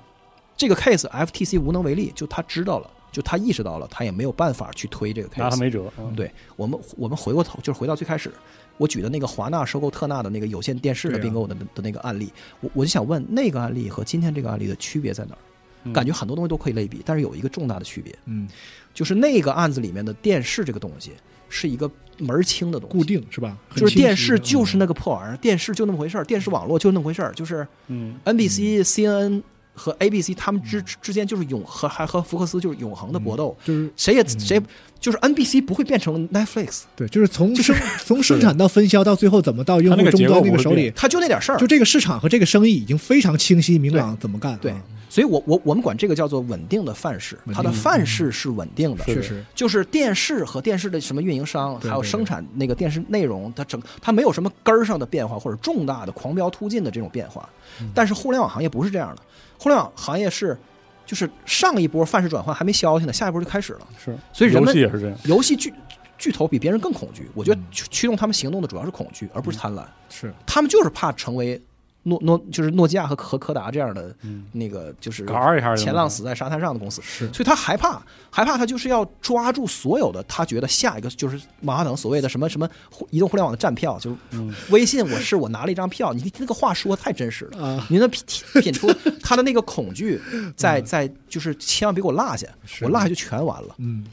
这个 case FTC 无能为力，就他知道了，就他意识到了，他也没有办法去推这个拿他 case。没辙。嗯对我们，我们回过头，就是回到最开始，我举的那个华纳收购特纳的那个有线电视的对啊并购的、的那个案例，我我就想问，那个案例和今天这个案例的区别在哪儿？嗯感觉很多东西都可以类比，但是有一个重大的区别，嗯，就是那个案子里面的电视这个东西是一个门儿清的东固西，定是吧？很就是电清晰视就是嗯那个破玩意儿，电视就那么回事儿，电视网络就那么回事儿，就是嗯 NBC、CNN 和 ABC 他们嗯之之间就是永和还和福克斯就是永恒的搏斗，就是谁也谁就是 NBC 不会变成 Netflix，对，就是从生从生产到分销到最后怎么到用它那户个终结构端那不个会手里变，它就那点事儿就。这个市场和这个生意已经非常清晰明朗，怎么干？对啊，所以我我我们管这个叫做稳定的范式，稳定嗯它的范式是稳定的，是确实，就是电视和电视的什么运营商，对还有生产那个电视内容，它整它没有什么根儿上的变化或者重大的狂飙突进的这种变化。嗯但是互联网行业不是这样的，互联网行业是就是上一波范式转换还没消停呢，下一波就开始了。是，所以人游们戏也是这样。游戏巨巨头比别人更恐嗯惧。我觉得驱驱动他们行动的主要是恐惧，而不是贪婪。是他们就是怕成为诺诺，就是诺基亚和和柯达这样的那个，就是嘎一下就前浪死在沙滩上的公司。是所以他害怕，害怕他就是要抓住所有的他觉得下一个就是马化腾所谓的什么什么互移动互联网的站票，就是嗯微信我是我拿了一张票，你那个话说得太真实了，啊，你能品品出他的那个恐惧嗯在在就是千万别给我落下，是我落下就全完了。嗯，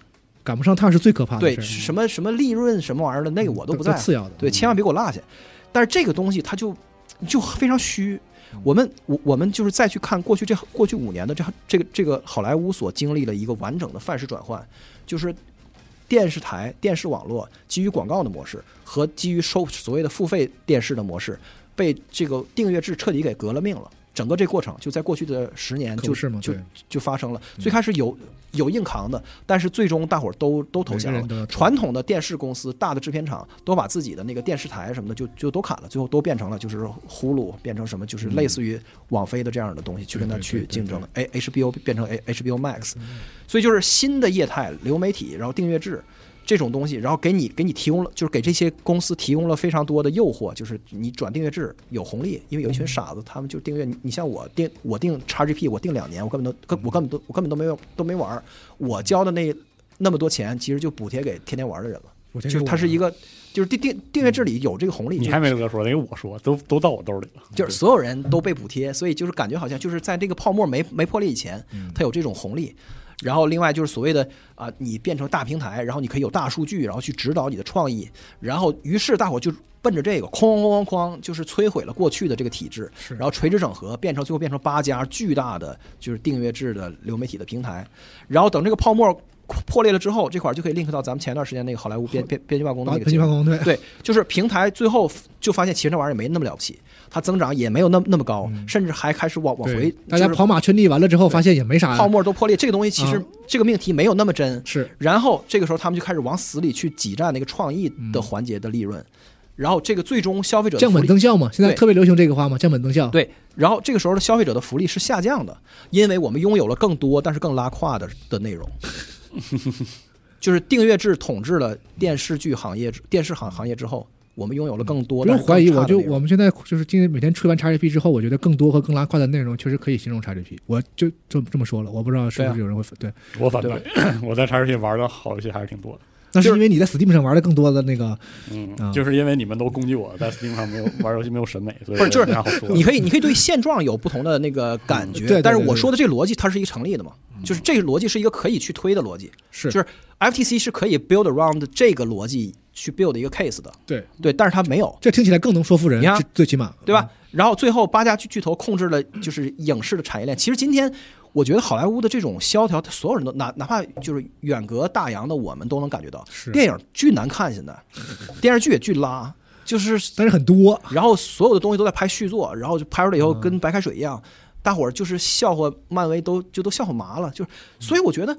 赶不上趟是最可怕的对事儿什么什么利润什么玩意儿的，那个我都不嗯在都嗯乎次要的对，千万别给我落下。但是这个东西它就就非常虚。嗯我们我我们就是再去看过去这过去五年的这这个这个好莱坞所经历了一个完整的范式转换，就是电视台、电视网络基于广告的模式和基于收所谓的付费电视的模式，被这个订阅制彻底给革了命了。整个这过程就在过去的十年可就不是嘛就对嗯就发生了。最开始有有硬扛的，但是最终大伙儿都都投降每个人都要了。投传统的电视公司、大的制片厂都把自己的那个电视台什么的就就都砍了，最后都变成了就是呼噜变成什么，就是类似于网飞的这样的东西去跟它嗯对对对去对嗯竞争了。哎，HBO 变成 H HBO Max，所以就是新的业态流媒体，然后订阅制。这种东西，然后给你给你提供了，就是给这些公司提供了非常多的诱惑，就是你转订阅制有红利，因为有一群傻子，他们就订阅你。你像我订我订 XGP，我订两年，我根本都根我根本都我根本都没有都没玩儿，我交的那那么多钱，其实就补贴给天天玩的人了。我就这是它是一个个，就是订订订阅制里有这个红利，你就还没得说，得我说，都都到我兜里了。就是所有人都被补贴，所以就是感觉好像就是在这个泡沫没没破裂以前，它有这种红利。然后另外就是所谓的啊、你变成大平台，然后你可以有大数据，然后去指导你的创意，然后于是大伙就奔着这个哐哐哐哐，就是摧毁了过去的这个体制，是然后垂直整合，变成最后变成八家巨大的就是订阅制的流媒体的平台，然后等这个泡沫破裂了之后，这块儿就可以 link 到咱们前段时间那个好莱坞编编编辑罢工的把那个培节训目办。 *laughs* 公对对，就是平台最后就发现，其实这玩意儿也没那么了不起，它增长也没有那么那么高，甚至还开始往嗯往对回，大家就是跑马圈地完了之后，发现也没啥泡沫都破裂。这个东西其实、啊这个命题没有那么真，是然后这个时候他们就开始往死里去挤占那个创意的环节的利润，然后这个最终消费者的嗯降福本利增效嘛，现在对特别流行这个话嘛，降本增效。对，然后这个时候的消费者的福利是下降的，因为我们拥有了更多但是更拉胯的的 *laughs* 内容，就是订阅制统治了电视剧行业、电视行行业之后，我们拥有了更多不用但是更怀疑，差我的就内容我们现在就是今天每天吹完 XGP 之后，我觉得更多和更拉胯的内容确实可以形容 XGP，我就这么这么说了，我不知道是不对啊是有人会反对，我反对对，我在叉 P 玩的好游戏还是挺多的。那是就是因为你在 Steam 上玩的更多的那个，啊嗯，就是因为你们都攻击我 *laughs* 在 Steam 上没有玩游戏没有审美，所以不是就是没啥好说的你可以，你可以对现状有不同的那个感觉，对嗯对对嗯但是我说的这个逻辑，它是一个成立的嘛，就是这个逻辑是一个可以去推的逻辑，是就是 FTC 是可以 build around 这个逻辑去 build 一个 case 的，对，对，但是它没有，这听起来更能说服人，你看这最起码对吧？？然后最后八家巨巨头控制了就是影视的产业链。其实今天我觉得好莱坞的这种萧条，所有人都哪哪怕就是远隔大洋的我们都能感觉到，是电影巨难看，现在 *laughs* 电视剧也巨拉，就是但是很多，然后所有的东西都在拍续作，然后就拍出来以后跟白开水一样，大伙儿就是笑话漫威都就都笑话麻了，就是所以我觉得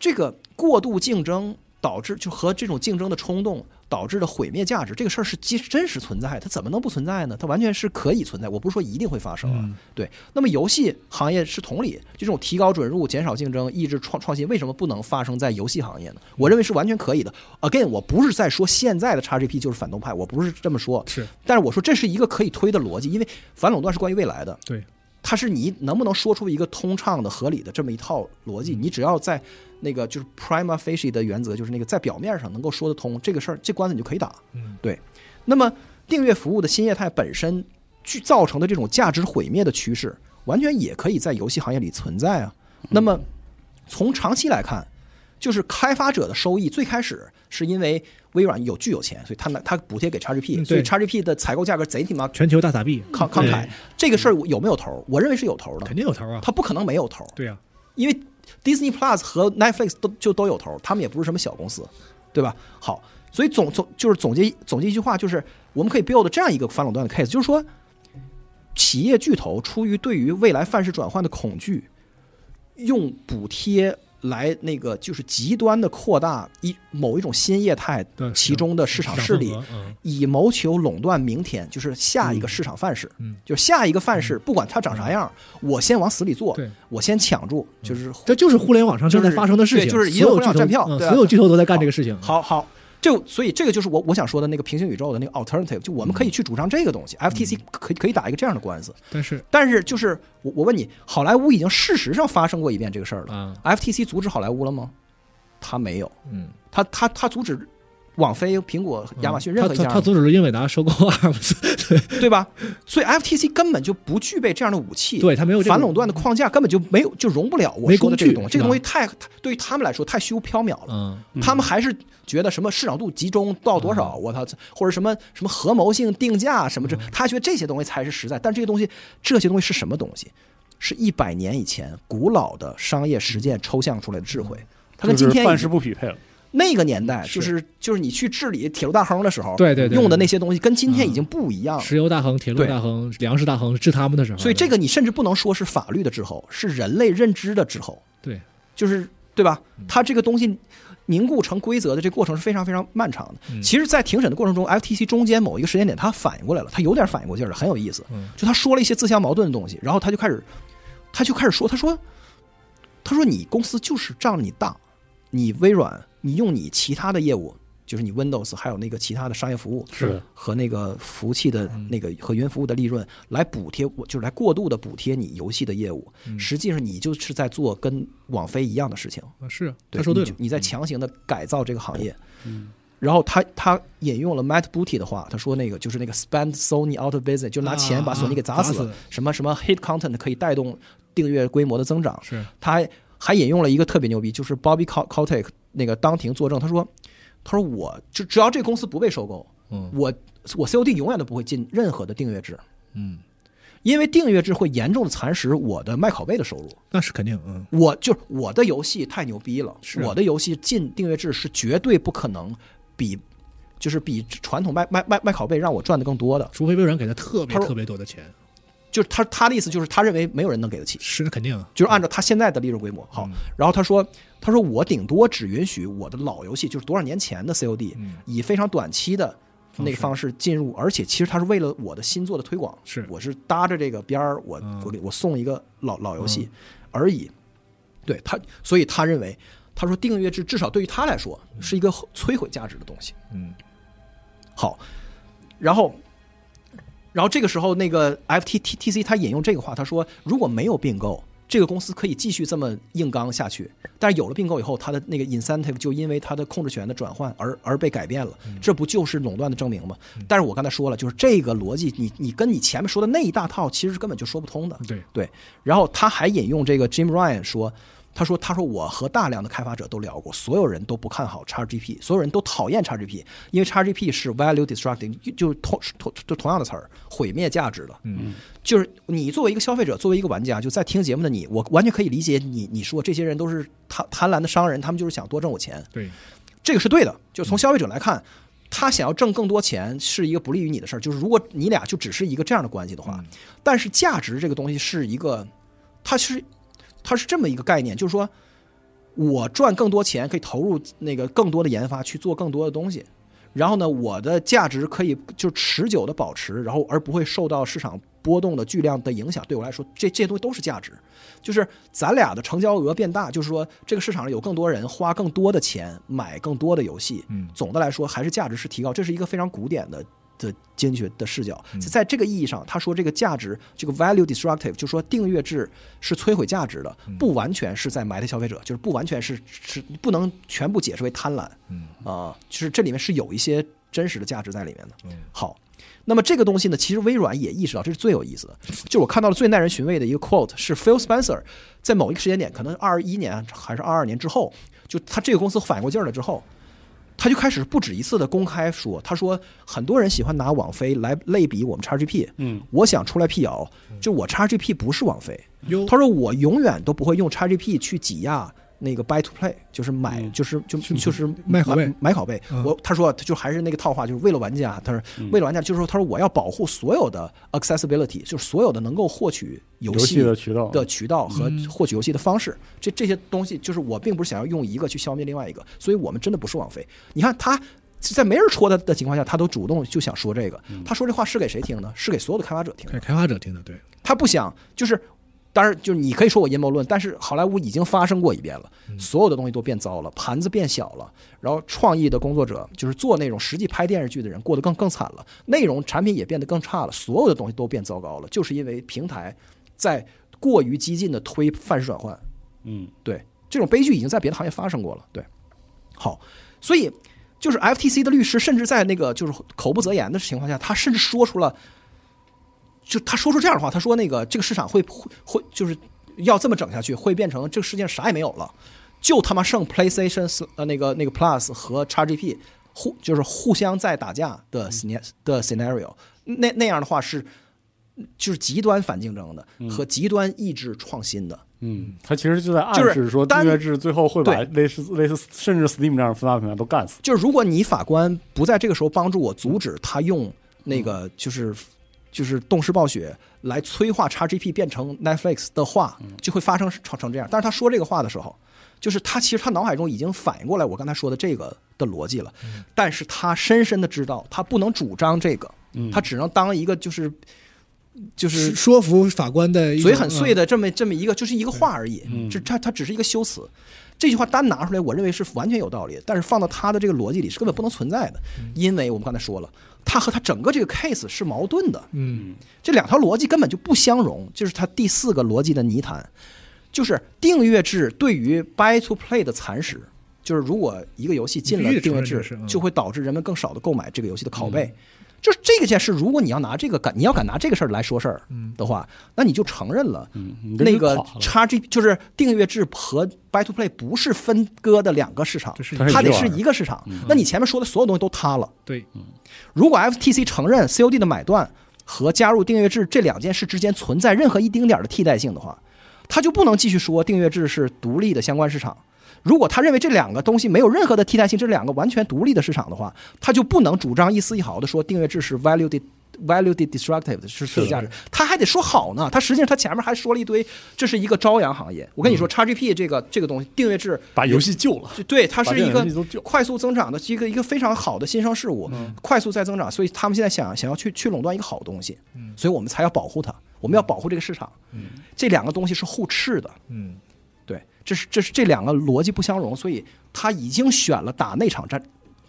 这个过度竞争导致就和这种竞争的冲动导致的毁灭价值这个事儿是真真实存在的，它怎么能不存在呢？它完全是可以存在，我不是说一定会发生啊。对，那么游戏行业是同理，就这种提高准入、减少竞争、抑制创创新，为什么不能发生在游戏行业呢？我认为是完全可以的。Again，我不是在说现在的 XGP 就是反动派，我不是这么说，是但是我说这是一个可以推的逻辑，因为反垄断是关于未来的，对，它是你能不能说出一个通畅的、合理的这么一套逻嗯辑，你只要在那个就是 prima facie 的原则，就是那个在表面上能够说得通这个事儿，这官司你就可以打。嗯，对。那么订阅服务的新业态本身具造成的这种价值毁灭的趋势，完全也可以在游戏行业里存在啊。嗯那么从长期来看，就是开发者的收益最开始是因为微软有巨有钱，所以他拿他补贴给 XGP，嗯所对以 XGP 的采购价格贼他妈全球大撒币，慷慷慨对。这个事儿有没有头儿？我认为是有头儿的肯，定有头啊，它不可能没有头儿，对啊呀，因为 Disney Plus 和 Netflix 都就都有头儿，他们也不是什么小公司，对吧？好，所以总总就是总结总结一句话，就是我们可以 build 这样一个反垄断的 case，就是说，企业巨头出于对于未来范式转换的恐惧，用补贴来那个就是极端的扩大一某一种新业态对其中的市场势力市场份额嗯，以谋求垄断明天，就是下一个市场范式，嗯就是下一个范式，不管它长啥样，我先往死里做对，嗯我先抢住，就是这就是互联网上正在发生的事情，就是对就是移所动有互巨联网头站票嗯对啊所有巨头都在干这个事情，好好，就所以这个就是我我想说的那个平行宇宙的那个 alternative，就我们可以去主张这个东西，FTC 嗯可以可以打一个这样的官司，但是但是就是我我问你，好莱坞已经事实上发生过一遍这个事儿了啊， ，FTC 阻止好莱坞了吗？他没有，嗯，他他他阻止网飞、苹果、亚马逊嗯任何他一他家他吗，阻止了英伟达收购 ARMS， *laughs* 对吧？所以 FTC 根本就不具备这样的武器，对他没有这种反垄断的框架根本就没有就容不了我没说工的这个具东西，这是个吧东西太太对于他们来说太虚无缥缈了。嗯，他们还是觉得什么市场度集中到多少，我操，或者什么什么合谋性定价什么这，嗯他觉得这些东西才是实在。但这些东西，这些东西是什么东西？是一百年以前古老的商业实践抽象出来的智慧，嗯它跟今就是天范式不匹配了。那个年代就是就是你去治理铁路大亨的时候，对对对嗯用的那些东西跟今天已经不一样了。石油大亨、铁路对大亨、粮食大亨治他们的时候，所以这个你甚至不能说是法律的滞后，是人类认知的滞后。对就是对吧？它这个东西凝固成规则的这个过程是非常非常漫长的。其实，在庭审的过程中，FTC 中间某一个时间点，他反应过来了，他有点反应过劲儿了，很有意思。就他说了一些自相矛盾的东西，然后他就开始，他就开始说，他说，他说你公司就是仗着你大，你微软，你用你其他的业务，就是你 Windows 还有那个其他的商业服务，是的和那个服务器的那个和云服务的利润来补贴，我就是来过度的补贴你游戏的业务，实际上你就是在做跟网飞一样的事情。啊是对他说对你了嗯就，你在强行的改造这个行业。然后他他引用了 Matt Booty 的话，他说那个就是那个 spend Sony out of business，就拿钱把索尼给砸啊啊死砸了。死什么什么 hit content 可以带动订阅规模的增长。是他还还引用了一个特别牛逼，就是 Bobby Kol- Kotick 那个当庭作证，他说，他说我就只要这公司不被收购，嗯我我 COD 永远都不会进任何的订阅制，嗯，因为订阅制会严重的蚕食我的卖拷贝的收入。那是肯定，嗯我就是我的游戏太牛逼了，是啊我的游戏进订阅制是绝对不可能比，就是比传统卖卖卖卖拷贝让我赚的更多的。除非微软给他特别他说特别多的钱，就是他他的意思就是他认为没有人能给得起，是那肯定啊，就是按照他现在的利润规模嗯好。然后他说他说我顶多只允许我的老游戏，就是多少年前的 COD，、嗯以非常短期的。那个方方式进入，而且其实他是为了我的新作的推广，是我是搭着这个边儿，我、嗯我给我送一个老老游戏而已。对他，所以他认为，他说订阅制至少对于他来说是一个摧毁价值的东西。嗯好，然后，然后这个时候，那个 FTTTC 他引用这个话，他说，如果没有并购，这个公司可以继续这么硬刚下去。但是有了并购以后，它的那个 incentive 就因为它的控制权的转换而而被改变了，这不就是垄断的证明吗？但是我刚才说了，就是这个逻辑，你你跟你前面说的那一大套，其实是根本就说不通的。对，对，然后他还引用这个 Jim Ryan 说，他说他说我和大量的开发者都聊过，所有人都不看好 XGP，所有人都讨厌 XGP，因为 XGP 是 value destructing，就就是同同就同样的词儿，毁灭价值的。嗯，就是你作为一个消费者，作为一个玩家，就在听节目的你，我完全可以理解你你说这些人都是贪贪婪的商人，他们就是想多挣我钱，对，这个是对的。就从消费者来看，他想要挣更多钱是一个不利于你的事儿。就是如果你俩就只是一个这样的关系的话，但是价值这个东西是一个，它是它是这么一个概念，就是说我赚更多钱可以投入那个更多的研发去做更多的东西，然后呢，我的价值可以就持久的保持，然后而不会受到市场波动的巨量的影响。对我来说，这这些东西都是价值。就是咱俩的成交额变大，就是说这个市场上有更多人花更多的钱买更多的游戏，嗯总的来说还是价值是提高，这是一个非常古典的的经济学的视角。嗯在这个意义上，他说这个价值，这个 value destructive，就是说订阅制是摧毁价值的，嗯不完全是在埋汰消费者，就是不完全是是不能全部解释为贪婪，嗯啊、就是这里面是有一些真实的价值在里面的。嗯好，那么这个东西呢，其实微软也意识到这是最有意思的，就我看到了最耐人寻味的一个 quote 是 Phil Spencer 在某一个时间点，可能二一年啊还是二二年之后，就他这个公司反过劲儿了之后。他就开始不止一次的公开说，他说很多人喜欢拿网飞来类比我们 XGP，嗯，我想出来辟谣，就我 XGP 不是网飞，哟，他说我永远都不会用 XGP 去挤压那个 buy to play，就是买，嗯就是就就是卖拷贝买买拷贝。嗯我他说就还是那个套话，就是为了玩家，他说为了玩家，就是说他说我要保护所有的 accessibility，就是所有的能够获取游游戏的渠道的渠道和嗯获取游戏的方式，这这些东西就是我并不是想要用一个去消灭另外一个，所以我们真的不是网飞。你看他在没人戳他的情况下，他都主动就想说这个，嗯他说这话是给谁听呢？是给所有的开发者听的给。开发者听的，对，他不想，就是，当然就是你可以说我阴谋论，但是好莱坞已经发生过一遍了，所有的东西都变糟了，盘子变小了，然后创意的工作者就是做那种实际拍电视剧的人过得更更惨了，内容产品也变得更差了，所有的东西都变糟糕了，就是因为平台在过于激进的推范式转换，嗯，对，这种悲剧已经在别的行业发生过了。对，好，所以就是 FTC 的律师，甚至在那个就是口不择言的情况下，他甚至说出了，就他说出这样的话，他说那个这个市场会会会就是要这么整下去，会变成这个世界上啥也没有了，就他妈剩 PlayStation 四呃那个那个 Plus 和 XGP 互就是互相在打架的 scena- 的 scenario，那那样的话是。就是极端反竞争的和极端抑制创新的，嗯，他其实就在就暗是示说，订单阅制最后会把对类似类似甚至 Steam 这样的分发平台都干死。就是如果你法官不在这个时候帮助我阻止他用那个就是就是动视暴雪来催化 XGP 变成 Netflix 的话，就会发生成成这样。但是他说这个话的时候，就是他其实他脑海中已经反应过来我刚才说的这个的逻辑了，但是他深深的知道他不能主张这个，他只能当一个就是就是说服法官的一种嘴很碎嗯的这么这么一个，就是一个话而已。这它它只是一个修辞，这句话单拿出来，我认为是完全有道理的，但是放到他的这个逻辑里是根本不能存在的，嗯因为我们刚才说了，他和他整个这个 case 是矛盾的，嗯这两条逻辑根本就不相容，这是他第四个逻辑的泥潭，就是订阅制对于 buy to play 的蚕食。就是如果一个游戏进了你必须得订阅承认这个制事，嗯嗯就会导致人们更少的购买这个游戏的拷贝，就是这个件事，如果你要拿这个敢，你要敢拿这个事儿来说事儿嗯的话，那你就承认了嗯，你这那个垮了 x G 就是订阅制和 Buy to Play 不是分割的两个市场这，是它是它得一个是玩意儿一个市场嗯。那你前面说的所有东西都塌了。嗯对如果 FTC 承认 COD 的买断和加入订阅制这两件事之间存在任何一丁点儿的替代性的话，他就不能继续说订阅制是独立的相关市场。如果他认为这两个东西没有任何的替代性，这两个完全独立的市场的话，他就不能主张一丝一毫的说订阅制是 value de value de destructive 的是最有价值，他还得说好呢。他实际上他前面还说了一堆，这是一个朝阳行业。我跟你说，XGP 这个这个东西，订阅制把游戏救了，就对，它把是电一影个游戏都救嗯快速增长的一个一个非常好的新生事物，快速在增长，所以他们现在想想要去去垄断一个好东西，嗯所以我们才要保护它，我们要保护这个市场，嗯这两个东西是互斥的，嗯对，这是这是这两个逻辑不相容，所以他已经选了打那场战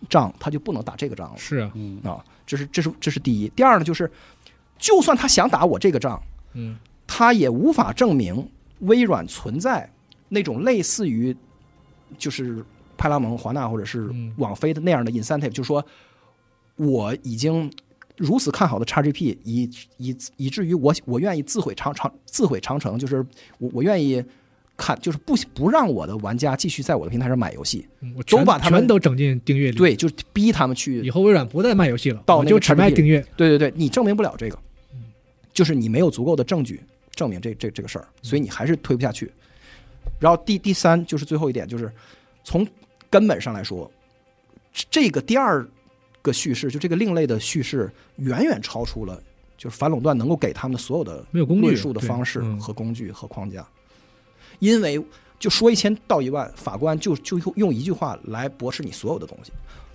仗，他就不能打这个仗了是啊嗯，啊，这是这是这是第一，第二呢就是，就算他想打我这个仗，嗯他也无法证明微软存在那种类似于就是派拉蒙、华纳或者是嗯网飞的那样的 incentive，、就是说我已经如此看好的 XGP，以以以至于我我愿意自毁长长自毁长城，就是我我愿意看就是不不让我的玩家继续在我的平台上买游戏，嗯，我都全把他们全都整进订阅里。，对，就是逼他们去以后微软不再卖游戏了，到我那就个只产品卖里订阅。对对对，你证明不了这个，就是你没有足够的证据证明这这这个事儿，所以你还是推不下去。然后第第三就是最后一点，就是从根本上来说，这这个第二个叙事，就这个另类的叙事，远远超出了就是反垄断能够给他们的所有的没有工具论述的对方式嗯和工具和框架，因为就说一千道一万，法官就就用一句话来驳斥你所有的东西。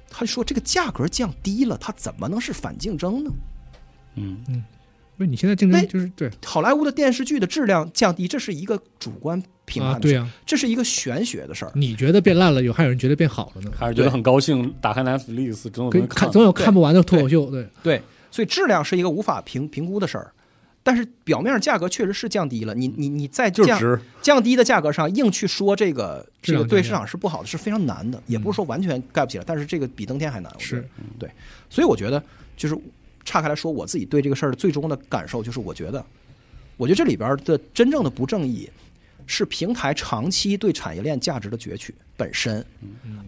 他就说这个价格降低了，它怎么能是反竞争呢？嗯，不是你现在竞对争就是对好莱坞的电视剧的质量降低，这是一个主观评啊，判的对事儿，啊，这是一个玄学的事儿。你觉得变烂了，有还有人觉得变好了呢？还是觉对得很高兴，打开 Netflix 总有可以能看总有看不完的脱口秀，对，对，所以质量是一个无法评评估的事儿。但是表面上价格确实是降低了，你你你在就是降值，降低的价格上硬去说这个质这量个降对低市场是不好的，是非常难的，也不是说完全盖不起来，但是这个比登天还难。我觉得是，所以我觉得就是岔开来说，我自己对这个事儿的最终的感受就是，我觉得，我觉得这里边儿的真正的不正义是平台长期对产业链价值的攫取本身，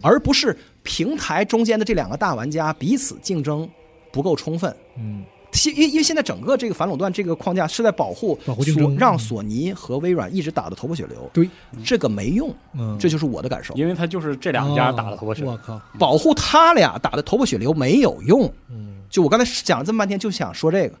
而不是平台中间的这两个大玩家彼此竞争不够充分。嗯现因因为现在整个这个反垄断这个框架是在保护保护竞索争让嗯索尼和微软一直打得头破血流，对，这个没用，嗯，这就是我的感受。因为他就是这两家打的头破血哦我流，靠，保护他俩打得头破血流没有用。嗯，就我刚才讲了这么半天，就想说这个，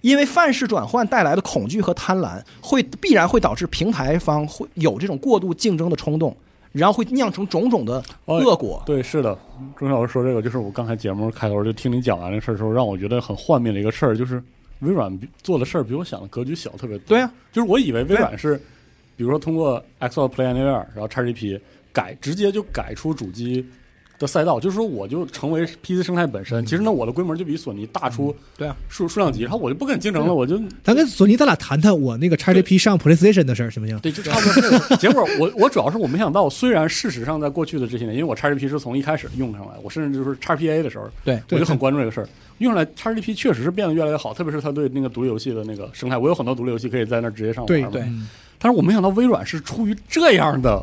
因为范式转换带来的恐惧和贪婪，会必然会导致平台方会有这种过度竞争的冲动，然后会酿成种种的哎恶果。对，是的，钟晓说这个，就是我刚才节目开头就听你讲完这事儿的时候，让我觉得很幻灭的一个事儿，就是微软比做的事儿比我想的格局小特别多。对啊，就是我以为微软是，比如说通过 Xbox Play Anywhere，然后 XGP 改，直接就改出主机的赛道，就是说我就成为 PC 生态本身。其实呢，我的规模就比索尼大出嗯对啊，数数量级，然后我就不跟你竞争了，我就咱跟索尼咱俩谈谈我那个 XGP 上 PlayStation 的事儿行不行？对，就差不多是这个。结 *laughs* 果我我主要是我没想到，虽然事实上在过去的这些年，因为我 XGP 是从一开始用上来，我甚至就是 XPA 的时候，对我对就很关注这个事儿。用上来 XGP 确实是变得越来越好，特别是它对那个独立游戏的那个生态，我有很多独立游戏可以在那儿直接上玩对嘛。对嗯但是我没想到微软是出于这样的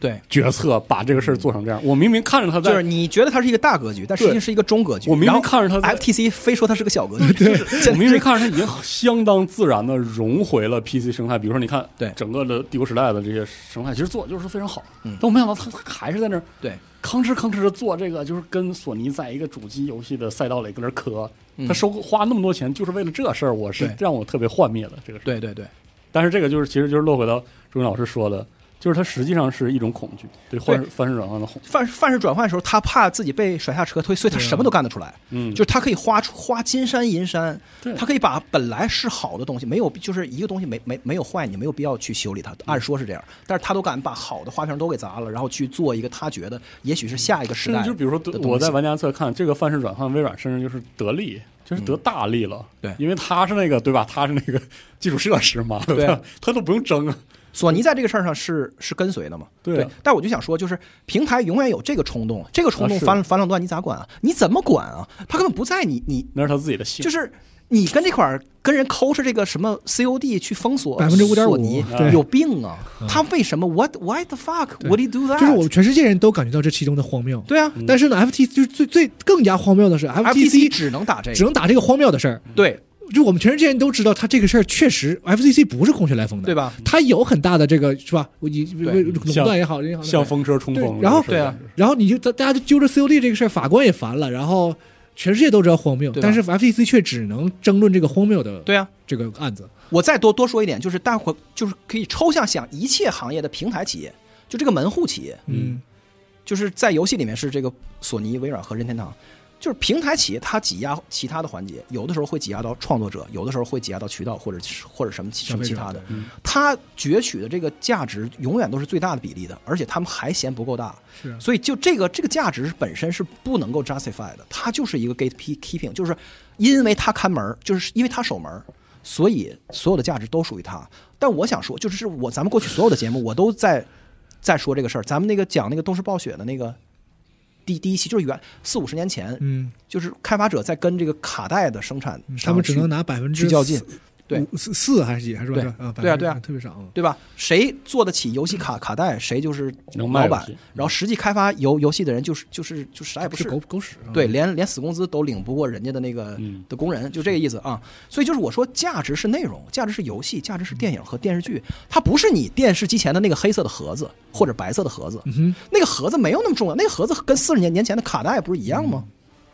对，决策把这个事儿做成这样。我明明看着它就是在，你觉得它是一个大格局，但实际对是一个中格局。我明然明后看着它在。 FTC 非说它是个小格局，对，我明明看着它已经相当自然的融回了 PC 生态，比如说你看，对整个的帝国时代的这些生态，其实做的就是非常好。嗯但我没想到它它还是在那儿对吭哧吭哧的做这个，就是跟索尼在一个主机游戏的赛道里搁那儿磕嗯，他收花那么多钱就是为了这事儿，我是对让我特别幻灭的这个事儿。对对对。但是这个就是其实就是落回到周老师说的，就是它实际上是一种恐惧，对换翻身转换的恐惧。范范式转换的时候，他怕自己被甩下车推，所以他对啊什么都干得出来。嗯，就是他可以花出花金山银山对，他可以把本来是好的东西，没有就是一个东西没没没有坏，你没有必要去修理它。按说是这样，但是他都敢把好的花瓶都给砸了，然后去做一个他觉得也许是下一个甚时代至的嗯就东西。比如说得，我在玩家侧看这个范式转换，微软甚至就是得利，就是得大利了。嗯对因为他是那个对吧？他是那个基础设施嘛，对啊吧？他都不用争啊。索尼在这个事儿上是是跟随的嘛？对啊对。但我就想说，就是平台永远有这个冲动，这个冲动啊是反反垄断你咋管啊？你怎么管啊？他根本不在你你那是他自己的性就。是你跟这块儿跟人抠是这个什么 COD 去封锁5%索尼对有病啊！他为什么 What Why the fuck would he do that？就是我嗯们全世界人都感觉到这其中的荒谬。对啊但是呢，FT 就是最最更加荒谬的是，FTC ，FTC 只能打这只个，能打这个荒谬的事儿。对就我们全世界人都知道，他这个事儿确实 FTC 不是空穴来风的，对？吧？他有很大的这个是吧？我你垄断也好，人也好，像风车冲锋对了，然后这个事儿对啊然后你就大大家就揪着 COD 这个事儿，法官也烦了，然后全世界都知道荒谬，对吧但是 FTC 却只能争论这个荒谬的对啊。这个案子。我再多多说一点，就是大伙就是可以抽象想一切行业的平台企业，就这个门户企业，嗯，就是在游戏里面是这个索尼、微软和任天堂，就是平台企业它挤压其他的环节，有的时候会挤压到创作者，有的时候会挤压到渠道或者是或者什么其什么其他的，嗯它攫取的这个价值永远都是最大的比例的，而且他们还嫌不够大，是啊所以就这个这个价值本身是不能够 justify 的，它就是一个 gatekeeping，就是因为它看门儿，就是因为它守门儿，所以所有的价值都属于它。但我想说，就是是我咱们过去所有的节目，我都在在说这个事儿。咱们那个讲那个东视暴雪的那个第第一期，就是原四五十年前，嗯，就是开发者在跟这个卡带的生产商他们只去能拿百分之去较劲，对五四四还是几还是吧对啊，对啊对百啊分之特别少啊。对吧？谁做得起游戏卡卡带，谁就是能卖老板游戏。然后实际开发游游戏的人就是就是就啥也不是狗狗屎啊！对，连连死工资都领不过人家的那个嗯的工人，就这个意思啊。所以就是我说，价值是内容，价值是游戏，价值是嗯电影和电视剧，它不是你电视机前的那个黑色的盒子或哦者白色的盒子，嗯哼那个盒子没有那么重要，那个盒子跟四十年年前的卡带不是一样吗？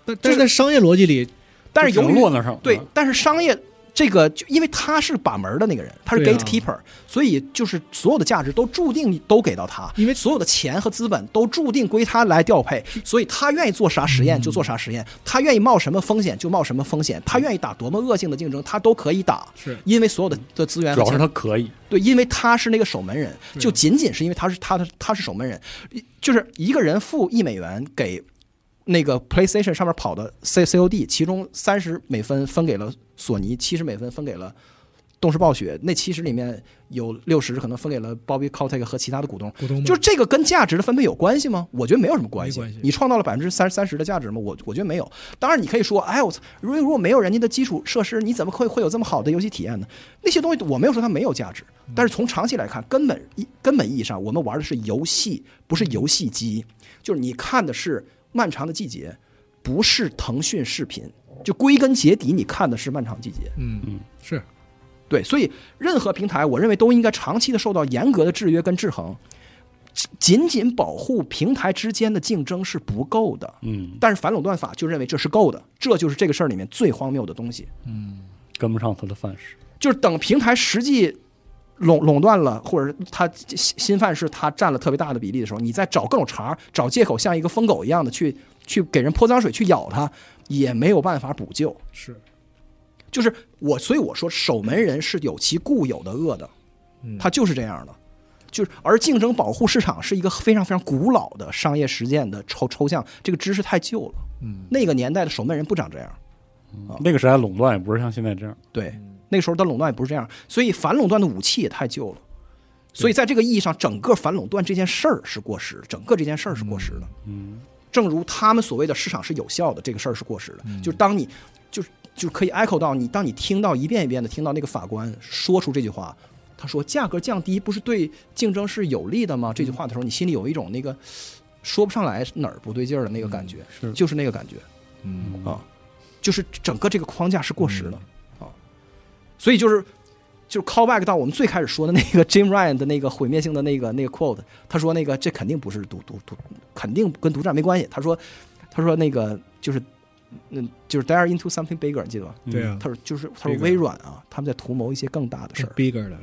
但但是在商业逻辑里，但是嗯就由只能于落那上对嗯，但是商业这个，就因为他是把门的那个人，他是对啊 gatekeeper，、所以就是所有的价值都注定都给到他，因为所有的钱和资本都注定归他来调配，所以他愿意做啥实验就做啥实验，嗯他愿意冒什么风险就冒什么风险，他愿意打多么恶性的竞争，他都可以打，是因为所有的的资源嗯主和要钱是他可以，对，因为他是那个守门人，嗯就仅仅是因为他是他的他是守门人，就是一个人付一美元给那个 PlayStation 上面跑的 C C O D，其中三十美分分给了索尼，七十美分分给了动视暴雪，那七十里面有六十可能分给了 Bobby Kotick 和其他的股东。股东们就是这个跟价值的分配有关系吗？我觉得没有什么关系。没关系你创造了百分之三三十的价值吗？我我觉得没有。当然，你可以说，哎，我操，如果如果没有人家的基础设施，你怎么会会有这么好的游戏体验呢？那些东西我没有说它没有价值，嗯但是从长期来看，根本意根本意义上，我们玩的是游戏，不是游戏机。就是你看的是《漫长的季节》，不是腾讯视频。就归根结底，你看的是《漫长的季节》。嗯嗯是对，所以任何平台，我认为都应该长期的受到严格的制约跟制衡。仅仅保护平台之间的竞争是不够的，嗯，但是反垄断法就认为这是够的，这就是这个事儿里面最荒谬的东西。跟不上他的范式。就是等平台实际垄垄断了，或者他新新范式他占了特别大的比例的时候，你再找各种茬儿、找借口，像一个疯狗一样的去去给人泼脏水、去咬它，也没有办法补救。是，就是我，所以我说守门人是有其固有的恶的，他就是这样的。就是而竞争保护市场是一个非常非常古老的商业实践的抽抽象，这个知识太旧了。嗯，那个年代的守门人不长这样。啊那个时代垄断也不是像现在这样，对，那个时候的垄断也不是这样，所以反垄断的武器也太旧了。所以在这个意义上，整个反垄断这件事儿是过时，整个这件事儿是过时的。嗯，正如他们所谓的市场是有效的，这个事儿是过时的。就是当你就是就是可以 echo 到你，当你听到一遍一遍的听到那个法官说出这句话，他说价格降低不是对竞争是有利的吗？这句话的时候，你心里有一种那个说不上来哪儿不对劲儿的那个感觉，是就是那个感觉。嗯啊，就是整个这个框架是过时的、啊，所以就是就是 callback 到我们最开始说的那个 Jim Ryan 的那个毁灭性的那个那个 quote，他说那个这肯定不是独独独，肯定跟独占没关系。他说他说那个就是嗯就是 they're into something bigger，你记得吧？嗯对啊他说就是他说 Bigger 微软啊，他们在图谋一些更大的事儿， bigger 的，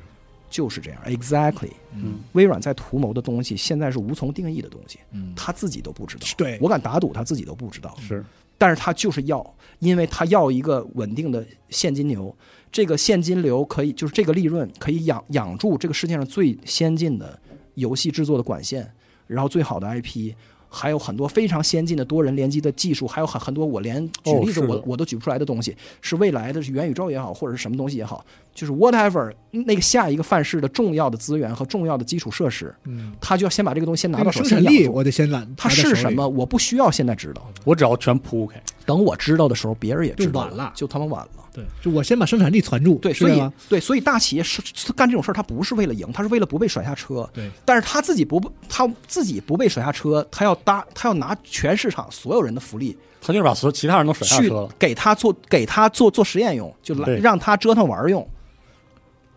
就是这样，exactly。嗯，微软在图谋的东西，现在是无从定义的东西，嗯他自己都不知道。对我敢打赌，他自己都不知嗯道。是但是他就是要，因为他要一个稳定的现金流，这个现金流可以就是这个利润可以养养住这个世界上最先进的游戏制作的管线，然后最好的 IP 还有很多非常先进的多人联机的技术，还有很很多我连举哦例子是的我、我都举不出来的东西，是未来的是元宇宙也好，或者是什么东西也好，就是 whatever 那个下一个范式的重要的资源和重要的基础设施，嗯，他就要先把这个东西先拿那到个手，哎生产先力养住我得先揽，它拿在是手什里么，？我不需要现在知道。我只要全铺开，等我知道的时候，别人也知道就晚了就他妈晚了。对，就我先把生产力攒住，对，是啊所以吧？对，所以大企业是是干这种事儿，他不是为了赢，他是为了不被甩下车。对，但是他自己不他自己不被甩下车，他要搭，他要拿全市场所有人的福利他就是把所有其他人都甩下去车了。给他做给他做做实验用，就来对让他折腾玩儿用，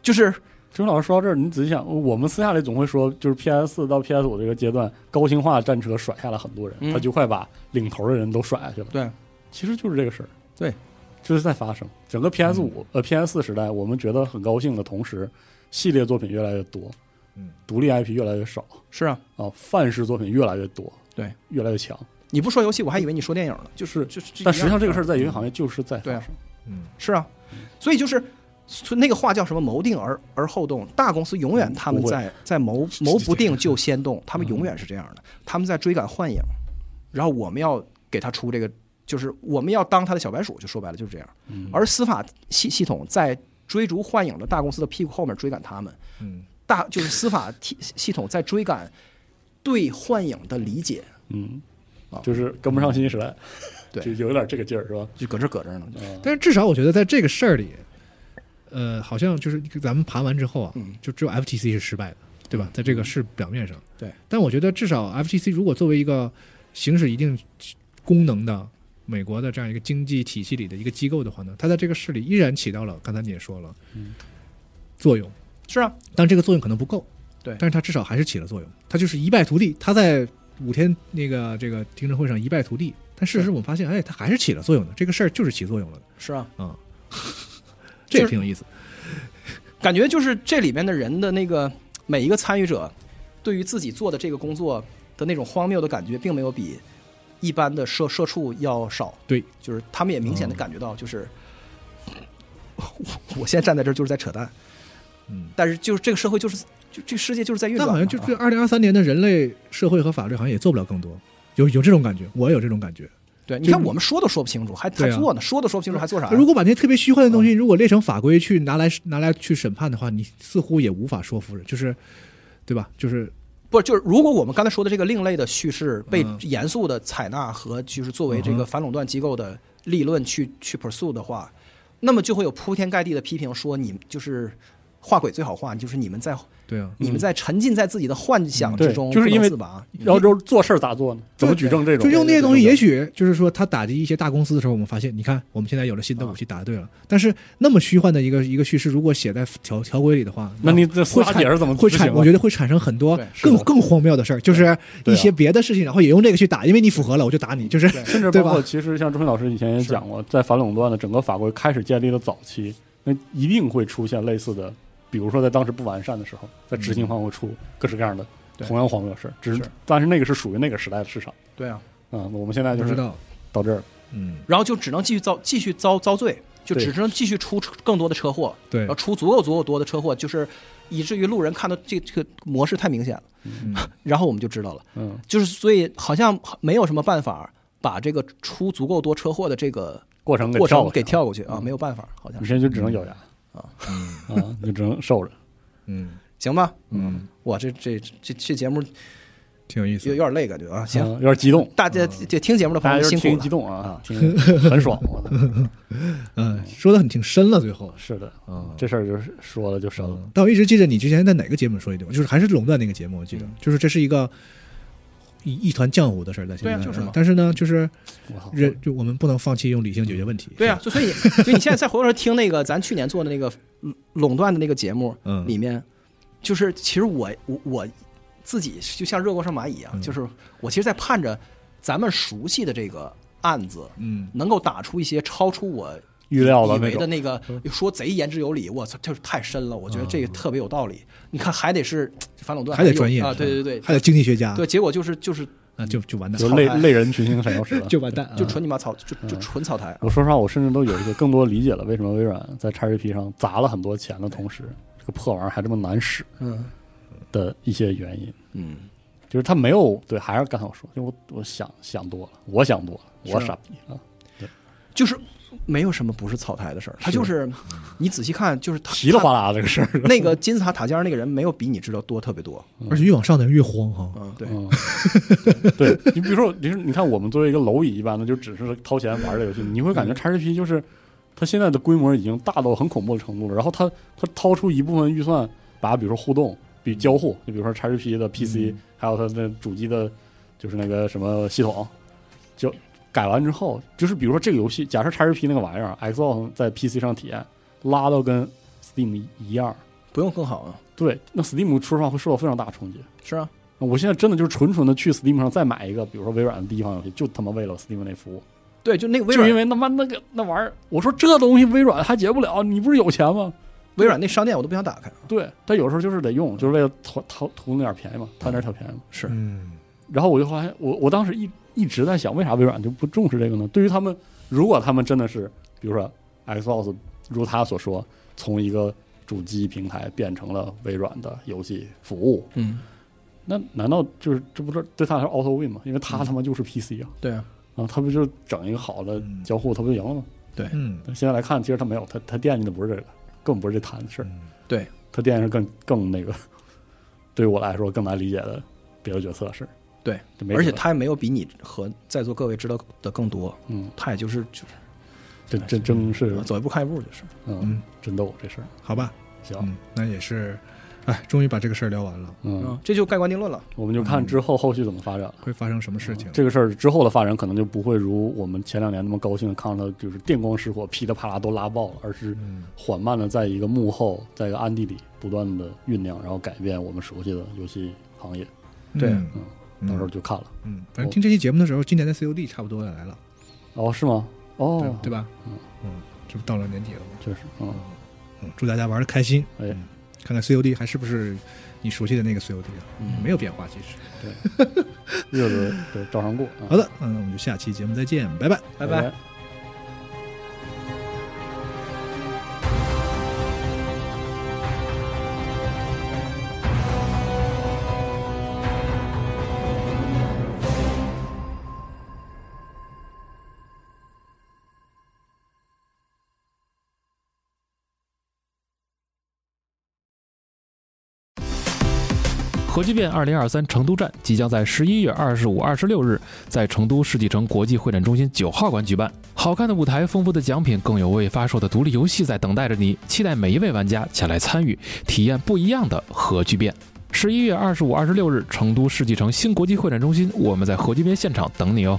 就是周老师说到这儿，你仔细想，我们私下里总会说，就是 PS 四到 PS 五这个阶段，高清化战车甩下了很多人，嗯他就快把领头的人都甩下去了。对其实就是这个事儿，对，嗯就是在发生。整个 PS 五、呃 PS 四时代，我们觉得很高兴的同时，系列作品越来越多，嗯，独立 IP 越来越少是啊，啊，范式作品越来越多，对，越来越强。你不说游戏，我还以为你说电影呢，就就是是，就是一样的，但实际上这个啊事儿在游戏行业就是在发对啊生。嗯，是啊，所以就是。所以那个话叫什么？谋定而而后动。大公司永远他们不会在在谋谋不定就先动，他们永远是这样的。他们在追赶幻影，然后我们要给他出这个，就是我们要当他的小白鼠，就说白了就是这样。嗯而司法系系统在追逐幻影的大公司的屁股后面追赶他们，嗯 *laughs* 大就是司法系系统在追赶对幻影的理解，嗯啊，就是跟不上新时代，对就有点这个劲儿，是吧？就搁这搁这呢。嗯但是至少我觉得在这个事儿里，呃，好像就是咱们盘完之后啊，嗯就只有 FTC 是失败的，对吧？在这个是表面上，对。但我觉得至少 FTC 如果作为一个行使一定功能的美国的这样一个经济体系里的一个机构的话呢，它在这个事里依然起到了刚才你也说了，嗯作用。是啊，但这个作用可能不够，对但是它至少还是起了作用。它就是一败涂地，它在五天那个这个听证会上一败涂地，但事实我们发现，哎，它还是起了作用的，这个事儿就是起作用了的是啊，嗯 *laughs* 啊、这就也是挺有意思。感觉就是这里面的人的那个每一个参与者，对于自己做的这个工作的那种荒谬的感觉，并没有比一般的社社畜要少。对，就是他们也明显的感觉到，就是、 *laughs* 我我现在站在这儿就是在扯淡，嗯，但是就是这个社会就是就这个世界就是在运但转嘛，好像就这二零二三年的人类社会和法律好像也做不了更多，有有这种感觉，我有这种感觉。对，你看我们说都说不清楚，还还对啊做呢，说都说不清楚，还做啥呀？如果把那些特别虚幻的东嗯西，如果列成法规去拿来拿来去审判的话，你似乎也无法说服人，就是对吧？就是不就是如果我们刚才说的这个另类的叙事被嗯严肃的采纳和就是作为这嗯个反垄断机构的立论去去 pursue 的话，那么就会有铺天盖地的批评说你们就是画鬼最好画，就是你们在对啊，你们在沉浸在自己的幻想之中，嗯对就是因为不能自拔。然后之后做事儿咋做呢？怎么举证这种？就用那些东西，对也许就是说，他打击一些大公司的时候，我们发现，你看，我们现在有了新嗯的武器，打得对了。但是那么虚幻的一个一个叙事，如果写在条条规里的话，那你这司会法解产释怎嗯么会执行产，啊我觉得会产生很多对是更的更荒谬的事儿，就是对一啊些别的事情，然后也用这个去打，因为你符合了，我就打你，就是甚至对包吧括其实像钟老师以前也是讲过，在反垄断的整个法规开始建立的早期，那一定会出现类似的，比如说在当时不完善的时候，在执嗯行方会出各式各样的对同样荒谬的事儿。只是是但是那个是属于那个时代的市场对 *laughs* 啊，啊、我们现在不就知是道，到这儿了，嗯，然后就只能继续遭继续遭遭罪，就对只能继续出出更多的车祸，对然后，出足够足够多的车祸，就是以至于路人看到这这个模式太明显了，嗯 *laughs* 然后我们就知道了。嗯，就是所以好像没有什么办法把这个出足够多车祸的这个过程给过跳程了给，跳过去啊，嗯没有办法，好像你是现在就只能咬牙啊啊，你就只能受着。嗯行吧？嗯，哇，这这这这节目挺有意有有思。点累，感觉啊。啊 *laughs* 行，有点激动，大家这听节目的朋大友家就是辛苦听了激。动啊，听很爽。我 *laughs* 操嗯，说的很挺深了，最后是的，嗯啊。这事儿就是说了就深了。但我一直记得你之前在哪个节目说一句，就是还是垄断那个节目，我记嗯得，就是这是一个一一团浆糊的事儿，在现对在、嗯啊就是嘛但是呢，就是我操，人就我们不能放弃用理性解决问题。对啊，就所以所以你现在再回头听那个咱去年做的那个垄垄断的那个节目嗯里面，就是其实我我我自己就像热锅上蚂蚁一样，嗯就是我其实在盼着咱们熟悉的这个案子嗯，能够打出一些超出我预料的以那为种嗯的。那个说贼言之有理，我操，就是太深了，我觉得这个特别有道理。你看，还得是反垄断，还得有专业啊，对对还对，得经济学家，对，结果就是就是啊，就就完蛋，就类类人群星闪耀时了。就完蛋， *laughs* 就啊纯你妈草，就就嗯纯草台啊。我说实话，我甚至都有一个更多理解了为什么微软在 XGP 上砸了很多钱的同时，这个破玩意儿还这么难使嗯的一些原因。嗯，就是他没有对，还是刚才我说，就我我想想多了，我想多了，我是傻逼啊！就是没有什么不是草台的事儿，他就是你仔细看，就是他稀里哗啦这个事儿，他那个金字塔塔尖儿那个人没有比你知道多特别多，啊嗯而且越往上的人越慌哈。嗯，对，嗯， *laughs* 对你比如说，你说你看我们作为一个蝼蚁一般的，就只是掏钱玩儿这游戏，你会感觉 XGP 就是它现在的规模已经大到很恐怖的程度了。然后它它掏出一部分预算，把比如说互动、比交互，就比如说 XGP 的 PC，、还有它的主机的，就是那个什么系统，就改完之后，就是比如说这个游戏，假设 XGP 那个玩意儿，Xbox 在 PC 上体验拉到跟 Steam 一样，不用更好啊，对，那 Steam 说实话会受到非常大的冲击。是啊，我现在真的就是纯纯的去 Steam 上再买一个，比如说微软的第一方游戏，就他妈为了 Steam 那服务，对，就那个微就因软为他妈那个那玩意儿，我说这东西微软还解不了，你不是有钱吗？微软那商店我都不想打开，对，但有时候就是得用，就是为了图图图那点便宜嘛，贪点小便宜嘛。是嗯，然后我就发现，我我当时一一直在想，为啥微软就不重视这个呢？对于他们，如果他们真的是，比如说 Xbox，如他所说，从一个主机平台变成了微软的游戏服务，嗯，那难道就是这不是对他来说 auto win 吗？因为嗯他他妈就是 PC 啊。对啊，啊，他不就整一个好的交互，他不就赢了吗？嗯，但现在来看，其实他没有，他他惦记的不是这个，根本不是这摊子事儿，嗯对，他惦记是更更那个，对于我来说更难理解的别的角色的事儿。对这没辙，而且他也没有比你和在座各位知道的更多，嗯，他也就是就是这这真是走一步看一步就是，嗯嗯，真逗这事儿。好吧，行，嗯，那也是，哎，终于把这个事儿聊完了，嗯嗯，，这就盖棺定论了，我们就看之后后续怎么发展了。啊会发生什么事情？这个事儿之后的发展，可能就不会如我们前两年那么高兴地看到，就是电光石火、噼里啪啦都拉爆了，而是嗯缓慢的在一个幕后，在一个暗地里不断的酝酿，然后改变我们熟悉的游戏行业。对嗯到时候就看了。嗯，反正听这期节目的时候，今年的 COD 差不多要来了，哦，是吗？对哦，对吧？吧？嗯，这不到了年底了吗？确实，嗯，嗯，祝大家玩的开心，哎，看看 COD 还是不是你熟悉的那个 COD 啊？嗯没有变化，其实。日子得照常过。好，的，嗯，我们就下期节目再见，拜拜。拜拜拜。。核聚变2023成都站即将在十一月二十五、二十六日在成都世纪城国际会展中心九号馆举办。好看的舞台、丰富的奖品，更有未发售的独立游戏在等待着你。期待每一位玩家前来参与，体验不一样的核聚变。十一月二十五、二十六日，成都世纪城新国际会展中心，我们在核聚变现场等你哦。